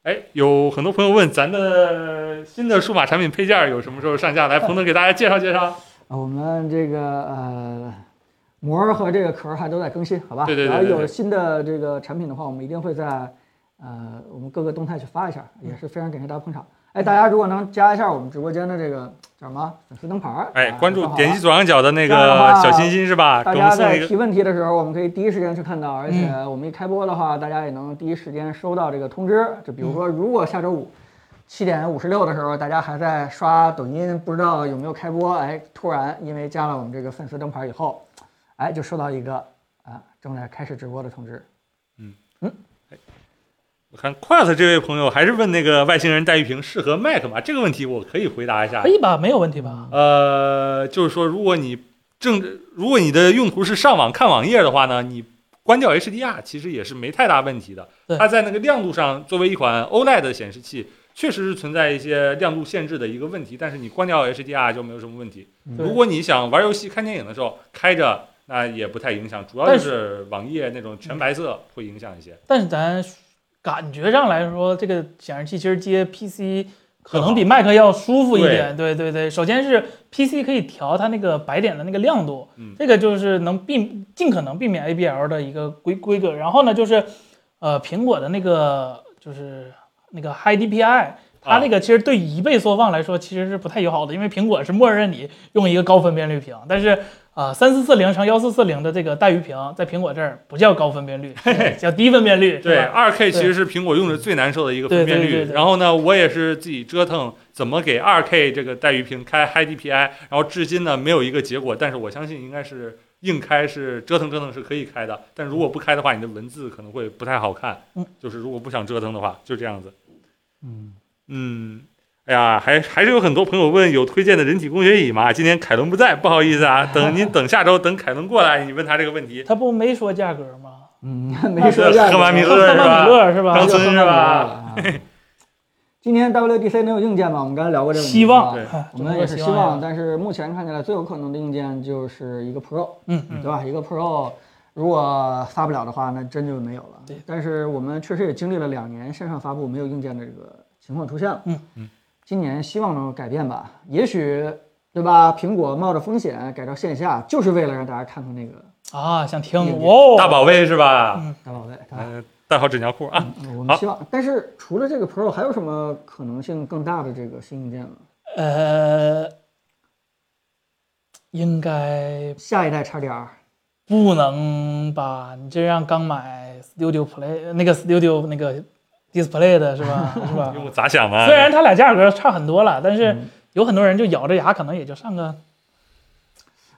[SPEAKER 4] 哎，有很多朋友问咱的新的数码产品配件有什么时候上架？来，彭总给大家介绍介绍。
[SPEAKER 3] 啊，我们这个呃膜儿和这个壳儿还都在更新，好吧？
[SPEAKER 4] 对对对
[SPEAKER 3] 然后
[SPEAKER 4] 对对
[SPEAKER 3] 有新的这个产品的话，我们一定会在呃我们各个动态去发一下，也是非常感谢大家捧场。哎，大家如果能加一下我们直播间的这个叫什么粉丝灯牌儿，
[SPEAKER 4] 哎，
[SPEAKER 3] 啊
[SPEAKER 4] 关
[SPEAKER 3] 就
[SPEAKER 4] 注
[SPEAKER 3] 好了
[SPEAKER 4] 点击左上角的那
[SPEAKER 3] 这样的
[SPEAKER 4] 个
[SPEAKER 3] 话
[SPEAKER 4] 小心心是吧？给
[SPEAKER 3] 大
[SPEAKER 4] 我们
[SPEAKER 3] 家
[SPEAKER 4] 送
[SPEAKER 3] 在
[SPEAKER 4] 啊一个
[SPEAKER 3] 提问题的时候，我们可以第一时间去看到，而且我们一开播的话，大家也能第一时间收到这个通知。就比如说，如果下周五七点五十六的时候，大家还在刷抖音，不知道有没有开播，哎，突然因为加了我们这个粉丝灯牌以后，哎，就收到一个啊正在开始直播的通知。
[SPEAKER 4] 我看 Quat 这位朋友还是问那个外星人带玉屏适合 Mac 吗？这个问题我可以回答一下
[SPEAKER 2] 可。以吧？没有问题吧？
[SPEAKER 4] 呃，就是说，如果你正如果你的用途是上网看网页的话呢，你关掉 HDR 其实也是没太大问题的
[SPEAKER 2] 对。
[SPEAKER 4] 它在那个亮度上，作为一款 OLED 的显示器，确实是存在一些亮度限制的一个问题，但是你关掉 HDR 就没有什么问题。
[SPEAKER 3] 嗯
[SPEAKER 4] 如果你想玩游戏、看电影的时候开着。那也不太影响，主要
[SPEAKER 2] 但
[SPEAKER 4] 就是网页那种全白色会影响一些。
[SPEAKER 2] 但是咱感觉上来说，这个显示器其实接 PC 可能比 Mac 要舒服一点。对对对，首先是 PC 可以调它那个白点的那个亮度，
[SPEAKER 4] 嗯
[SPEAKER 2] 这个就是能避尽可能避免 ABL 的一个规规格。然后呢，就是呃苹果的那个就是那个 High DPI。它那个其实对一倍缩放来说其实是不太友好的，因为苹果是默认你用一个高分辨率屏，但是啊，三四四零乘幺四四零的这个带鱼屏，在苹果这儿不叫高分辨率，叫低分辨率，是
[SPEAKER 4] 对，
[SPEAKER 2] 吧？
[SPEAKER 4] 二 K 其实是苹果用着最难受的一个分辨
[SPEAKER 2] 对对对
[SPEAKER 4] 率。
[SPEAKER 2] 对
[SPEAKER 4] 然后呢，我也是自己折腾怎么给二 K 这个带鱼屏开 High DPI，然后至今呢没有一个结果。但是我相信应该是硬开是折腾折腾是可以开的，但如果不开的话，你的文字可能会不太好看。
[SPEAKER 2] 嗯，
[SPEAKER 4] 就是如果不想折腾的话，就这样子。
[SPEAKER 3] 嗯，
[SPEAKER 4] 嗯，哎呀，还还是有很多朋友问有推荐的人体工学椅吗？今天凯伦不在，不好意思啊，等您等下周等凯伦过来，你问他这个问题。
[SPEAKER 2] 它不没说价格吗？
[SPEAKER 3] 嗯，没说
[SPEAKER 4] 是
[SPEAKER 3] 价
[SPEAKER 4] 喝完米
[SPEAKER 3] 格
[SPEAKER 4] 勒是吧
[SPEAKER 2] 曼米勒是吧
[SPEAKER 4] 刚？村是吧？
[SPEAKER 3] 啊 今天 WDC 能有硬件吗？我们刚才聊过这个问题
[SPEAKER 2] 希望
[SPEAKER 3] 了
[SPEAKER 4] 对
[SPEAKER 3] 我们也是希望，，但是目前看起来最有可能的硬件就是一个 Pro，
[SPEAKER 2] 嗯嗯，
[SPEAKER 3] 对吧？一个 Pro 如果发不了的话，那真就没有了。
[SPEAKER 2] 对，
[SPEAKER 3] 但是我们确实也经历了两年线上发布没有硬件的这个情况出现了。
[SPEAKER 2] 嗯
[SPEAKER 4] 嗯，
[SPEAKER 3] 今年希望能有改变吧，也许对吧？苹果冒着风险改到线下，就是为了让大家看看那个
[SPEAKER 2] 啊，想听哦，
[SPEAKER 4] 大宝贝是吧？
[SPEAKER 3] 大宝贝，对吧？
[SPEAKER 4] 嗯，带好纸尿裤啊。
[SPEAKER 3] 我们希望。但是除了这个 Pro，还有什么可能性更大的这个新硬件吗？
[SPEAKER 2] 呃，应该
[SPEAKER 3] 下一代 XDR
[SPEAKER 2] 不能吧？你这样刚买 Studio Play 那个 Studio 那个 Display 的是吧？是 吧？
[SPEAKER 4] 用户咋想的？
[SPEAKER 2] 虽然它俩价格差很多了，但是
[SPEAKER 3] 嗯
[SPEAKER 2] 有很多人就咬着牙，可能也就上个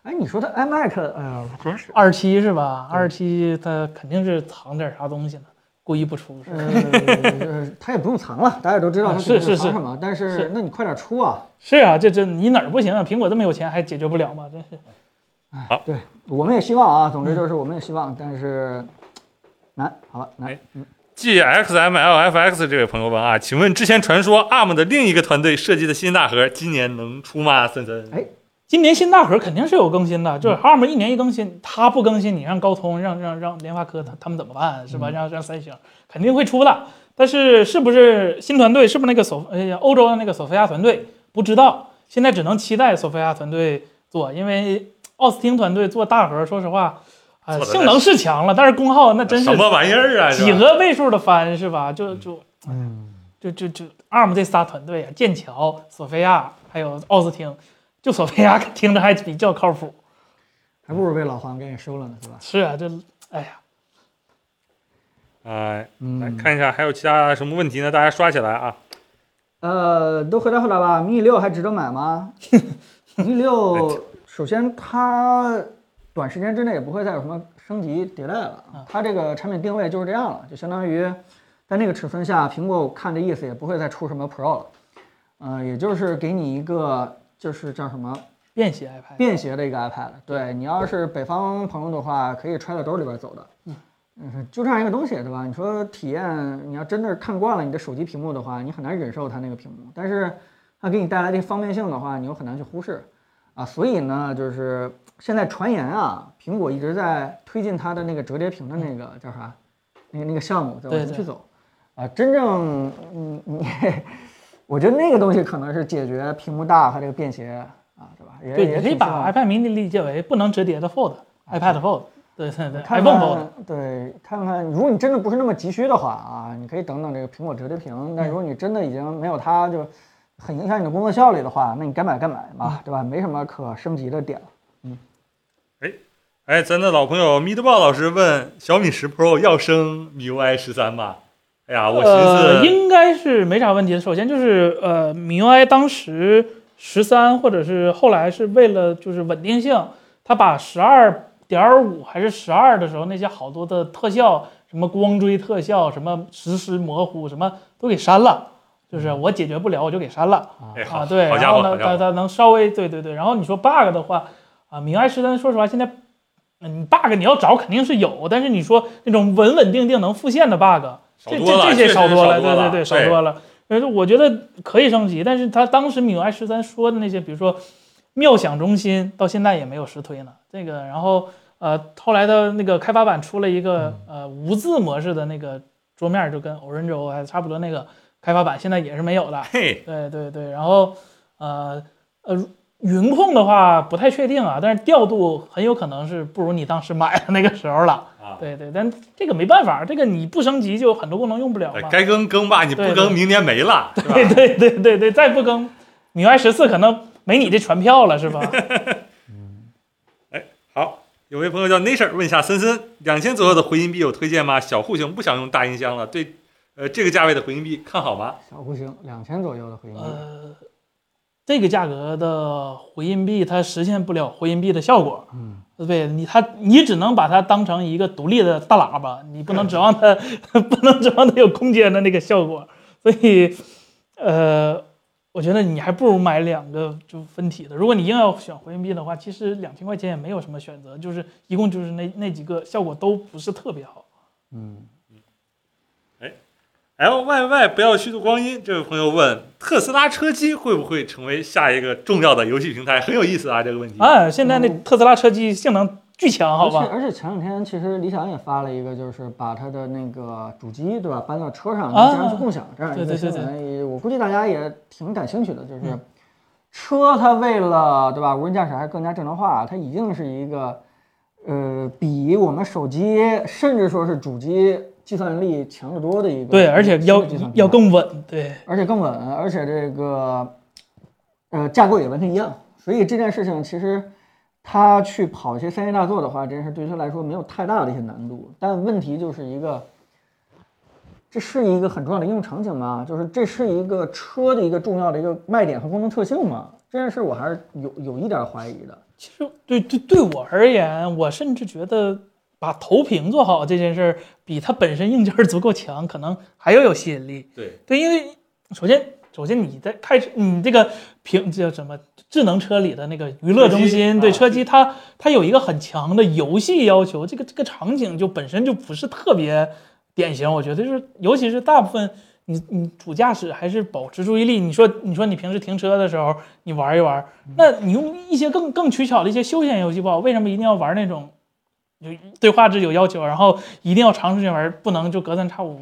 [SPEAKER 3] 哎，你说它 iMac，哎呀，真是，
[SPEAKER 2] 二七是吧？二七它肯定是藏点啥东西呢，故意不出是吧？
[SPEAKER 3] 呃，它也不用藏了，大家也都知道
[SPEAKER 2] 啊
[SPEAKER 3] 它
[SPEAKER 2] 是
[SPEAKER 3] 肯定
[SPEAKER 2] 是
[SPEAKER 3] 藏
[SPEAKER 2] 是
[SPEAKER 3] 什么。但是
[SPEAKER 2] 是
[SPEAKER 3] 那你快点出啊！
[SPEAKER 2] 是啊，这这你哪儿不行啊？苹果这么有钱还解决不了吗？真是
[SPEAKER 3] 对，我们也希望啊，总
[SPEAKER 2] 嗯
[SPEAKER 3] 之就是我们也希望，但是难，好吧，难
[SPEAKER 4] 哎。G X M L F X 这位朋友问啊，请问之前传说 ARM 的另一个团队设计的新大核今年能出吗？森森，
[SPEAKER 3] 哎
[SPEAKER 2] 今年新大核肯定是有更新的，
[SPEAKER 4] 嗯
[SPEAKER 2] 就是 ARM 一年一更新，它不更新，你让高通、让让让联发科他他们怎么办是
[SPEAKER 4] 嗯
[SPEAKER 2] 吧？让让三星肯定会出的，但是是不是新团队，是不是那个索哎呀欧洲的那个索菲亚团队不知道，现在只能期待索菲亚团队做，因为奥斯汀团队做大核，说实话，啊、
[SPEAKER 4] 做得
[SPEAKER 2] 性能是强了，但是功耗那真是
[SPEAKER 4] 什么玩意儿啊？
[SPEAKER 2] 几
[SPEAKER 4] 是吧
[SPEAKER 2] 何倍数的翻是吧？就就
[SPEAKER 3] 嗯，
[SPEAKER 2] 就就就 ARM 这仨团队啊，剑桥、索菲亚还有奥斯汀，就索菲亚听着还比较靠谱。
[SPEAKER 3] 还不如被老黄给收了呢，是吧？
[SPEAKER 2] 是啊，这哎呀，
[SPEAKER 4] 哎，来
[SPEAKER 3] 嗯，
[SPEAKER 4] 看一下还有其他什么问题呢？大家刷起来啊！
[SPEAKER 3] 呃，都回答回答吧。Mi 六还值得买吗 ？Mi 六，首先它短时间之内也不会再有什么升级迭代了
[SPEAKER 2] 啊，
[SPEAKER 3] 它这个产品定位就是这样了，就相当于在那个尺寸下，苹果我看这意思也不会再出什么 Pro 了，呃，也就是给你一个就是叫什么
[SPEAKER 2] 便携 iPad，
[SPEAKER 3] 便携的一个 iPad。对你要是北方朋友的话，可以揣在兜里边走的。嗯，就这样一个东西，对吧？你说体验，你要真的是看惯了你的手机屏幕的话，你很难忍受它那个屏幕。但是它给你带来的方便性的话，你又很难去忽视啊。所以呢，就是现在传言啊，苹果一直在推进它的那个折叠屏的那个叫啥，那个那个项目，对吧？
[SPEAKER 2] 嗯对
[SPEAKER 3] 往前
[SPEAKER 2] 对
[SPEAKER 3] 去走啊，真正嗯你。我觉得那个东西可能是解决屏幕大和这个便携啊，对吧？也
[SPEAKER 2] 对，
[SPEAKER 3] 也
[SPEAKER 2] 你可以
[SPEAKER 3] 挺像啊
[SPEAKER 2] 把 iPad mini 理解为不能折叠的 Fold，iPad Fold，对对对
[SPEAKER 3] 看
[SPEAKER 2] ，iPhone Fold，
[SPEAKER 3] 看，对，看看，如果你真的不是那么急需的话啊，你可以等等这个苹果折叠屏。但如果你真的已经没有它，就很影响你的工作效率的话，那你该买该买嘛，对吧？没什么可升级的点了。
[SPEAKER 4] 哎，咱的老朋友 Meatball 老师问小米十 Pro 要升 MIUI 十三吗？哎呀，我
[SPEAKER 2] 呃，
[SPEAKER 4] 寻思
[SPEAKER 2] 应该是没啥问题的。首先就是呃，MIUI 当时十三或者是后来是为了就是稳定性，它把十二点五还是十二的时候那些好多的特效，什么光追特效，什么实时模糊，什么都给删了。就是我解决不了，我就给删了
[SPEAKER 4] 哎好
[SPEAKER 2] 啊。对，
[SPEAKER 4] 好
[SPEAKER 2] 然
[SPEAKER 4] 家伙
[SPEAKER 2] 后
[SPEAKER 4] 好
[SPEAKER 2] 呢，
[SPEAKER 4] 家伙
[SPEAKER 2] 它它能稍微对对对。然后你说 bug 的话，啊，MIUI 十三说实话现在嗯，bug 你要找肯定是有，但是你说那种稳稳定定能复现的 bug，
[SPEAKER 4] 少
[SPEAKER 2] 这
[SPEAKER 4] 多
[SPEAKER 2] 这
[SPEAKER 4] 了，
[SPEAKER 2] 这
[SPEAKER 4] 确
[SPEAKER 2] 些
[SPEAKER 4] 实
[SPEAKER 2] 少
[SPEAKER 4] 多
[SPEAKER 2] 多了，
[SPEAKER 4] 对
[SPEAKER 2] 对对对，少多了。但是我觉得可以升级，但是他当时 MIUI 十三说的那些，比如说妙想中心，到现在也没有实推呢。这个，然后呃，后来的那个开发版出了一个
[SPEAKER 4] 嗯
[SPEAKER 2] 呃无字模式的那个桌面，就跟 Orange OS 差不多那个开发版，现在也是没有的。
[SPEAKER 4] 嘿，
[SPEAKER 2] 对对对，然后呃呃，云控的话不太确定啊，但是调度很有可能是不如你当时买的那个时候了。
[SPEAKER 4] 啊
[SPEAKER 2] 对对，但这个没办法，这个你不升级就很多功能用不了
[SPEAKER 4] 哎
[SPEAKER 2] 嘛。
[SPEAKER 4] 该更更吧，你不
[SPEAKER 2] 对
[SPEAKER 4] 更
[SPEAKER 2] 对
[SPEAKER 4] 明年没了，是吧？
[SPEAKER 2] 对对对对对，再不更，米 i 十四可能没你这船票了，是吧？
[SPEAKER 4] 好，有位朋友叫 Nature 问一下森森，两千左右的回音壁有推荐吗？小户型不想用大音箱了，对，呃，这个价位的回音壁看好吗？
[SPEAKER 3] 小户型两千左右的回音壁，
[SPEAKER 2] 呃，这个价格的回音壁它实现不了回音壁的效果。
[SPEAKER 3] 嗯，
[SPEAKER 2] 对你，它你只能把它当成一个独立的大喇叭，你不能指望它， 不能指望它有空间的那个效果。所以，呃，我觉得你还不如买两个就分体的。如果你硬要选回音壁的话，其实两千块钱也没有什么选择，就是一共就是那那几个效果都不是特别好。
[SPEAKER 3] 嗯，
[SPEAKER 4] L Y Y 不要虚度光阴。这位朋友问，特斯拉车机会不会成为下一个重要的游戏平台？很有意思啊，这个问题。
[SPEAKER 2] 啊，现在那
[SPEAKER 3] 嗯
[SPEAKER 2] 特斯拉车机性能巨强，好
[SPEAKER 3] 而且
[SPEAKER 2] 吧？
[SPEAKER 3] 而且前两天其实理想也发了一个，就是把它的那个主机对吧搬到车上，
[SPEAKER 2] 啊
[SPEAKER 3] 这样去共享这样一个
[SPEAKER 2] 对
[SPEAKER 3] 新
[SPEAKER 2] 对对嗯
[SPEAKER 3] 闻，也我估计大家也挺感兴趣的，就是车它为了对吧无人驾驶还更加智能化，它已经是一个呃，比我们手机甚至说是主机计算力强得多的一个
[SPEAKER 2] 对，而且
[SPEAKER 3] 新的
[SPEAKER 2] 要
[SPEAKER 3] 计算平
[SPEAKER 2] 要
[SPEAKER 3] 台
[SPEAKER 2] 更稳，对，
[SPEAKER 3] 而且更稳，而且这个呃架构也完全一样。所以这件事情其实他去跑一些三 A 大作的话，这件事对于他来说没有太大的一些难度。但问题就是一个，这是一个很重要的应用场景吗？就是这是一个车的一个重要的一个卖点和功能特性吗？这件事我还是有有一点怀疑的。
[SPEAKER 2] 其实对对对我而言，我甚至觉得把投屏做好这件事儿，比它本身硬件儿足够强，可能还要有吸引力。
[SPEAKER 4] 对，
[SPEAKER 2] 对，因为首先首先你在开车，你这个屏叫什么智能车里的那个娱乐中
[SPEAKER 1] 车
[SPEAKER 2] 心，
[SPEAKER 1] 机
[SPEAKER 2] 对
[SPEAKER 1] 啊
[SPEAKER 2] 车机它它有一个很强的游戏要求，这个这个场景就本身就不是特别典型，我觉得就是尤其是大部分。你你主驾驶还是保持注意力。你说你说你平时停车的时候，你玩一玩，那你用一些更更取巧的一些休闲游戏不好？为什么一定要玩那种有对画质有要求，然后一定要长时间玩，不能就隔三差五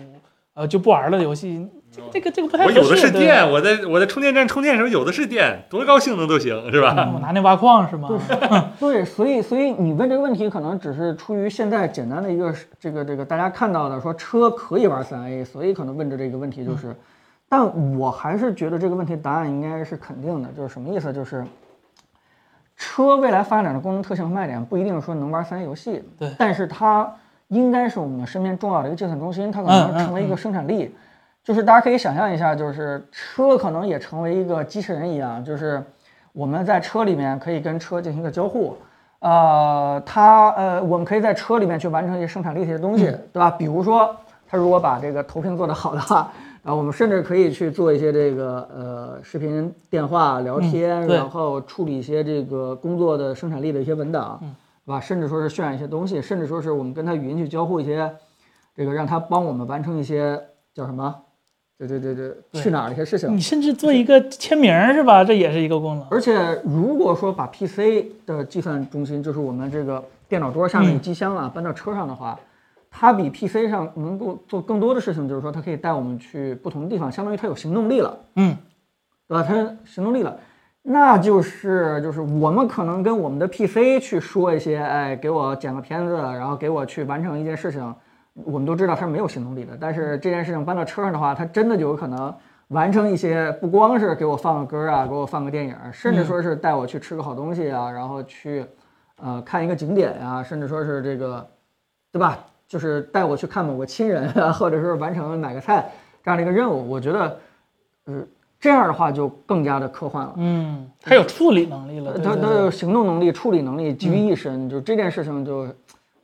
[SPEAKER 2] 呃就不玩了的游戏？这个这个这个不太
[SPEAKER 4] 我
[SPEAKER 2] 合适。
[SPEAKER 4] 有的是
[SPEAKER 2] 对
[SPEAKER 4] 电，我在我在充电站充电的时候有的是电，多高性能都行，是吧？
[SPEAKER 2] 嗯我拿那挖矿是吗？啊
[SPEAKER 3] 对，所以所以你问这个问题，可能只是出于现在简单的一个这个这个大家看到的说车可以玩三 A，所以可能问的这个问题
[SPEAKER 2] 嗯
[SPEAKER 3] 就是，但我还是觉得这个问题答案应该是肯定的，就是什么意思？就是车未来发展的功能特性和卖点不一定说能玩三 A 游戏，
[SPEAKER 2] 对
[SPEAKER 3] 但是它应该是我们身边重要的一个计算中心，它可
[SPEAKER 2] 嗯
[SPEAKER 3] 能
[SPEAKER 2] 嗯
[SPEAKER 3] 成为一个生产力。就是大家可以想象一下，就是车可能也成为一个机器人一样，就是我们在车里面可以跟车进行一个交互，呃，它呃，我们可以在车里面去完成一些生产力的一些东西，
[SPEAKER 2] 嗯
[SPEAKER 3] 对吧？比如说，它如果把这个投屏做得好的话，啊，我们甚至可以去做一些这个呃视频电话聊天，
[SPEAKER 2] 嗯对
[SPEAKER 3] 然后处理一些这个工作的生产力的一些文档，
[SPEAKER 2] 嗯
[SPEAKER 3] 对吧？甚至说是渲染一些东西，甚至说是我们跟它语音去交互一些，这个让它帮我们完成一些叫什么？对对对对，
[SPEAKER 2] 对
[SPEAKER 3] 去哪儿的一些事情。
[SPEAKER 2] 你甚至做一个签名儿是吧？这也是一个功能。
[SPEAKER 3] 而且如果说把 PC 的计算中心，就是我们这个电脑桌下面的机箱啊，搬到车上的话，它比 PC 上能够做更多的事情，就是说它可以带我们去不同的地方，相当于它有行动力了，
[SPEAKER 2] 嗯，
[SPEAKER 3] 对吧？它有行动力了。那就是就是我们可能跟我们的 PC 去说一些，哎，给我剪个片子，然后给我去完成一件事情，我们都知道它是没有行动力的。但是这件事情搬到车上的话，它真的就有可能完成一些，不光是给我放个歌啊，给我放个电影，甚至说是带我去吃个好东西啊，然后去呃看一个景点啊，甚至说是这个，对吧？就是带我去看某个亲人啊，或者是完成买个菜这样的一个任务。我觉得，呃，这样的话就更加的科幻了。
[SPEAKER 2] 嗯，它有处理能力了。对
[SPEAKER 3] 他
[SPEAKER 2] 对
[SPEAKER 3] 他
[SPEAKER 2] 对嗯
[SPEAKER 3] 有行动能力、处理能力集于一身，就这件事情就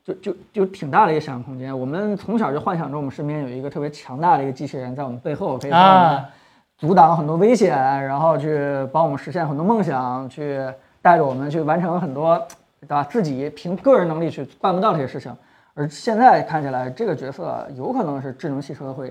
[SPEAKER 3] 就就就挺大的一个想象空间。我们从小就幻想着我们身边有一个特别强大的一个机器人，在我们背后可以帮我们
[SPEAKER 2] 啊，
[SPEAKER 3] 阻挡很多危险，然后去帮我们实现很多梦想，去带着我们去完成很多，对吧？自己凭个人能力去办不到这些事情。而现在看起来，这个角色有可能是智能汽车会，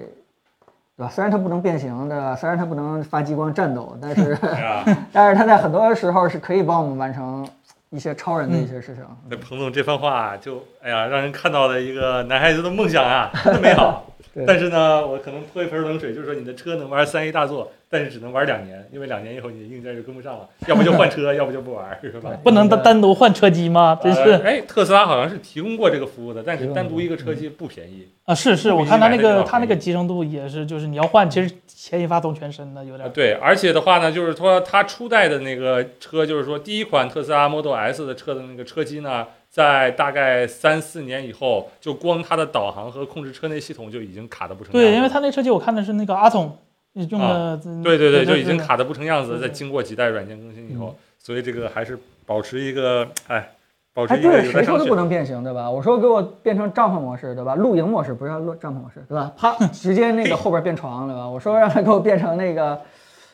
[SPEAKER 3] 对吧？虽然它不能变形的，虽然它不能发激光战斗，但是
[SPEAKER 4] 哎呀，
[SPEAKER 3] 但是它在很多时候是可以帮我们完成一些超人的一些事情。
[SPEAKER 4] 那彭总这番话就哎呀，让人看到了一个男孩子的梦想啊， 真的美好
[SPEAKER 3] 对。
[SPEAKER 4] 但是呢，我可能泼一盆冷水，就是说你的车能玩三 A 大作，但是只能玩两年，因为两年以后你的硬件就跟不上了，要不就换车，要不就不玩，是吧？
[SPEAKER 2] 不能单单独换车机吗？真
[SPEAKER 4] 呃
[SPEAKER 2] 是
[SPEAKER 4] 哎，特斯拉好像是提供过这个服务的，但是单独一个
[SPEAKER 2] 嗯
[SPEAKER 4] 车机不便宜。
[SPEAKER 2] 啊，是是，我看它
[SPEAKER 4] 不
[SPEAKER 2] 那
[SPEAKER 4] 一定买
[SPEAKER 2] 个
[SPEAKER 4] 得了
[SPEAKER 2] 它那个集成度也是，就是你要换，其实牵一发动全身的，有
[SPEAKER 4] 啊
[SPEAKER 2] 点。
[SPEAKER 4] 对，而且的话呢，就是说它初代的那个车，就是说第一款特斯拉 Model S 的车的那个车机呢，在大概三四年以后，就光它的导航和控制车内系统就已经卡的不成样子
[SPEAKER 2] 对，
[SPEAKER 4] 了。
[SPEAKER 2] 因为它那车机我看的是那个阿童用的，
[SPEAKER 4] 嗯对对对，就已
[SPEAKER 2] 是
[SPEAKER 4] 经卡的不成样
[SPEAKER 2] 对
[SPEAKER 4] 子，在
[SPEAKER 2] 对
[SPEAKER 4] 经过几代软件更新以后，所以这个还是保持一个哎，保持
[SPEAKER 3] 哎，
[SPEAKER 4] 一个
[SPEAKER 3] 对，
[SPEAKER 4] 有
[SPEAKER 3] 谁
[SPEAKER 4] 待
[SPEAKER 3] 说
[SPEAKER 4] 商
[SPEAKER 3] 它不
[SPEAKER 4] 榷。
[SPEAKER 3] 能变形，对吧？我说给我变成帐篷模式，对吧？露营模式不是露帐篷模式，对吧？啪，直接那个后边变床，对吧？我说让它给我变成那个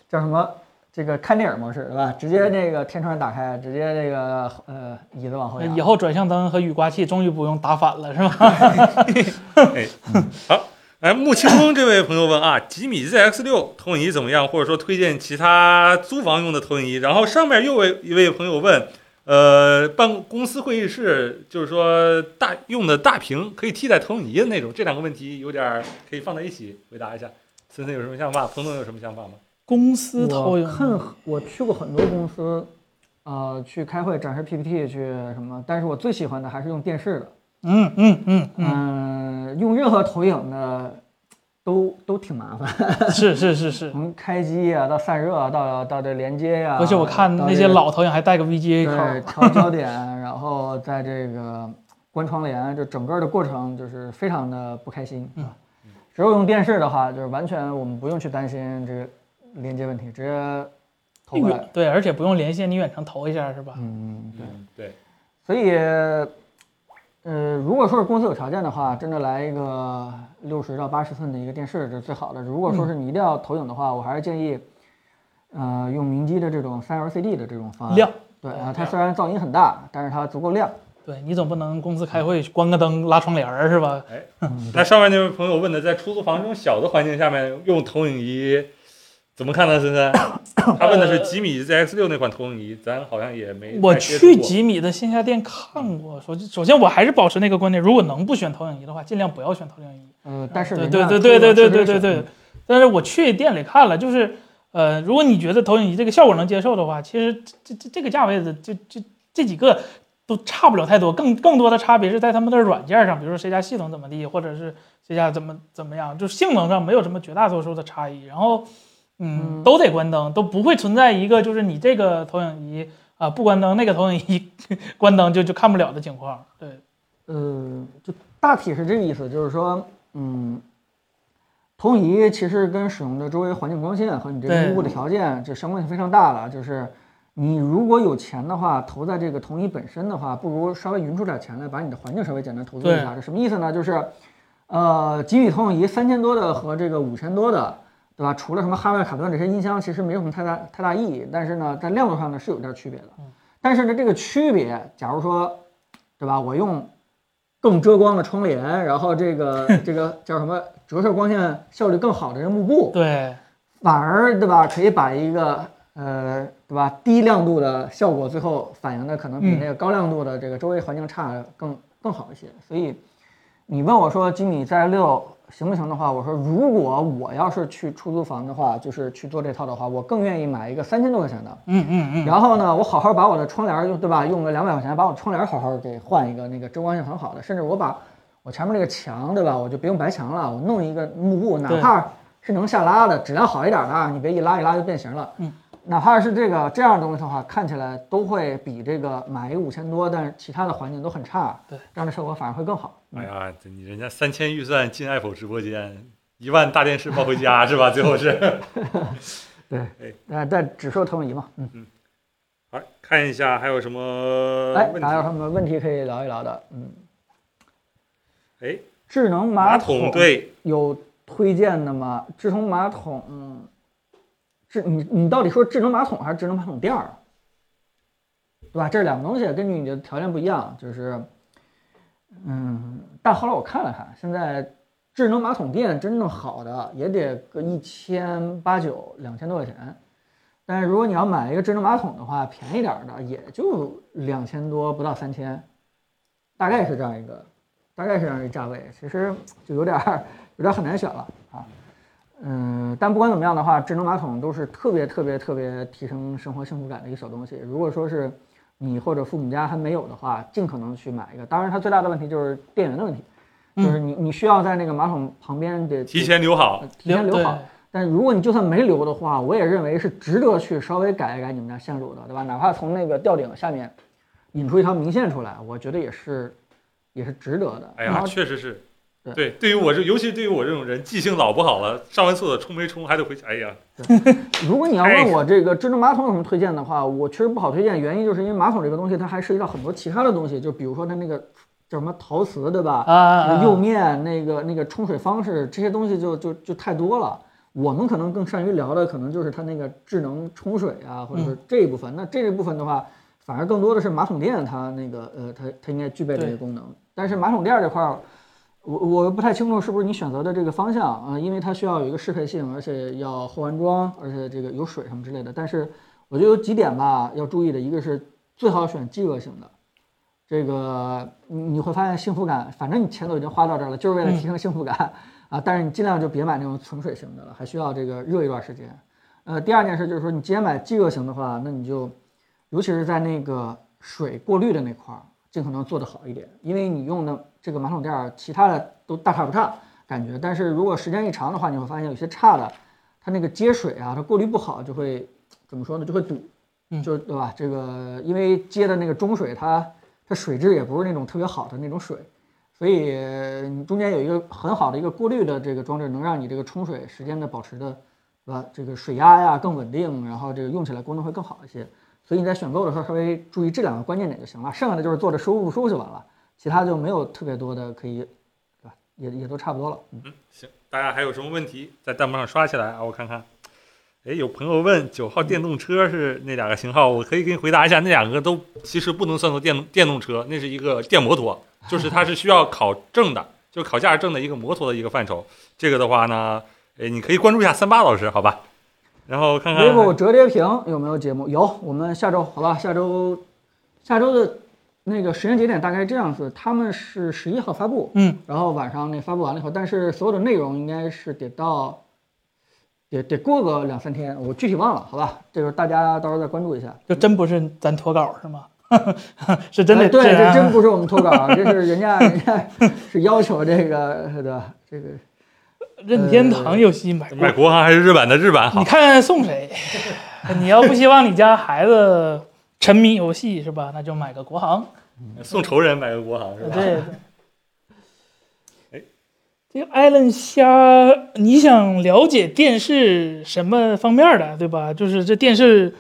[SPEAKER 3] 叫什么？这个看电影模式，对吧？直接那个天窗打开，直接那个呃椅子往后
[SPEAKER 2] 呃
[SPEAKER 3] 仰
[SPEAKER 2] 以。后转向灯和雨刮器终于不用打反了，是吧？
[SPEAKER 4] 哎，穆清风这位朋友问啊，吉米 ZX 六投影仪怎么样？或者说推荐其他租房用的投影仪？然后上面又位一位朋友问，呃，办公司会议室就是说大用的大屏可以替代投影仪的那种，这两个问题有点儿可以放在一起回答一下。森森有什么想法？彭总有什么想法吗？
[SPEAKER 2] 公司投
[SPEAKER 3] 我
[SPEAKER 2] 影，嗯
[SPEAKER 3] 看我去过很多公司，呃，去开会展示 PPT 去什么，但是我最喜欢的还是用电视的，
[SPEAKER 2] 嗯嗯嗯嗯，
[SPEAKER 3] 嗯、用任何投影的都都挺麻烦，
[SPEAKER 2] 是是是 是，
[SPEAKER 3] 从开机啊到散热啊，到到这连接啊呀、
[SPEAKER 2] 而且我看
[SPEAKER 3] 到
[SPEAKER 2] 那
[SPEAKER 3] 这
[SPEAKER 2] 些
[SPEAKER 3] 个
[SPEAKER 2] 老投影还带个 VGA 口
[SPEAKER 3] 对
[SPEAKER 2] 儿，
[SPEAKER 3] 调焦点， 然后在这个关窗帘，就整个的过程就是非常的不开心。啊
[SPEAKER 2] 嗯
[SPEAKER 3] 只有用电视的话，就是完全我们不用去担心这个连接问题，直接投过来。
[SPEAKER 2] 对，而且不用连线，你远程投一下是吧？
[SPEAKER 3] 嗯，对。
[SPEAKER 4] 嗯对，
[SPEAKER 3] 所以，呃，如果说是公司有条件的话，真的来一个六十到八十寸的一个电视这是最好的。如果说
[SPEAKER 2] 嗯
[SPEAKER 3] 是你一定要投影的话，我还是建议，呃，用明基的这种三 LCD 的这种方案。
[SPEAKER 2] 亮，
[SPEAKER 3] 对啊，它虽然噪音很大，但是它足够亮。
[SPEAKER 2] 对你总不能公司开会关个灯拉窗帘儿是吧？
[SPEAKER 3] 嗯
[SPEAKER 4] 那上面那位朋友问的，在出租房这种小的环境下面用投影仪怎么看呢？森 森，他问的是吉米 ZX 六那款投影仪，咱好像也没
[SPEAKER 2] 我
[SPEAKER 4] 太接触
[SPEAKER 2] 去
[SPEAKER 4] 过
[SPEAKER 2] 吉米的线下店看过，首首先我还是保持那个观点，如果能不选投影仪的话，尽量不要选投影仪。
[SPEAKER 3] 呃，但是
[SPEAKER 2] 对
[SPEAKER 3] 人
[SPEAKER 2] 对
[SPEAKER 3] 家
[SPEAKER 2] 对对
[SPEAKER 3] 出
[SPEAKER 2] 对对
[SPEAKER 3] 了确
[SPEAKER 2] 对
[SPEAKER 3] 实
[SPEAKER 2] 对
[SPEAKER 3] 是嗯
[SPEAKER 2] 对。但是我去店里看了，就是呃，如果你觉得投影仪这个效果能接受的话，其实这这这个价位的这这这几个都差不了太多，更更多的差别是在他们的软件上，比如说谁家系统怎么地，或者是谁家怎么怎么样，就性能上没有什么绝大多数的差异。然后嗯，
[SPEAKER 3] 嗯
[SPEAKER 2] 都得关灯，都不会存在一个就是你这个投影仪啊、不关灯，那个投影仪关灯就就看不了的情况。对，
[SPEAKER 3] 呃，就大体是这个意思，就是说，嗯，投影仪其实跟使用的周围环境光线和你这
[SPEAKER 2] 对
[SPEAKER 3] 个屋的条件，这相关性非常大了。就是你如果有钱的话，投在这个投影仪本身的话，不如稍微匀出点钱来，把你的环境稍微简单投资一下。这什么意思呢？就是，呃，吉米投影仪三千多的和这个五千多的。对吧？除了什么哈曼卡顿这些音箱，其实没有什么太大太大意义。但是呢，在亮度上呢是有点区别的。但是呢，这个区别，假如说，对吧？我用更遮光的窗帘，然后这个这个叫什么折射光线效率更好的这幕布，
[SPEAKER 2] 对，
[SPEAKER 3] 反而对吧，可以把一个呃对吧低亮度的效果最后反映的可能比
[SPEAKER 2] 嗯
[SPEAKER 3] 那个高亮度的这个周围环境差更更好一些。所以你问我说吉米在六行不行的话，我说如果我要是去出租房的话，就是去做这套的话，我更愿意买一个三千多块钱的，
[SPEAKER 2] 嗯嗯嗯，
[SPEAKER 3] 然后呢，我好好把我的窗帘儿用对吧，用个两百块钱把我窗帘儿好好给换一个那个遮光性很好的，甚至我把我前面那个墙对吧，我就不用白墙了，我弄一个幕布，哪
[SPEAKER 2] 对
[SPEAKER 3] 怕是能下拉的，质量好一点的啊，你别一拉一拉就变形了。
[SPEAKER 2] 嗯，
[SPEAKER 3] 哪怕是这个这样的东西的话，看起来都会比这个买一五千多，但是其他的环境都很差，
[SPEAKER 2] 对，
[SPEAKER 3] 这样的效果反而会更好。
[SPEAKER 4] 哎呀，这你人家三千预算进 Apple 直播间，一万大电视抱回家是吧？最后是。
[SPEAKER 3] 呃，但只说投影仪嘛，嗯，
[SPEAKER 4] 好，看一下还有什么
[SPEAKER 3] 哎，
[SPEAKER 4] 问
[SPEAKER 3] 大家有
[SPEAKER 4] 题？
[SPEAKER 3] 什么问题可以聊一聊的？嗯，
[SPEAKER 4] 哎，
[SPEAKER 3] 智能
[SPEAKER 4] 马
[SPEAKER 3] 桶
[SPEAKER 4] 桶对，
[SPEAKER 3] 有推荐的吗？智能马桶，嗯智你你到底说智能马桶还是智能马桶垫儿？对吧？这是两个东西，根据你的条件不一样，就是，嗯，但后来我看了看，现在智能马桶垫真正好的也得个一千八九、两千多块钱，但是如果你要买一个智能马桶的话，便宜点儿的也就两千多，不到三千，大概是这样一个，大概是这样一个价位，其实就有点儿有点儿很难选了啊。嗯，但不管怎么样的话，智能马桶都是特别特别特别提升生活幸福感的一个小东西。如果说是你或者父母家还没有的话，尽可能去买一个。当然，它最大的问题就是电源的问题，就是你你需要在那个马桶旁边得
[SPEAKER 4] 提前留好
[SPEAKER 3] 呃。提前留好。但如果你就算没留的话，我也认为是值得去稍微改一改你们家线路的，对吧？哪怕从那个吊顶下面引出一条明线出来，我觉得也是也是值得的。
[SPEAKER 4] 哎
[SPEAKER 3] 然
[SPEAKER 4] 呀，
[SPEAKER 3] 后
[SPEAKER 4] 确实是。
[SPEAKER 3] 对
[SPEAKER 4] 对，对于我这，尤其对于我这种人，记性老不好了，上完厕所冲没冲还得回去。哎呀，
[SPEAKER 3] 如果你要问我这个智能马桶有什么推荐的话，我确实不好推荐，原因就是因为马桶这个东西它还涉及到很多其他的东西，就比如说它那个叫什么陶瓷，对吧？
[SPEAKER 2] 啊啊
[SPEAKER 3] 那
[SPEAKER 2] 啊
[SPEAKER 3] 个釉面那个那个冲水方式这些东西就就就太多了。我们可能更善于聊的可能就是它那个智能冲水啊，或者
[SPEAKER 2] 嗯
[SPEAKER 3] 是这一部分。那这一部分的话，反而更多的是马桶垫它那个呃它它应该具备这
[SPEAKER 2] 对
[SPEAKER 3] 些功能。但是马桶垫这块儿，我我不太清楚是不是你选择的这个方向啊、因为它需要有一个适配性，而且要后安装，而且这个有水什么之类的。但是我觉得有几点吧要注意的，一个是最好选饥饿型的。这个你你会发现幸福感，反正你钱都已经花到这儿了，就是为了提升幸福感、啊。但是你尽量就别买那种纯水型的了，还需要这个热一段时间。呃，第二件事就是说，你既然买饥饿型的话，那你就尤其是在那个水过滤的那块儿，尽可能做得好一点，因为你用的这个马桶垫儿，其他的都大差不差感觉，但是如果时间一长的话，你会发现有些差的，它那个接水啊，它过滤不好就会怎么说呢？就会堵，
[SPEAKER 2] 嗯
[SPEAKER 3] 就对吧？这个因为接的那个中水它，它水质也不是那种特别好的那种水。所以你中间有一个很好的一个过滤的这个装置，能让你这个冲水时间的保持的，对吧？这个水压呀更稳定，然后这个用起来功能会更好一些。所以你在选购的时候稍微注意这两个关键点就行了，剩下的就是坐着舒服不舒服就完了，其他就没有特别多的可以，对吧？也也都差不多了。嗯，
[SPEAKER 4] 行，大家还有什么问题在弹幕上刷起来啊？我看看。哎，有朋友问九号电动车是那两个型号，我可以给你回答一下，那两个都其实不能算作电动电动车，那是一个电摩托，就是它是需要考证的，就是考驾驶证的一个摩托的一个范畴。这个的话呢，哎，你可以关注一下三八老师，好吧？然后看看
[SPEAKER 3] vivo 折叠屏有没有节目？有，我们下周好吧？下周，下周的那个时间节点大概是这样子，他们是十一号发布，
[SPEAKER 2] 嗯，
[SPEAKER 3] 然后晚上那发布完了以后，但是所有的内容应该是得到，得得过个两三天，我具体忘了，好吧？这个大家到时候再关注一下。
[SPEAKER 2] 就真不是咱脱稿是吗？ 是真的，
[SPEAKER 3] 哎对，
[SPEAKER 2] 这
[SPEAKER 3] 这
[SPEAKER 2] 样啊
[SPEAKER 3] 真不是我们脱稿啊，这是人家人 家是要求这个对吧？这个
[SPEAKER 2] 任天堂游戏买过
[SPEAKER 4] 买国行还是日版的日版好
[SPEAKER 2] 你。看看送谁？ 你要不希望你家孩子沉迷游戏是吧？那就买个国行。
[SPEAKER 4] 送仇人买个国行是
[SPEAKER 3] 啊
[SPEAKER 4] 吧？
[SPEAKER 2] 对。
[SPEAKER 4] 哎
[SPEAKER 2] 对这个艾伦虾，你想了解电视什么方面的，对吧？就是这电视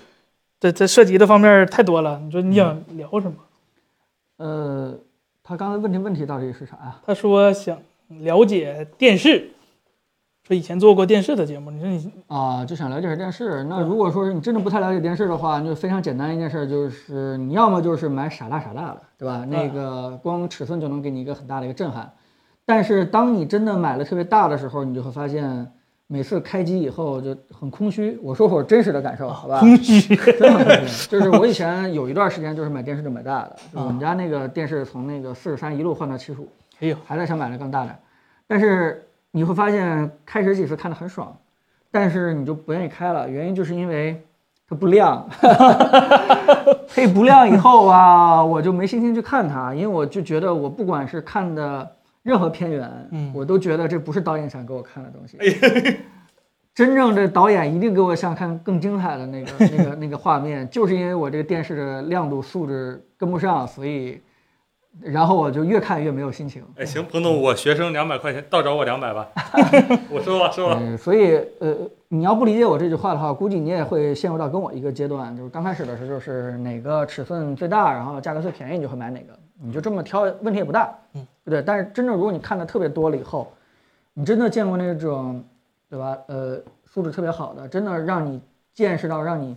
[SPEAKER 2] 的这涉及的方面太多了。你说你想聊什么？
[SPEAKER 3] 呃，他刚才问题问题到底是啥啊呀、
[SPEAKER 2] 他说想了解电视，说以前做过电视的节目。你说你
[SPEAKER 3] 啊，就想了解下电视。那如果说是你真的不太了解电视的话，就非常简单一件事，就是你要么就是买傻大傻大的，对吧？那个光尺寸就能给你一个很大的一个震撼。但是当你真的买了特别大的时候，你就会发现每次开机以后就很空虚。我说会儿真实的感受，好吧？
[SPEAKER 2] 空虚，
[SPEAKER 3] 真的很空虚。就是我以前有一段时间就是买电视就买大的，就是我们家那个电视从那个四十三一路换到七十五，
[SPEAKER 2] 哎 呦，
[SPEAKER 3] 还在想买的更大点儿，但是你会发现开始几次看的很爽，但是你就不愿意开了，原因就是因为它不亮， 配不亮以后啊，我就没心情去看它，因为我就觉得我不管是看的任何片源，
[SPEAKER 2] 嗯
[SPEAKER 3] 我都觉得这不是导演想给我看的东西。真正的导演一定给我想看更精彩的那个、那个、那个画面，就是因为我这个电视的亮度、素质跟不上，所以，然后我就越看越没有心情。
[SPEAKER 4] 哎，行，彭总，我学生两百块钱，到找我两百吧， 我收了收了。
[SPEAKER 3] 嗯，所以呃，你要不理解我这句话的话，估计你也会陷入到跟我一个阶段，就是刚开始的时候就是哪个尺寸最大，然后价格最便宜，你就会买哪个，你就这么挑，问题也不大，
[SPEAKER 2] 嗯，
[SPEAKER 3] 对不对？但是真正如果你看的特别多了以后，你真的见过那种，对吧？呃，素质特别好的，真的让你见识到让你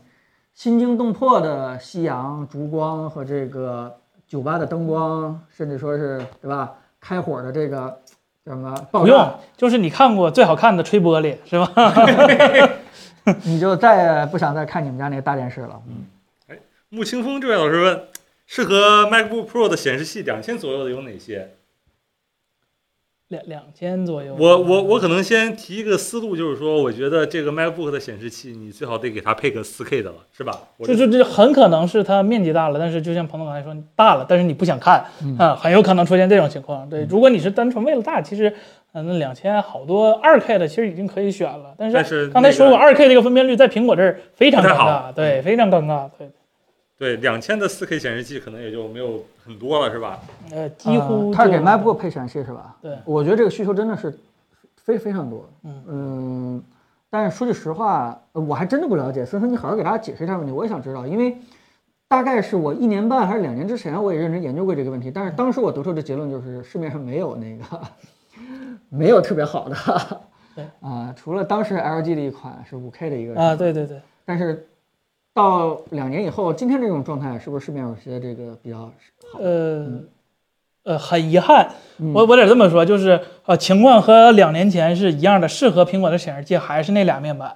[SPEAKER 3] 心惊动魄的夕阳、烛光和这个酒吧的灯光，甚至说是对吧？开火的这个叫什么爆
[SPEAKER 2] 不
[SPEAKER 3] 炸
[SPEAKER 2] 用，就是你看过最好看的吹玻璃是吧？
[SPEAKER 3] 你就再也不想再看你们家那个大电视了。
[SPEAKER 4] 穆清风这位老师问，适合 MacBook Pro 的显示器两千左右的有哪些？
[SPEAKER 2] 两两千左右。
[SPEAKER 4] 我我我可能先提一个思路，就是说，我觉得这个 MacBook 的显示器，你最好得给它配个 4K 的了，是吧？我
[SPEAKER 2] 就就就很可能是它面积大了，但是就像彭总刚才说，大了，但是你不想看
[SPEAKER 3] 嗯
[SPEAKER 2] 啊，很有可能出现这种情况。对，如果你是单纯为了大，其实嗯，那两千好多二 K 的其实已经可以选了，但
[SPEAKER 4] 但
[SPEAKER 2] 是
[SPEAKER 4] 是
[SPEAKER 2] 刚才说过
[SPEAKER 4] 那个
[SPEAKER 2] 二 K 这个分辨率在苹果这儿非常
[SPEAKER 4] 不
[SPEAKER 2] 尴
[SPEAKER 4] 太
[SPEAKER 2] 尬，
[SPEAKER 4] 好
[SPEAKER 2] 对，非常尴尬，对，
[SPEAKER 4] 对两千的 4K 显示器可能也就没有很多了，是吧？
[SPEAKER 2] 呃，几乎
[SPEAKER 3] 呃它是给
[SPEAKER 2] 就
[SPEAKER 3] MacBook 配显示器是吧？
[SPEAKER 2] 对
[SPEAKER 3] 我觉得这个需求真的是非非常多。
[SPEAKER 2] 嗯
[SPEAKER 3] 嗯但是说句实话，呃我还真的不了解。森森，你好好给大家解释一下问题，我也想知道，因为大概是我一年半还是两年之前，我也认真研究过这个问题，但是当时我得出的结论就是市面上没有那个 没有特别好的。
[SPEAKER 2] 对
[SPEAKER 3] 啊、除了当时 LG 的一款是 5K 的一个
[SPEAKER 2] 啊，对对对，
[SPEAKER 3] 但是到两年以后，今天这种状态是不是市面上有些这个比较好？
[SPEAKER 2] 呃呃，很遗憾，
[SPEAKER 3] 嗯
[SPEAKER 2] 我我得这么说，就是呃，情况和两年前是一样的，适合苹果的显示器还是那俩面板。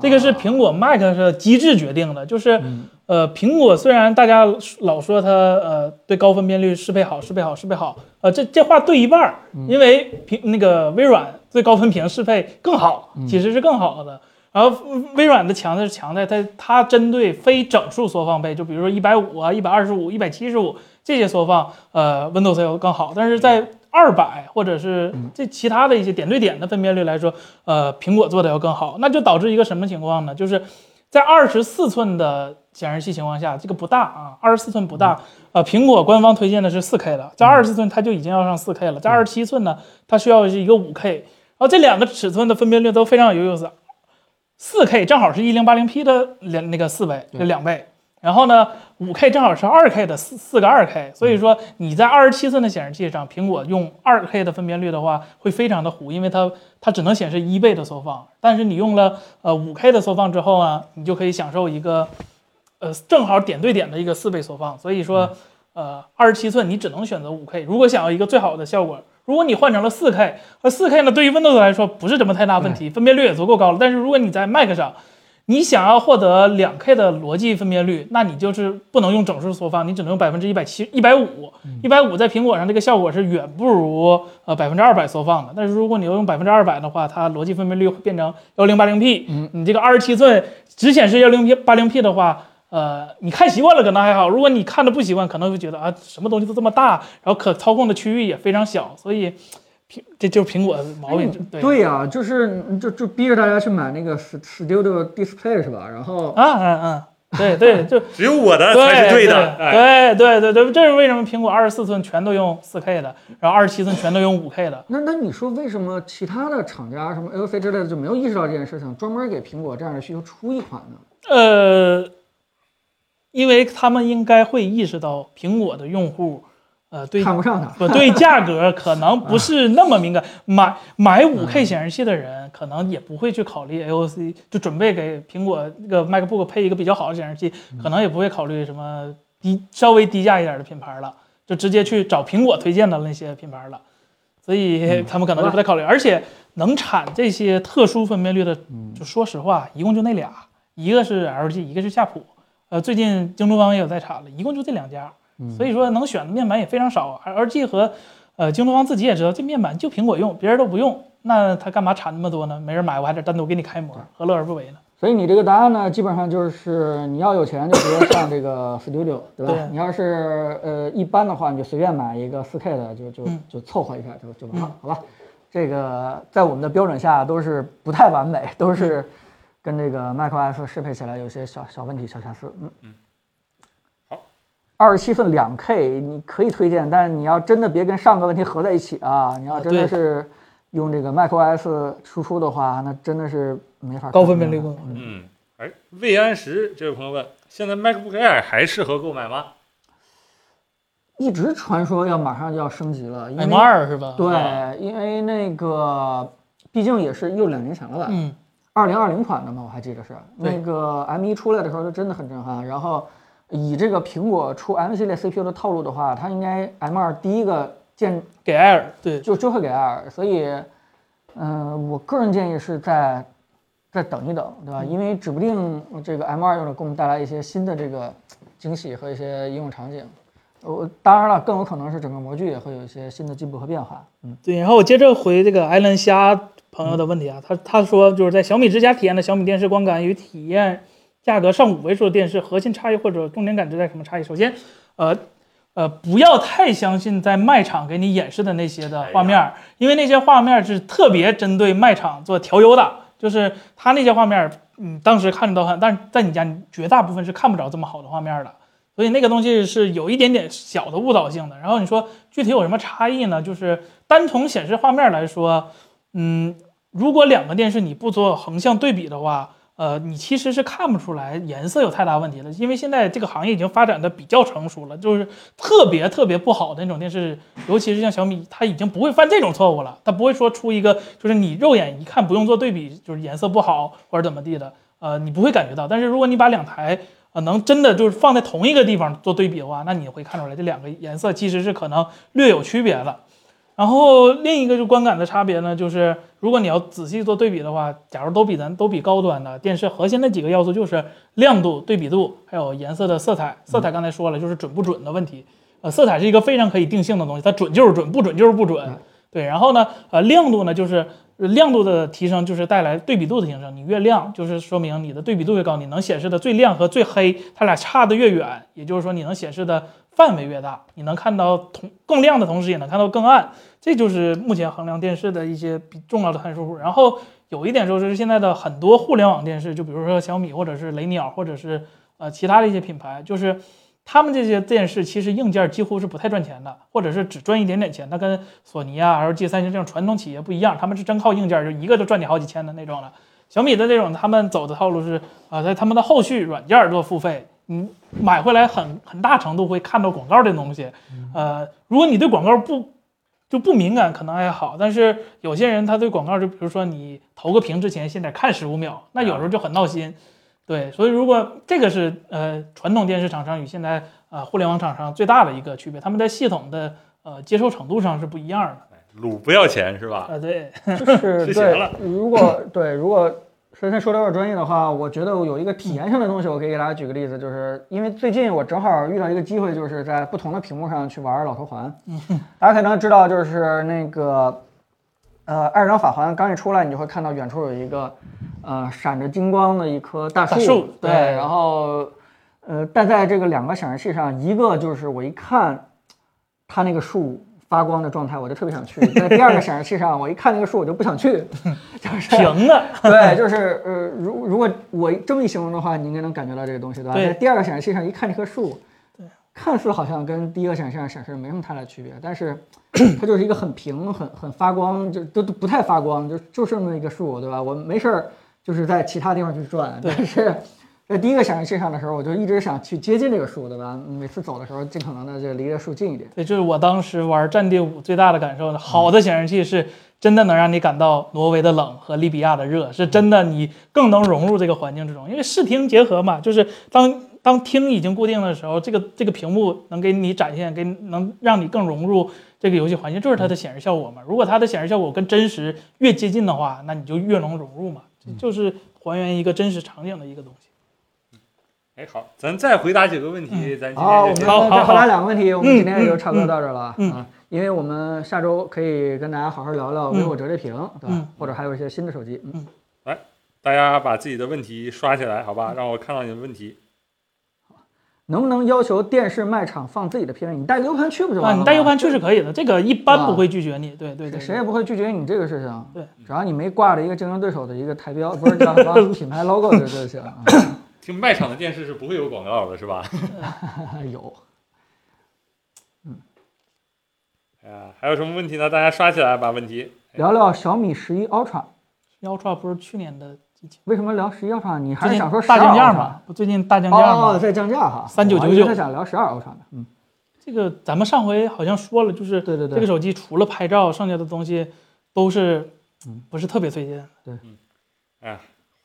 [SPEAKER 2] 这个是苹果 Mac 的机制决定的，就是，呃，苹果虽然大家老说它呃对高分辨率适配好，适配好，适配好，呃，这这话对一半儿，因为苹那个微软对高分屏适配更好，其实是更好的。然后微软的强的是强在它它针对非整数缩放倍，就比如说一百五啊、一百二十五、一百七十五这些缩放，呃，Windows 要更好。但是在二百或者是这其他的一些点对点的分辨率来说，呃，苹果做的要更好，那就导致一个什么情况呢？就是在二十四寸的显示器情况下，这个不大啊，二十四寸不大。呃，苹果官方推荐的是四 K 的，在二十四寸它就已经要上四 K 了，在二十七寸呢，它需要是一个五 K。然后这两个尺寸的分辨率都非常有意思，四 K 正好是一零八零 P 的两那个四倍，这两倍。然后呢，五 K 正好是二 K 的四四个二 K，所以说你在二十七寸的显示器上，苹果用二 K 的分辨率的话，会非常的糊，因为它它只能显示一倍的缩放。但是你用了呃五 K 的缩放之后啊，你就可以享受一个呃正好点对点的一个四倍缩放。所以说，呃，二十七寸你只能选择五 K，如果想要一个最好的效果，如果你换成了四 K，而四 K 呢，对于 Windows 来说不是什么太大问题，分辨率也足够高了。但是如果你在 Mac 上，你想要获得两 K 的逻辑分辨率，那你就是不能用整数缩放，你只能用百分之一百七、一百五、一百五，在苹果上这个效果是远不如呃百分之二百缩放的。但是如果你要用百分之二百的话，它逻辑分辨率会变成幺零八零 P，你这个二十七寸只显示幺零 P 八零 P 的话。呃，你看习惯了可能还好，如果你看的不习惯，可能会觉得啊，什么东西都这么大，然后可操控的区域也非常小，所以苹这就是苹果的毛
[SPEAKER 4] 哎
[SPEAKER 2] 病。对
[SPEAKER 3] 哎对呀、就是就就逼着大家去买那个 Studio Display 是吧？然后
[SPEAKER 2] 啊嗯嗯，对对，就
[SPEAKER 4] 只有我的才
[SPEAKER 2] 对
[SPEAKER 4] 是的，哎，
[SPEAKER 2] 对对对对，这是为什么苹果二十四寸全都用四 K 的，然后二十七寸全都用五 K 的。
[SPEAKER 3] 那那你说为什么其他的厂家什么 LC 之类的就没有意识到这件事情，专门给苹果这样的需求出一款呢？
[SPEAKER 2] 呃，因为他们应该会意识到苹果的用户，呃，对
[SPEAKER 3] 看不上它。
[SPEAKER 2] 不对价格可能不是那么敏感，买买五 K 显示器的人可能也不会去考虑 AOC，就准备给苹果那个 MacBook 配一个比较好的显示器，可能也不会考虑什么低稍微低价一点的品牌了，就直接去找苹果推荐的那些品牌了，所以
[SPEAKER 3] 嗯
[SPEAKER 2] 他们可能就不太考虑，而且能产这些特殊分辨率的，
[SPEAKER 3] 嗯
[SPEAKER 2] 就说实话，一共就那俩，一个是 LG，一个是夏普，呃，最近京东方也有在产了，一共就这两家。
[SPEAKER 3] 嗯
[SPEAKER 2] 所以说能选的面板也非常少。啊而 LG 和呃京东方自己也知道，这面板就苹果用，别人都不用，那他干嘛产那么多呢？没人买，我还得单独给你开模，何乐而不为呢？
[SPEAKER 3] 所以你这个答案呢，基本上就是你要有钱就直接上这个 Studio，对吧？
[SPEAKER 2] 对
[SPEAKER 3] 你要是呃一般的话，你就随便买一个 4K 的，就就
[SPEAKER 2] 嗯
[SPEAKER 3] 就凑合一下就就完了
[SPEAKER 2] 嗯，
[SPEAKER 3] 好吧？这个在我们的标准下都是不太完美，都
[SPEAKER 2] 嗯
[SPEAKER 3] 是跟这个 macOS 适配起来有些小小问题、小瑕疵。嗯嗯，
[SPEAKER 4] 好，
[SPEAKER 3] 二十七寸两 K 你可以推荐，但是你要真的别跟上个问题合在一起啊！你要
[SPEAKER 2] 啊
[SPEAKER 3] 真的
[SPEAKER 2] 对
[SPEAKER 3] 是用这个 macOS 输出的话，那真的是没法
[SPEAKER 2] 高
[SPEAKER 3] 看
[SPEAKER 2] 分辨
[SPEAKER 3] 了
[SPEAKER 2] 率更好。
[SPEAKER 4] 嗯，哎，魏安石这位朋友问，现在 MacBook Air 还适合购买吗？
[SPEAKER 3] 一直传说要马上就要升级了，因为
[SPEAKER 2] M 二是吧？，
[SPEAKER 3] 对，因为那个毕竟也是又两年前了吧，
[SPEAKER 2] 嗯，
[SPEAKER 3] 二零二零款的嘛，我还记得是
[SPEAKER 2] 对
[SPEAKER 3] 那个 M 一出来的时候就真的很震撼。然后以这个苹果出 M 系列 CPU 的套路的话，它应该 M 二第一个见
[SPEAKER 2] 给 Air 对，
[SPEAKER 3] 就就会给 R，所以，嗯、我个人建议是再再等一等，对吧？因为指不定这个 M 二又能给我们带来一些新的这个惊喜和一些应用场景。我、当然了，更有可能是整个模具也会有一些新的进步和变化。嗯，
[SPEAKER 2] 对，然后我接着回这个艾伦虾朋友的问题啊，他他说就是在小米之家体验的小米电视观感与体验价格上五位数的电视核心差异或者重点感知在什么差异？首先，呃呃，不要太相信在卖场给你演示的那些的画面儿，因为那些画面儿是特别针对卖场做调优的，就是他那些画面儿，嗯，当时看着都很，但是在你家你绝大部分是看不着这么好的画面儿的。所以那个东西是有一点点小的误导性的。然后你说具体有什么差异呢？就是单从显示画面来说，嗯，如果两个电视你不做横向对比的话，呃，你其实是看不出来颜色有太大问题的，因为现在这个行业已经发展的比较成熟了，就是特别特别不好的那种电视，尤其是像小米，它已经不会犯这种错误了，它不会说出一个就是你肉眼一看不用做对比，就是颜色不好或者怎么地的，呃，你不会感觉到。但是如果你把两台呃能真的就是放在同一个地方做对比的话，那你会看出来这两个颜色其实是可能略有区别的。然后另一个就观感的差别呢，就是如果你要仔细做对比的话，假如都比咱都比高端的电视，核心的几个要素就是亮度、对比度，还有颜色的色彩。色彩刚才说了，就是准不准的问题。呃，色彩是一个非常可以定性的东西，它准就是准，不准就是不准。对，然后呢，呃，亮度呢，就是亮度的提升就是带来对比度的提升，你越亮就是说明你的对比度越高，你能显示的最亮和最黑，它俩差的越远，也就是说你能显示的范围越大，你能看到同更亮的同时也能看到更暗，这就是目前衡量电视的一些比重要的参数。然后有一点就是现在的很多互联网电视，就比如说小米或者是雷鸟或者是呃其他的一些品牌，就是他们这些电视其实硬件几乎是不太赚钱的，或者是只赚一点点钱。它跟索尼啊、LG、三星这种传统企业不一样，他们是真靠硬件，就一个就赚你好几千的那种了。小米的这种，他们走的套路是啊、在他们的后续软件做付费，你买回来很很大程度会看到广告这东西。呃，如果你对广告不就不敏感，可能还好，但是有些人他对广告，就比如说你投个屏之前先得看十五秒，那有时候就很闹心。对，所以如果这个是呃传统电视厂商与现在呃互联网厂商最大的一个区别，他们在系统的呃接受程度上是不一样的。
[SPEAKER 4] 卤哎不要钱是吧？
[SPEAKER 2] 啊， 对，
[SPEAKER 3] 就是
[SPEAKER 4] 谢谢
[SPEAKER 3] 对
[SPEAKER 4] 了，
[SPEAKER 3] 如果对如果深深说的有点专业的话，我觉得我有一个体验上的东西，我可以给大家举个例子，就是因为最近我正好遇到一个机会，就是在不同的屏幕上去玩老头环。大家可能知道，就是那个呃，二张法环刚一出来，你就会看到远处有一个呃闪着金光的一棵大树，
[SPEAKER 2] 大树
[SPEAKER 3] 对，
[SPEAKER 2] 对
[SPEAKER 3] 然后呃，但在这个两个显示器上，一个就是我一看它那个树。发光的状态，我就特别想去。在第二个显示器上，我一看那个树，我就不想 去，就是
[SPEAKER 2] 平的，
[SPEAKER 3] 对，就是呃，如如果我这么一形容的话，你应该能感觉到这个东西，对吧？
[SPEAKER 2] 对
[SPEAKER 3] 在第二个显示器上一看这棵树，看似好像跟第一个显示器上显示没什么太大的区别，但 是它就是一个很平、很很发光，就都都不太发光，就就是那么一个树，对吧？我没事儿就是在其他地方去转，
[SPEAKER 2] 对
[SPEAKER 3] 但是。在第一个显示器上的时候，我就一直想去接近这个树，对吧？每次走的时候，尽可能的就离这树近一点。
[SPEAKER 2] 对，就是我当时玩《战地五》最大的感受呢，好的显示器是真的能让你感到挪威的冷和利比亚的热，是真的
[SPEAKER 3] 嗯
[SPEAKER 2] 你更能融入这个环境之中，因为视听结合嘛，就是当当听已经固定的时候，这个这个屏幕能给你展现，给能让你更融入这个游戏环境，就是它
[SPEAKER 3] 嗯
[SPEAKER 2] 的显示效果嘛。如果它的显示效果跟真实越接近的话，那你就越能融入嘛，这
[SPEAKER 3] 嗯
[SPEAKER 2] 就是还原一个真实场景的一个东西。
[SPEAKER 4] 哎，好，咱再回答几个问题，咱今
[SPEAKER 3] 好，我
[SPEAKER 4] 天就
[SPEAKER 3] 们再
[SPEAKER 4] 这
[SPEAKER 2] 嗯好
[SPEAKER 4] 样。
[SPEAKER 2] 好
[SPEAKER 3] 回答两个问题，我们
[SPEAKER 2] 嗯
[SPEAKER 3] 今天就差不多到这儿了啊
[SPEAKER 2] 嗯嗯
[SPEAKER 3] 啊，因为我们下周可以跟大家好好聊聊 vivo 折叠屏，对吧
[SPEAKER 2] 嗯？
[SPEAKER 3] 或者还有一些新的手机，嗯，
[SPEAKER 4] 大家把自己的问题刷起来，好吧？让我看到你的问题。
[SPEAKER 3] 能不能要求电视卖场放自己的评论？你带 U 盘去不就
[SPEAKER 2] 啊，
[SPEAKER 3] 完了吗？
[SPEAKER 2] 你带 U 盘去是可以的，这个一般不会拒绝你。对对对，
[SPEAKER 3] 谁也不会拒绝你这个事情，
[SPEAKER 2] 对，
[SPEAKER 3] 只要你没挂着一个竞争对手的一个台标，不是叫 什么品牌 logo 就就行啊。
[SPEAKER 4] 听卖场的电视是不会有广告的，是吧？
[SPEAKER 3] 有，
[SPEAKER 4] 哎呀，还有什么问题呢？大家刷起来吧，问题。
[SPEAKER 3] 聊聊小米十一 Ultra，
[SPEAKER 2] Ultra 不是去年的机器，
[SPEAKER 3] 为什么聊十一 Ultra？你还
[SPEAKER 2] 最
[SPEAKER 3] 是
[SPEAKER 2] 近
[SPEAKER 3] 想说
[SPEAKER 2] 大降价
[SPEAKER 3] 12 Ultra
[SPEAKER 2] 嘛？不，最近大降价嘛？
[SPEAKER 3] 哦，在降价哈，
[SPEAKER 2] 3999
[SPEAKER 3] 我还以为他想聊十二 Ultra 呢，嗯，
[SPEAKER 2] 这个咱们上回好像说了，就是
[SPEAKER 3] 对对对
[SPEAKER 2] 这个手机除了拍照，剩下的东西都是
[SPEAKER 3] 嗯
[SPEAKER 2] 不是特别推荐。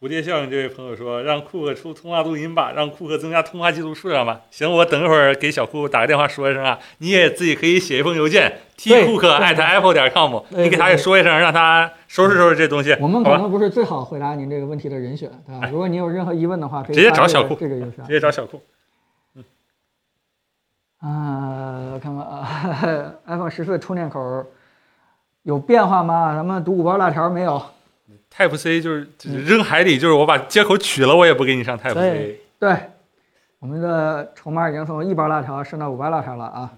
[SPEAKER 4] 蝴蝶效应这位朋友说，让库克出通话录音吧，让库克增加通话记录数量吧。行，我等一会儿给小库打个电话说一声啊。你也自己可以写一封邮件，t
[SPEAKER 2] 对
[SPEAKER 4] 库克 at apple 点 com，
[SPEAKER 2] 对对
[SPEAKER 4] 你给他也说一声，让他收拾收拾这东 西，
[SPEAKER 3] 我们
[SPEAKER 4] 好
[SPEAKER 3] 可
[SPEAKER 4] 吧？
[SPEAKER 3] 能不是最好回答您这个问题的人选， 对吧？如果您有任何疑问的话，可以
[SPEAKER 4] 直接
[SPEAKER 3] 发
[SPEAKER 4] 找
[SPEAKER 3] 这
[SPEAKER 4] 小
[SPEAKER 3] 个
[SPEAKER 4] 库
[SPEAKER 3] 这个邮箱
[SPEAKER 4] 直。接找小库。
[SPEAKER 3] 啊，我看看啊 ，iPhone 十四充电口有变化吗？咱们独孤包辣条没有？
[SPEAKER 4] Type C 就是就是扔海里，就是我把接口取了，我也不给你上 Type
[SPEAKER 2] 嗯对
[SPEAKER 4] C。
[SPEAKER 3] 对，我们的筹码已经从一包辣条升到五包辣条了啊。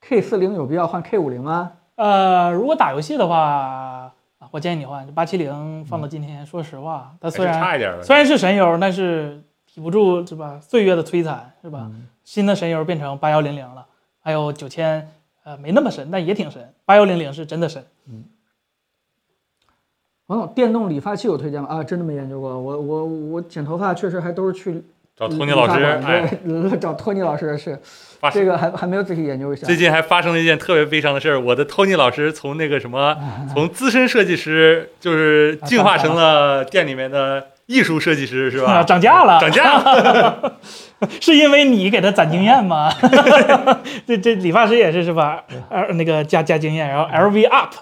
[SPEAKER 3] K 四零有必要换 K 五零吗？
[SPEAKER 2] 呃，如果打游戏的话，啊我建议你换八七零，放
[SPEAKER 3] 嗯
[SPEAKER 2] 到今天，说实话，它虽
[SPEAKER 4] 还是
[SPEAKER 2] 然
[SPEAKER 4] 差一点儿吧。
[SPEAKER 2] 虽然是神游，但是抵不住是吧岁月的摧残是吧？
[SPEAKER 3] 嗯
[SPEAKER 2] 新的神游变成八幺零零了，还有九千，呃，没那么神，但也挺神。八幺零零是真的神。
[SPEAKER 3] 王总，电动理发器有推荐吗？啊，真的没研究过。我我我剪头发确实还都是去
[SPEAKER 4] 找托尼老师，
[SPEAKER 2] 嗯
[SPEAKER 4] 哎，
[SPEAKER 3] 对，找托尼老师是
[SPEAKER 4] 发
[SPEAKER 3] 这个还还没有仔细研究一下。
[SPEAKER 4] 啊最近还发生了一件特别悲伤的事儿，我的 Tony 老师从那个什 么，从资深设计师就是进化成了店里面的艺术设计师，是
[SPEAKER 2] 啊，
[SPEAKER 4] 吧？
[SPEAKER 2] 涨价了，
[SPEAKER 4] 涨价了，
[SPEAKER 2] 是因为你给他攒经验 吗？这这理发师也是是吧？呃，那个加加经验，然后
[SPEAKER 3] 嗯
[SPEAKER 2] LV up，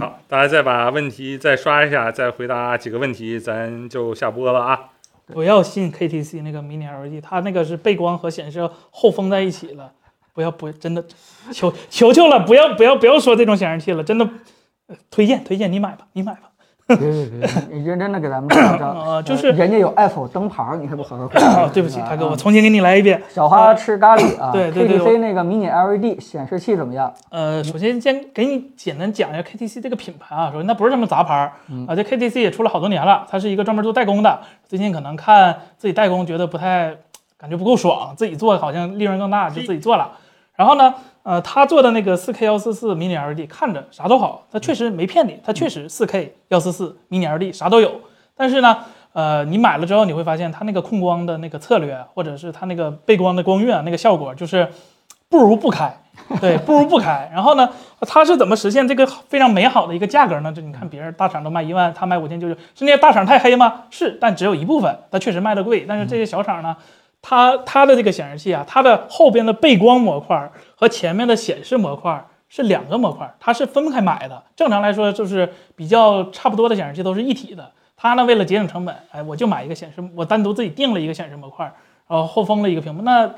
[SPEAKER 4] 好，大家再把问题再刷一下，再回答几个问题，咱就下播了啊！
[SPEAKER 2] 不要信 KTC 那个 Mini LED，它那个是背光和显示后封在一起了。不要不真的求求求了，不要不要不要说这种显示器了，真的呃推荐推荐你买吧，你买吧。
[SPEAKER 3] 别别别，你认真的给咱们找找。
[SPEAKER 2] 啊、就是
[SPEAKER 3] 人家有 Apple 灯牌儿，你还不好好
[SPEAKER 2] 啊
[SPEAKER 3] 看？
[SPEAKER 2] 对不起，大哥，我
[SPEAKER 3] 啊
[SPEAKER 2] 重新给你来一遍。
[SPEAKER 3] 小花吃咖喱啊。
[SPEAKER 2] 对对对
[SPEAKER 3] KTC 那个 Mini LED E 显示器怎么样？
[SPEAKER 2] 呃，首先先给你简单讲一下 KTC 这个品牌啊，首先它不是什么杂牌儿啊，这 KTC 也出了好多年了，它是一个专门做代工的。最近可能看自己代工觉得不太感觉不够爽，自己做好像利润更大，就自己做了。然后呢，呃，他做的那个 4K 幺四四 Mini LED 看着啥都好，它确实没骗你，它确实 4K 幺四四 Mini LED 啥都有。但是呢，呃，你买了之后你会发现它那个控光的那个策略，啊或者是它那个背光的光晕啊，那个效果就是不如不开。 对，不如不开。然后呢，它是怎么实现这个非常美好的一个价格呢？就你看别人大厂都卖一万，他卖五千九九，是那些大厂太黑吗？是，但只有一部分，它确实卖的贵。但是这些小厂呢，它它的这个显示器啊，它的后边的背光模块儿和前面的显示模块儿是两个模块儿，它是分开买的。正常来说，就是比较差不多的显示器都是一体的。它呢，为了节省成本，哎，我就买一个显示，我单独自己定了一个显示模块儿，然后后封了一个屏幕。那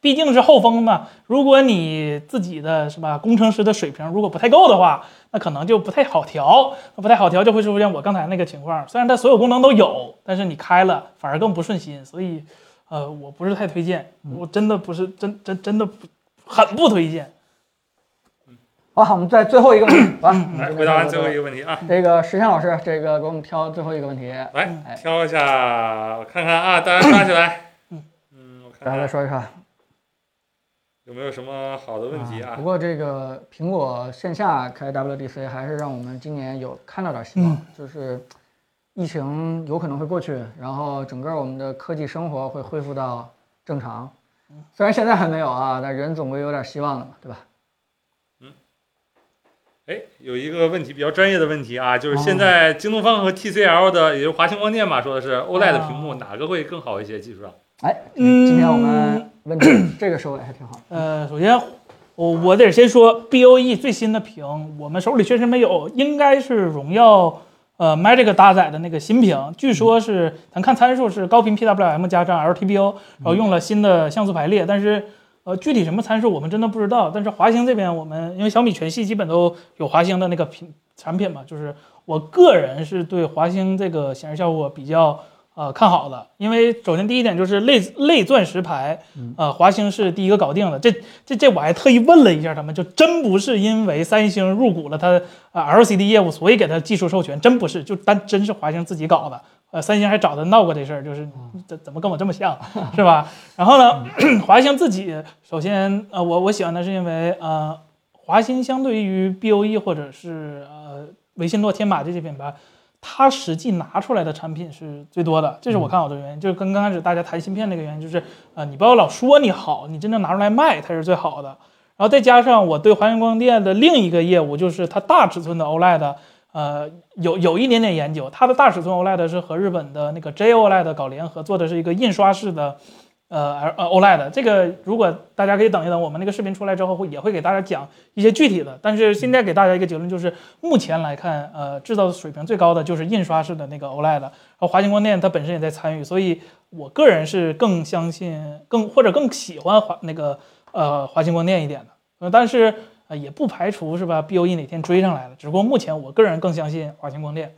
[SPEAKER 2] 毕竟是后封嘛，如果你自己的是吧，工程师的水平如果不太够的话，那可能就不太好调，那不太好调就会出现我刚才那个情况。虽然它所有功能都有，但是你开了反而更不顺心，所以，呃，我不是太推荐，我真的不是真真真的不很不推荐。
[SPEAKER 3] 好，我们在最后一个问题吧。
[SPEAKER 4] 来嗯回答完最后一个问题啊，
[SPEAKER 3] 这个石强老师，这个给我们挑最后一个问题，
[SPEAKER 4] 来挑一下，我看看啊，大家刷起来。嗯，我
[SPEAKER 3] 大
[SPEAKER 4] 看
[SPEAKER 3] 家
[SPEAKER 4] 看
[SPEAKER 3] 说一说。
[SPEAKER 4] 有没有什么好的问题
[SPEAKER 3] 啊
[SPEAKER 4] 啊
[SPEAKER 3] 不？过这个苹果线下开 WDC 还是让我们今年有看到点希
[SPEAKER 2] 嗯
[SPEAKER 3] 望，就是疫情有可能会过去，然后整个我们的科技生活会恢复到正常。虽然现在还没有啊，但人总归有点希望的嘛，对吧？
[SPEAKER 4] 哎，有一个问题比较专业的问题啊，就是现在京东方和 TCL 的，也就是华星光电嘛，说的是
[SPEAKER 3] 哦
[SPEAKER 4] OLED 的屏幕哪个会更好一些？技术上，
[SPEAKER 3] 哎，
[SPEAKER 2] 嗯
[SPEAKER 3] 今天我们问这这个收尾还挺好。
[SPEAKER 2] 呃，首先我我得先说 BOE 最新的屏，我们手里确实没有，应该是荣耀呃 Magic 搭载的那个新屏，据说是咱看参数是高频 PWM 加上 LTPO，然后用了新的像素排列，但是。呃，具体什么参数我们真的不知道，但是华星这边我们因为小米全系基本都有华星的那个品产品嘛，就是我个人是对华星这个显示效果比较呃看好的，因为首先第一点就是类类钻石牌，呃，华星是第一个搞定的。这这这我还特意问了一下他们，就真不是因为三星入股了它呃 LCD 业务，所以给它技术授权，真不是，就单真是华星自己搞的。呃，三星还找他闹过这事儿，就是你怎怎么跟我这么像，是吧？然后呢， 华星自己首先呃，我我喜欢它是因为呃，华星相对于 BOE 或者是呃维信诺、天马这些品牌。它实际拿出来的产品是最多的，这是我看好的原因，就是跟刚开始大家谈芯片那个原因，就是呃，你不要老说你好，你真正拿出来卖才是最好的。然后再加上我对华星光电的另一个业务，就是它大尺寸的 OLED，呃，有有一点点研究，它的大尺寸 OLED 是和日本的那个 JOLED E 搞联合做的是一个印刷式的。呃呃 OLED 这个，如果大家可以等一等，我们那个视频出来之后会也会给大家讲一些具体的。但是现在给大家一个结论，就是目前来看，呃，制造水平最高的就是印刷式的那个 OLED，然后华星光电它本身也在参与，所以我个人是更相信、更或者更喜欢华那个呃华星光电一点的。呃，但是呃也不排除是吧，BOE 哪天追上来了。只不过目前我个人更相信华星光电。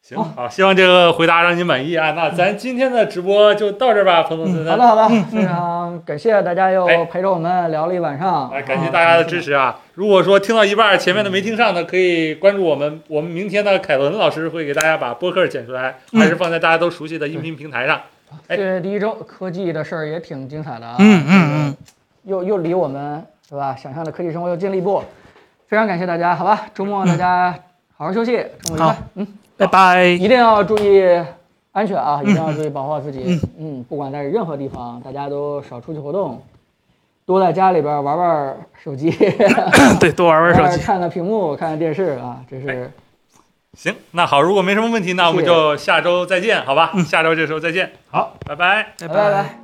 [SPEAKER 4] 行，
[SPEAKER 3] 哦
[SPEAKER 4] 好，希望这个回答让您满意啊。那咱今天的直播就到这儿吧，彭总，
[SPEAKER 3] 嗯好
[SPEAKER 4] 咱
[SPEAKER 3] 的好的，
[SPEAKER 2] 嗯
[SPEAKER 3] 非常感谢大家又
[SPEAKER 4] 哎
[SPEAKER 3] 陪着我们聊了一晚上，
[SPEAKER 4] 来哎感谢大家的支持啊。如果说听到一半儿前面的没听上的，可以关注我们，我们明天的凯伦老师会给大家把播客剪出来，
[SPEAKER 3] 嗯
[SPEAKER 4] 还是放在大家都熟悉的音频平台上。哎
[SPEAKER 3] 这第一周科技的事儿也挺精彩的啊。
[SPEAKER 2] 嗯嗯
[SPEAKER 3] 又又离我们是吧想象的科技生活又近了一步。非常感谢大家，好吧，周末大家好好休息，周末愉快
[SPEAKER 2] 嗯好，拜拜。
[SPEAKER 3] 一定要注意安全啊，一定要注意保护好自己。嗯，不管在任何地方，大家都少出去活动，多在家里边玩玩手机，
[SPEAKER 2] 对，多玩玩手机。
[SPEAKER 3] 看看屏幕，看看电视啊，这是
[SPEAKER 4] 行，那好，如果没什么问题，那我们
[SPEAKER 3] 谢谢嗯
[SPEAKER 4] 就下周再见，好吧？下周这时候再见，好，拜拜。
[SPEAKER 2] 拜
[SPEAKER 3] 拜拜。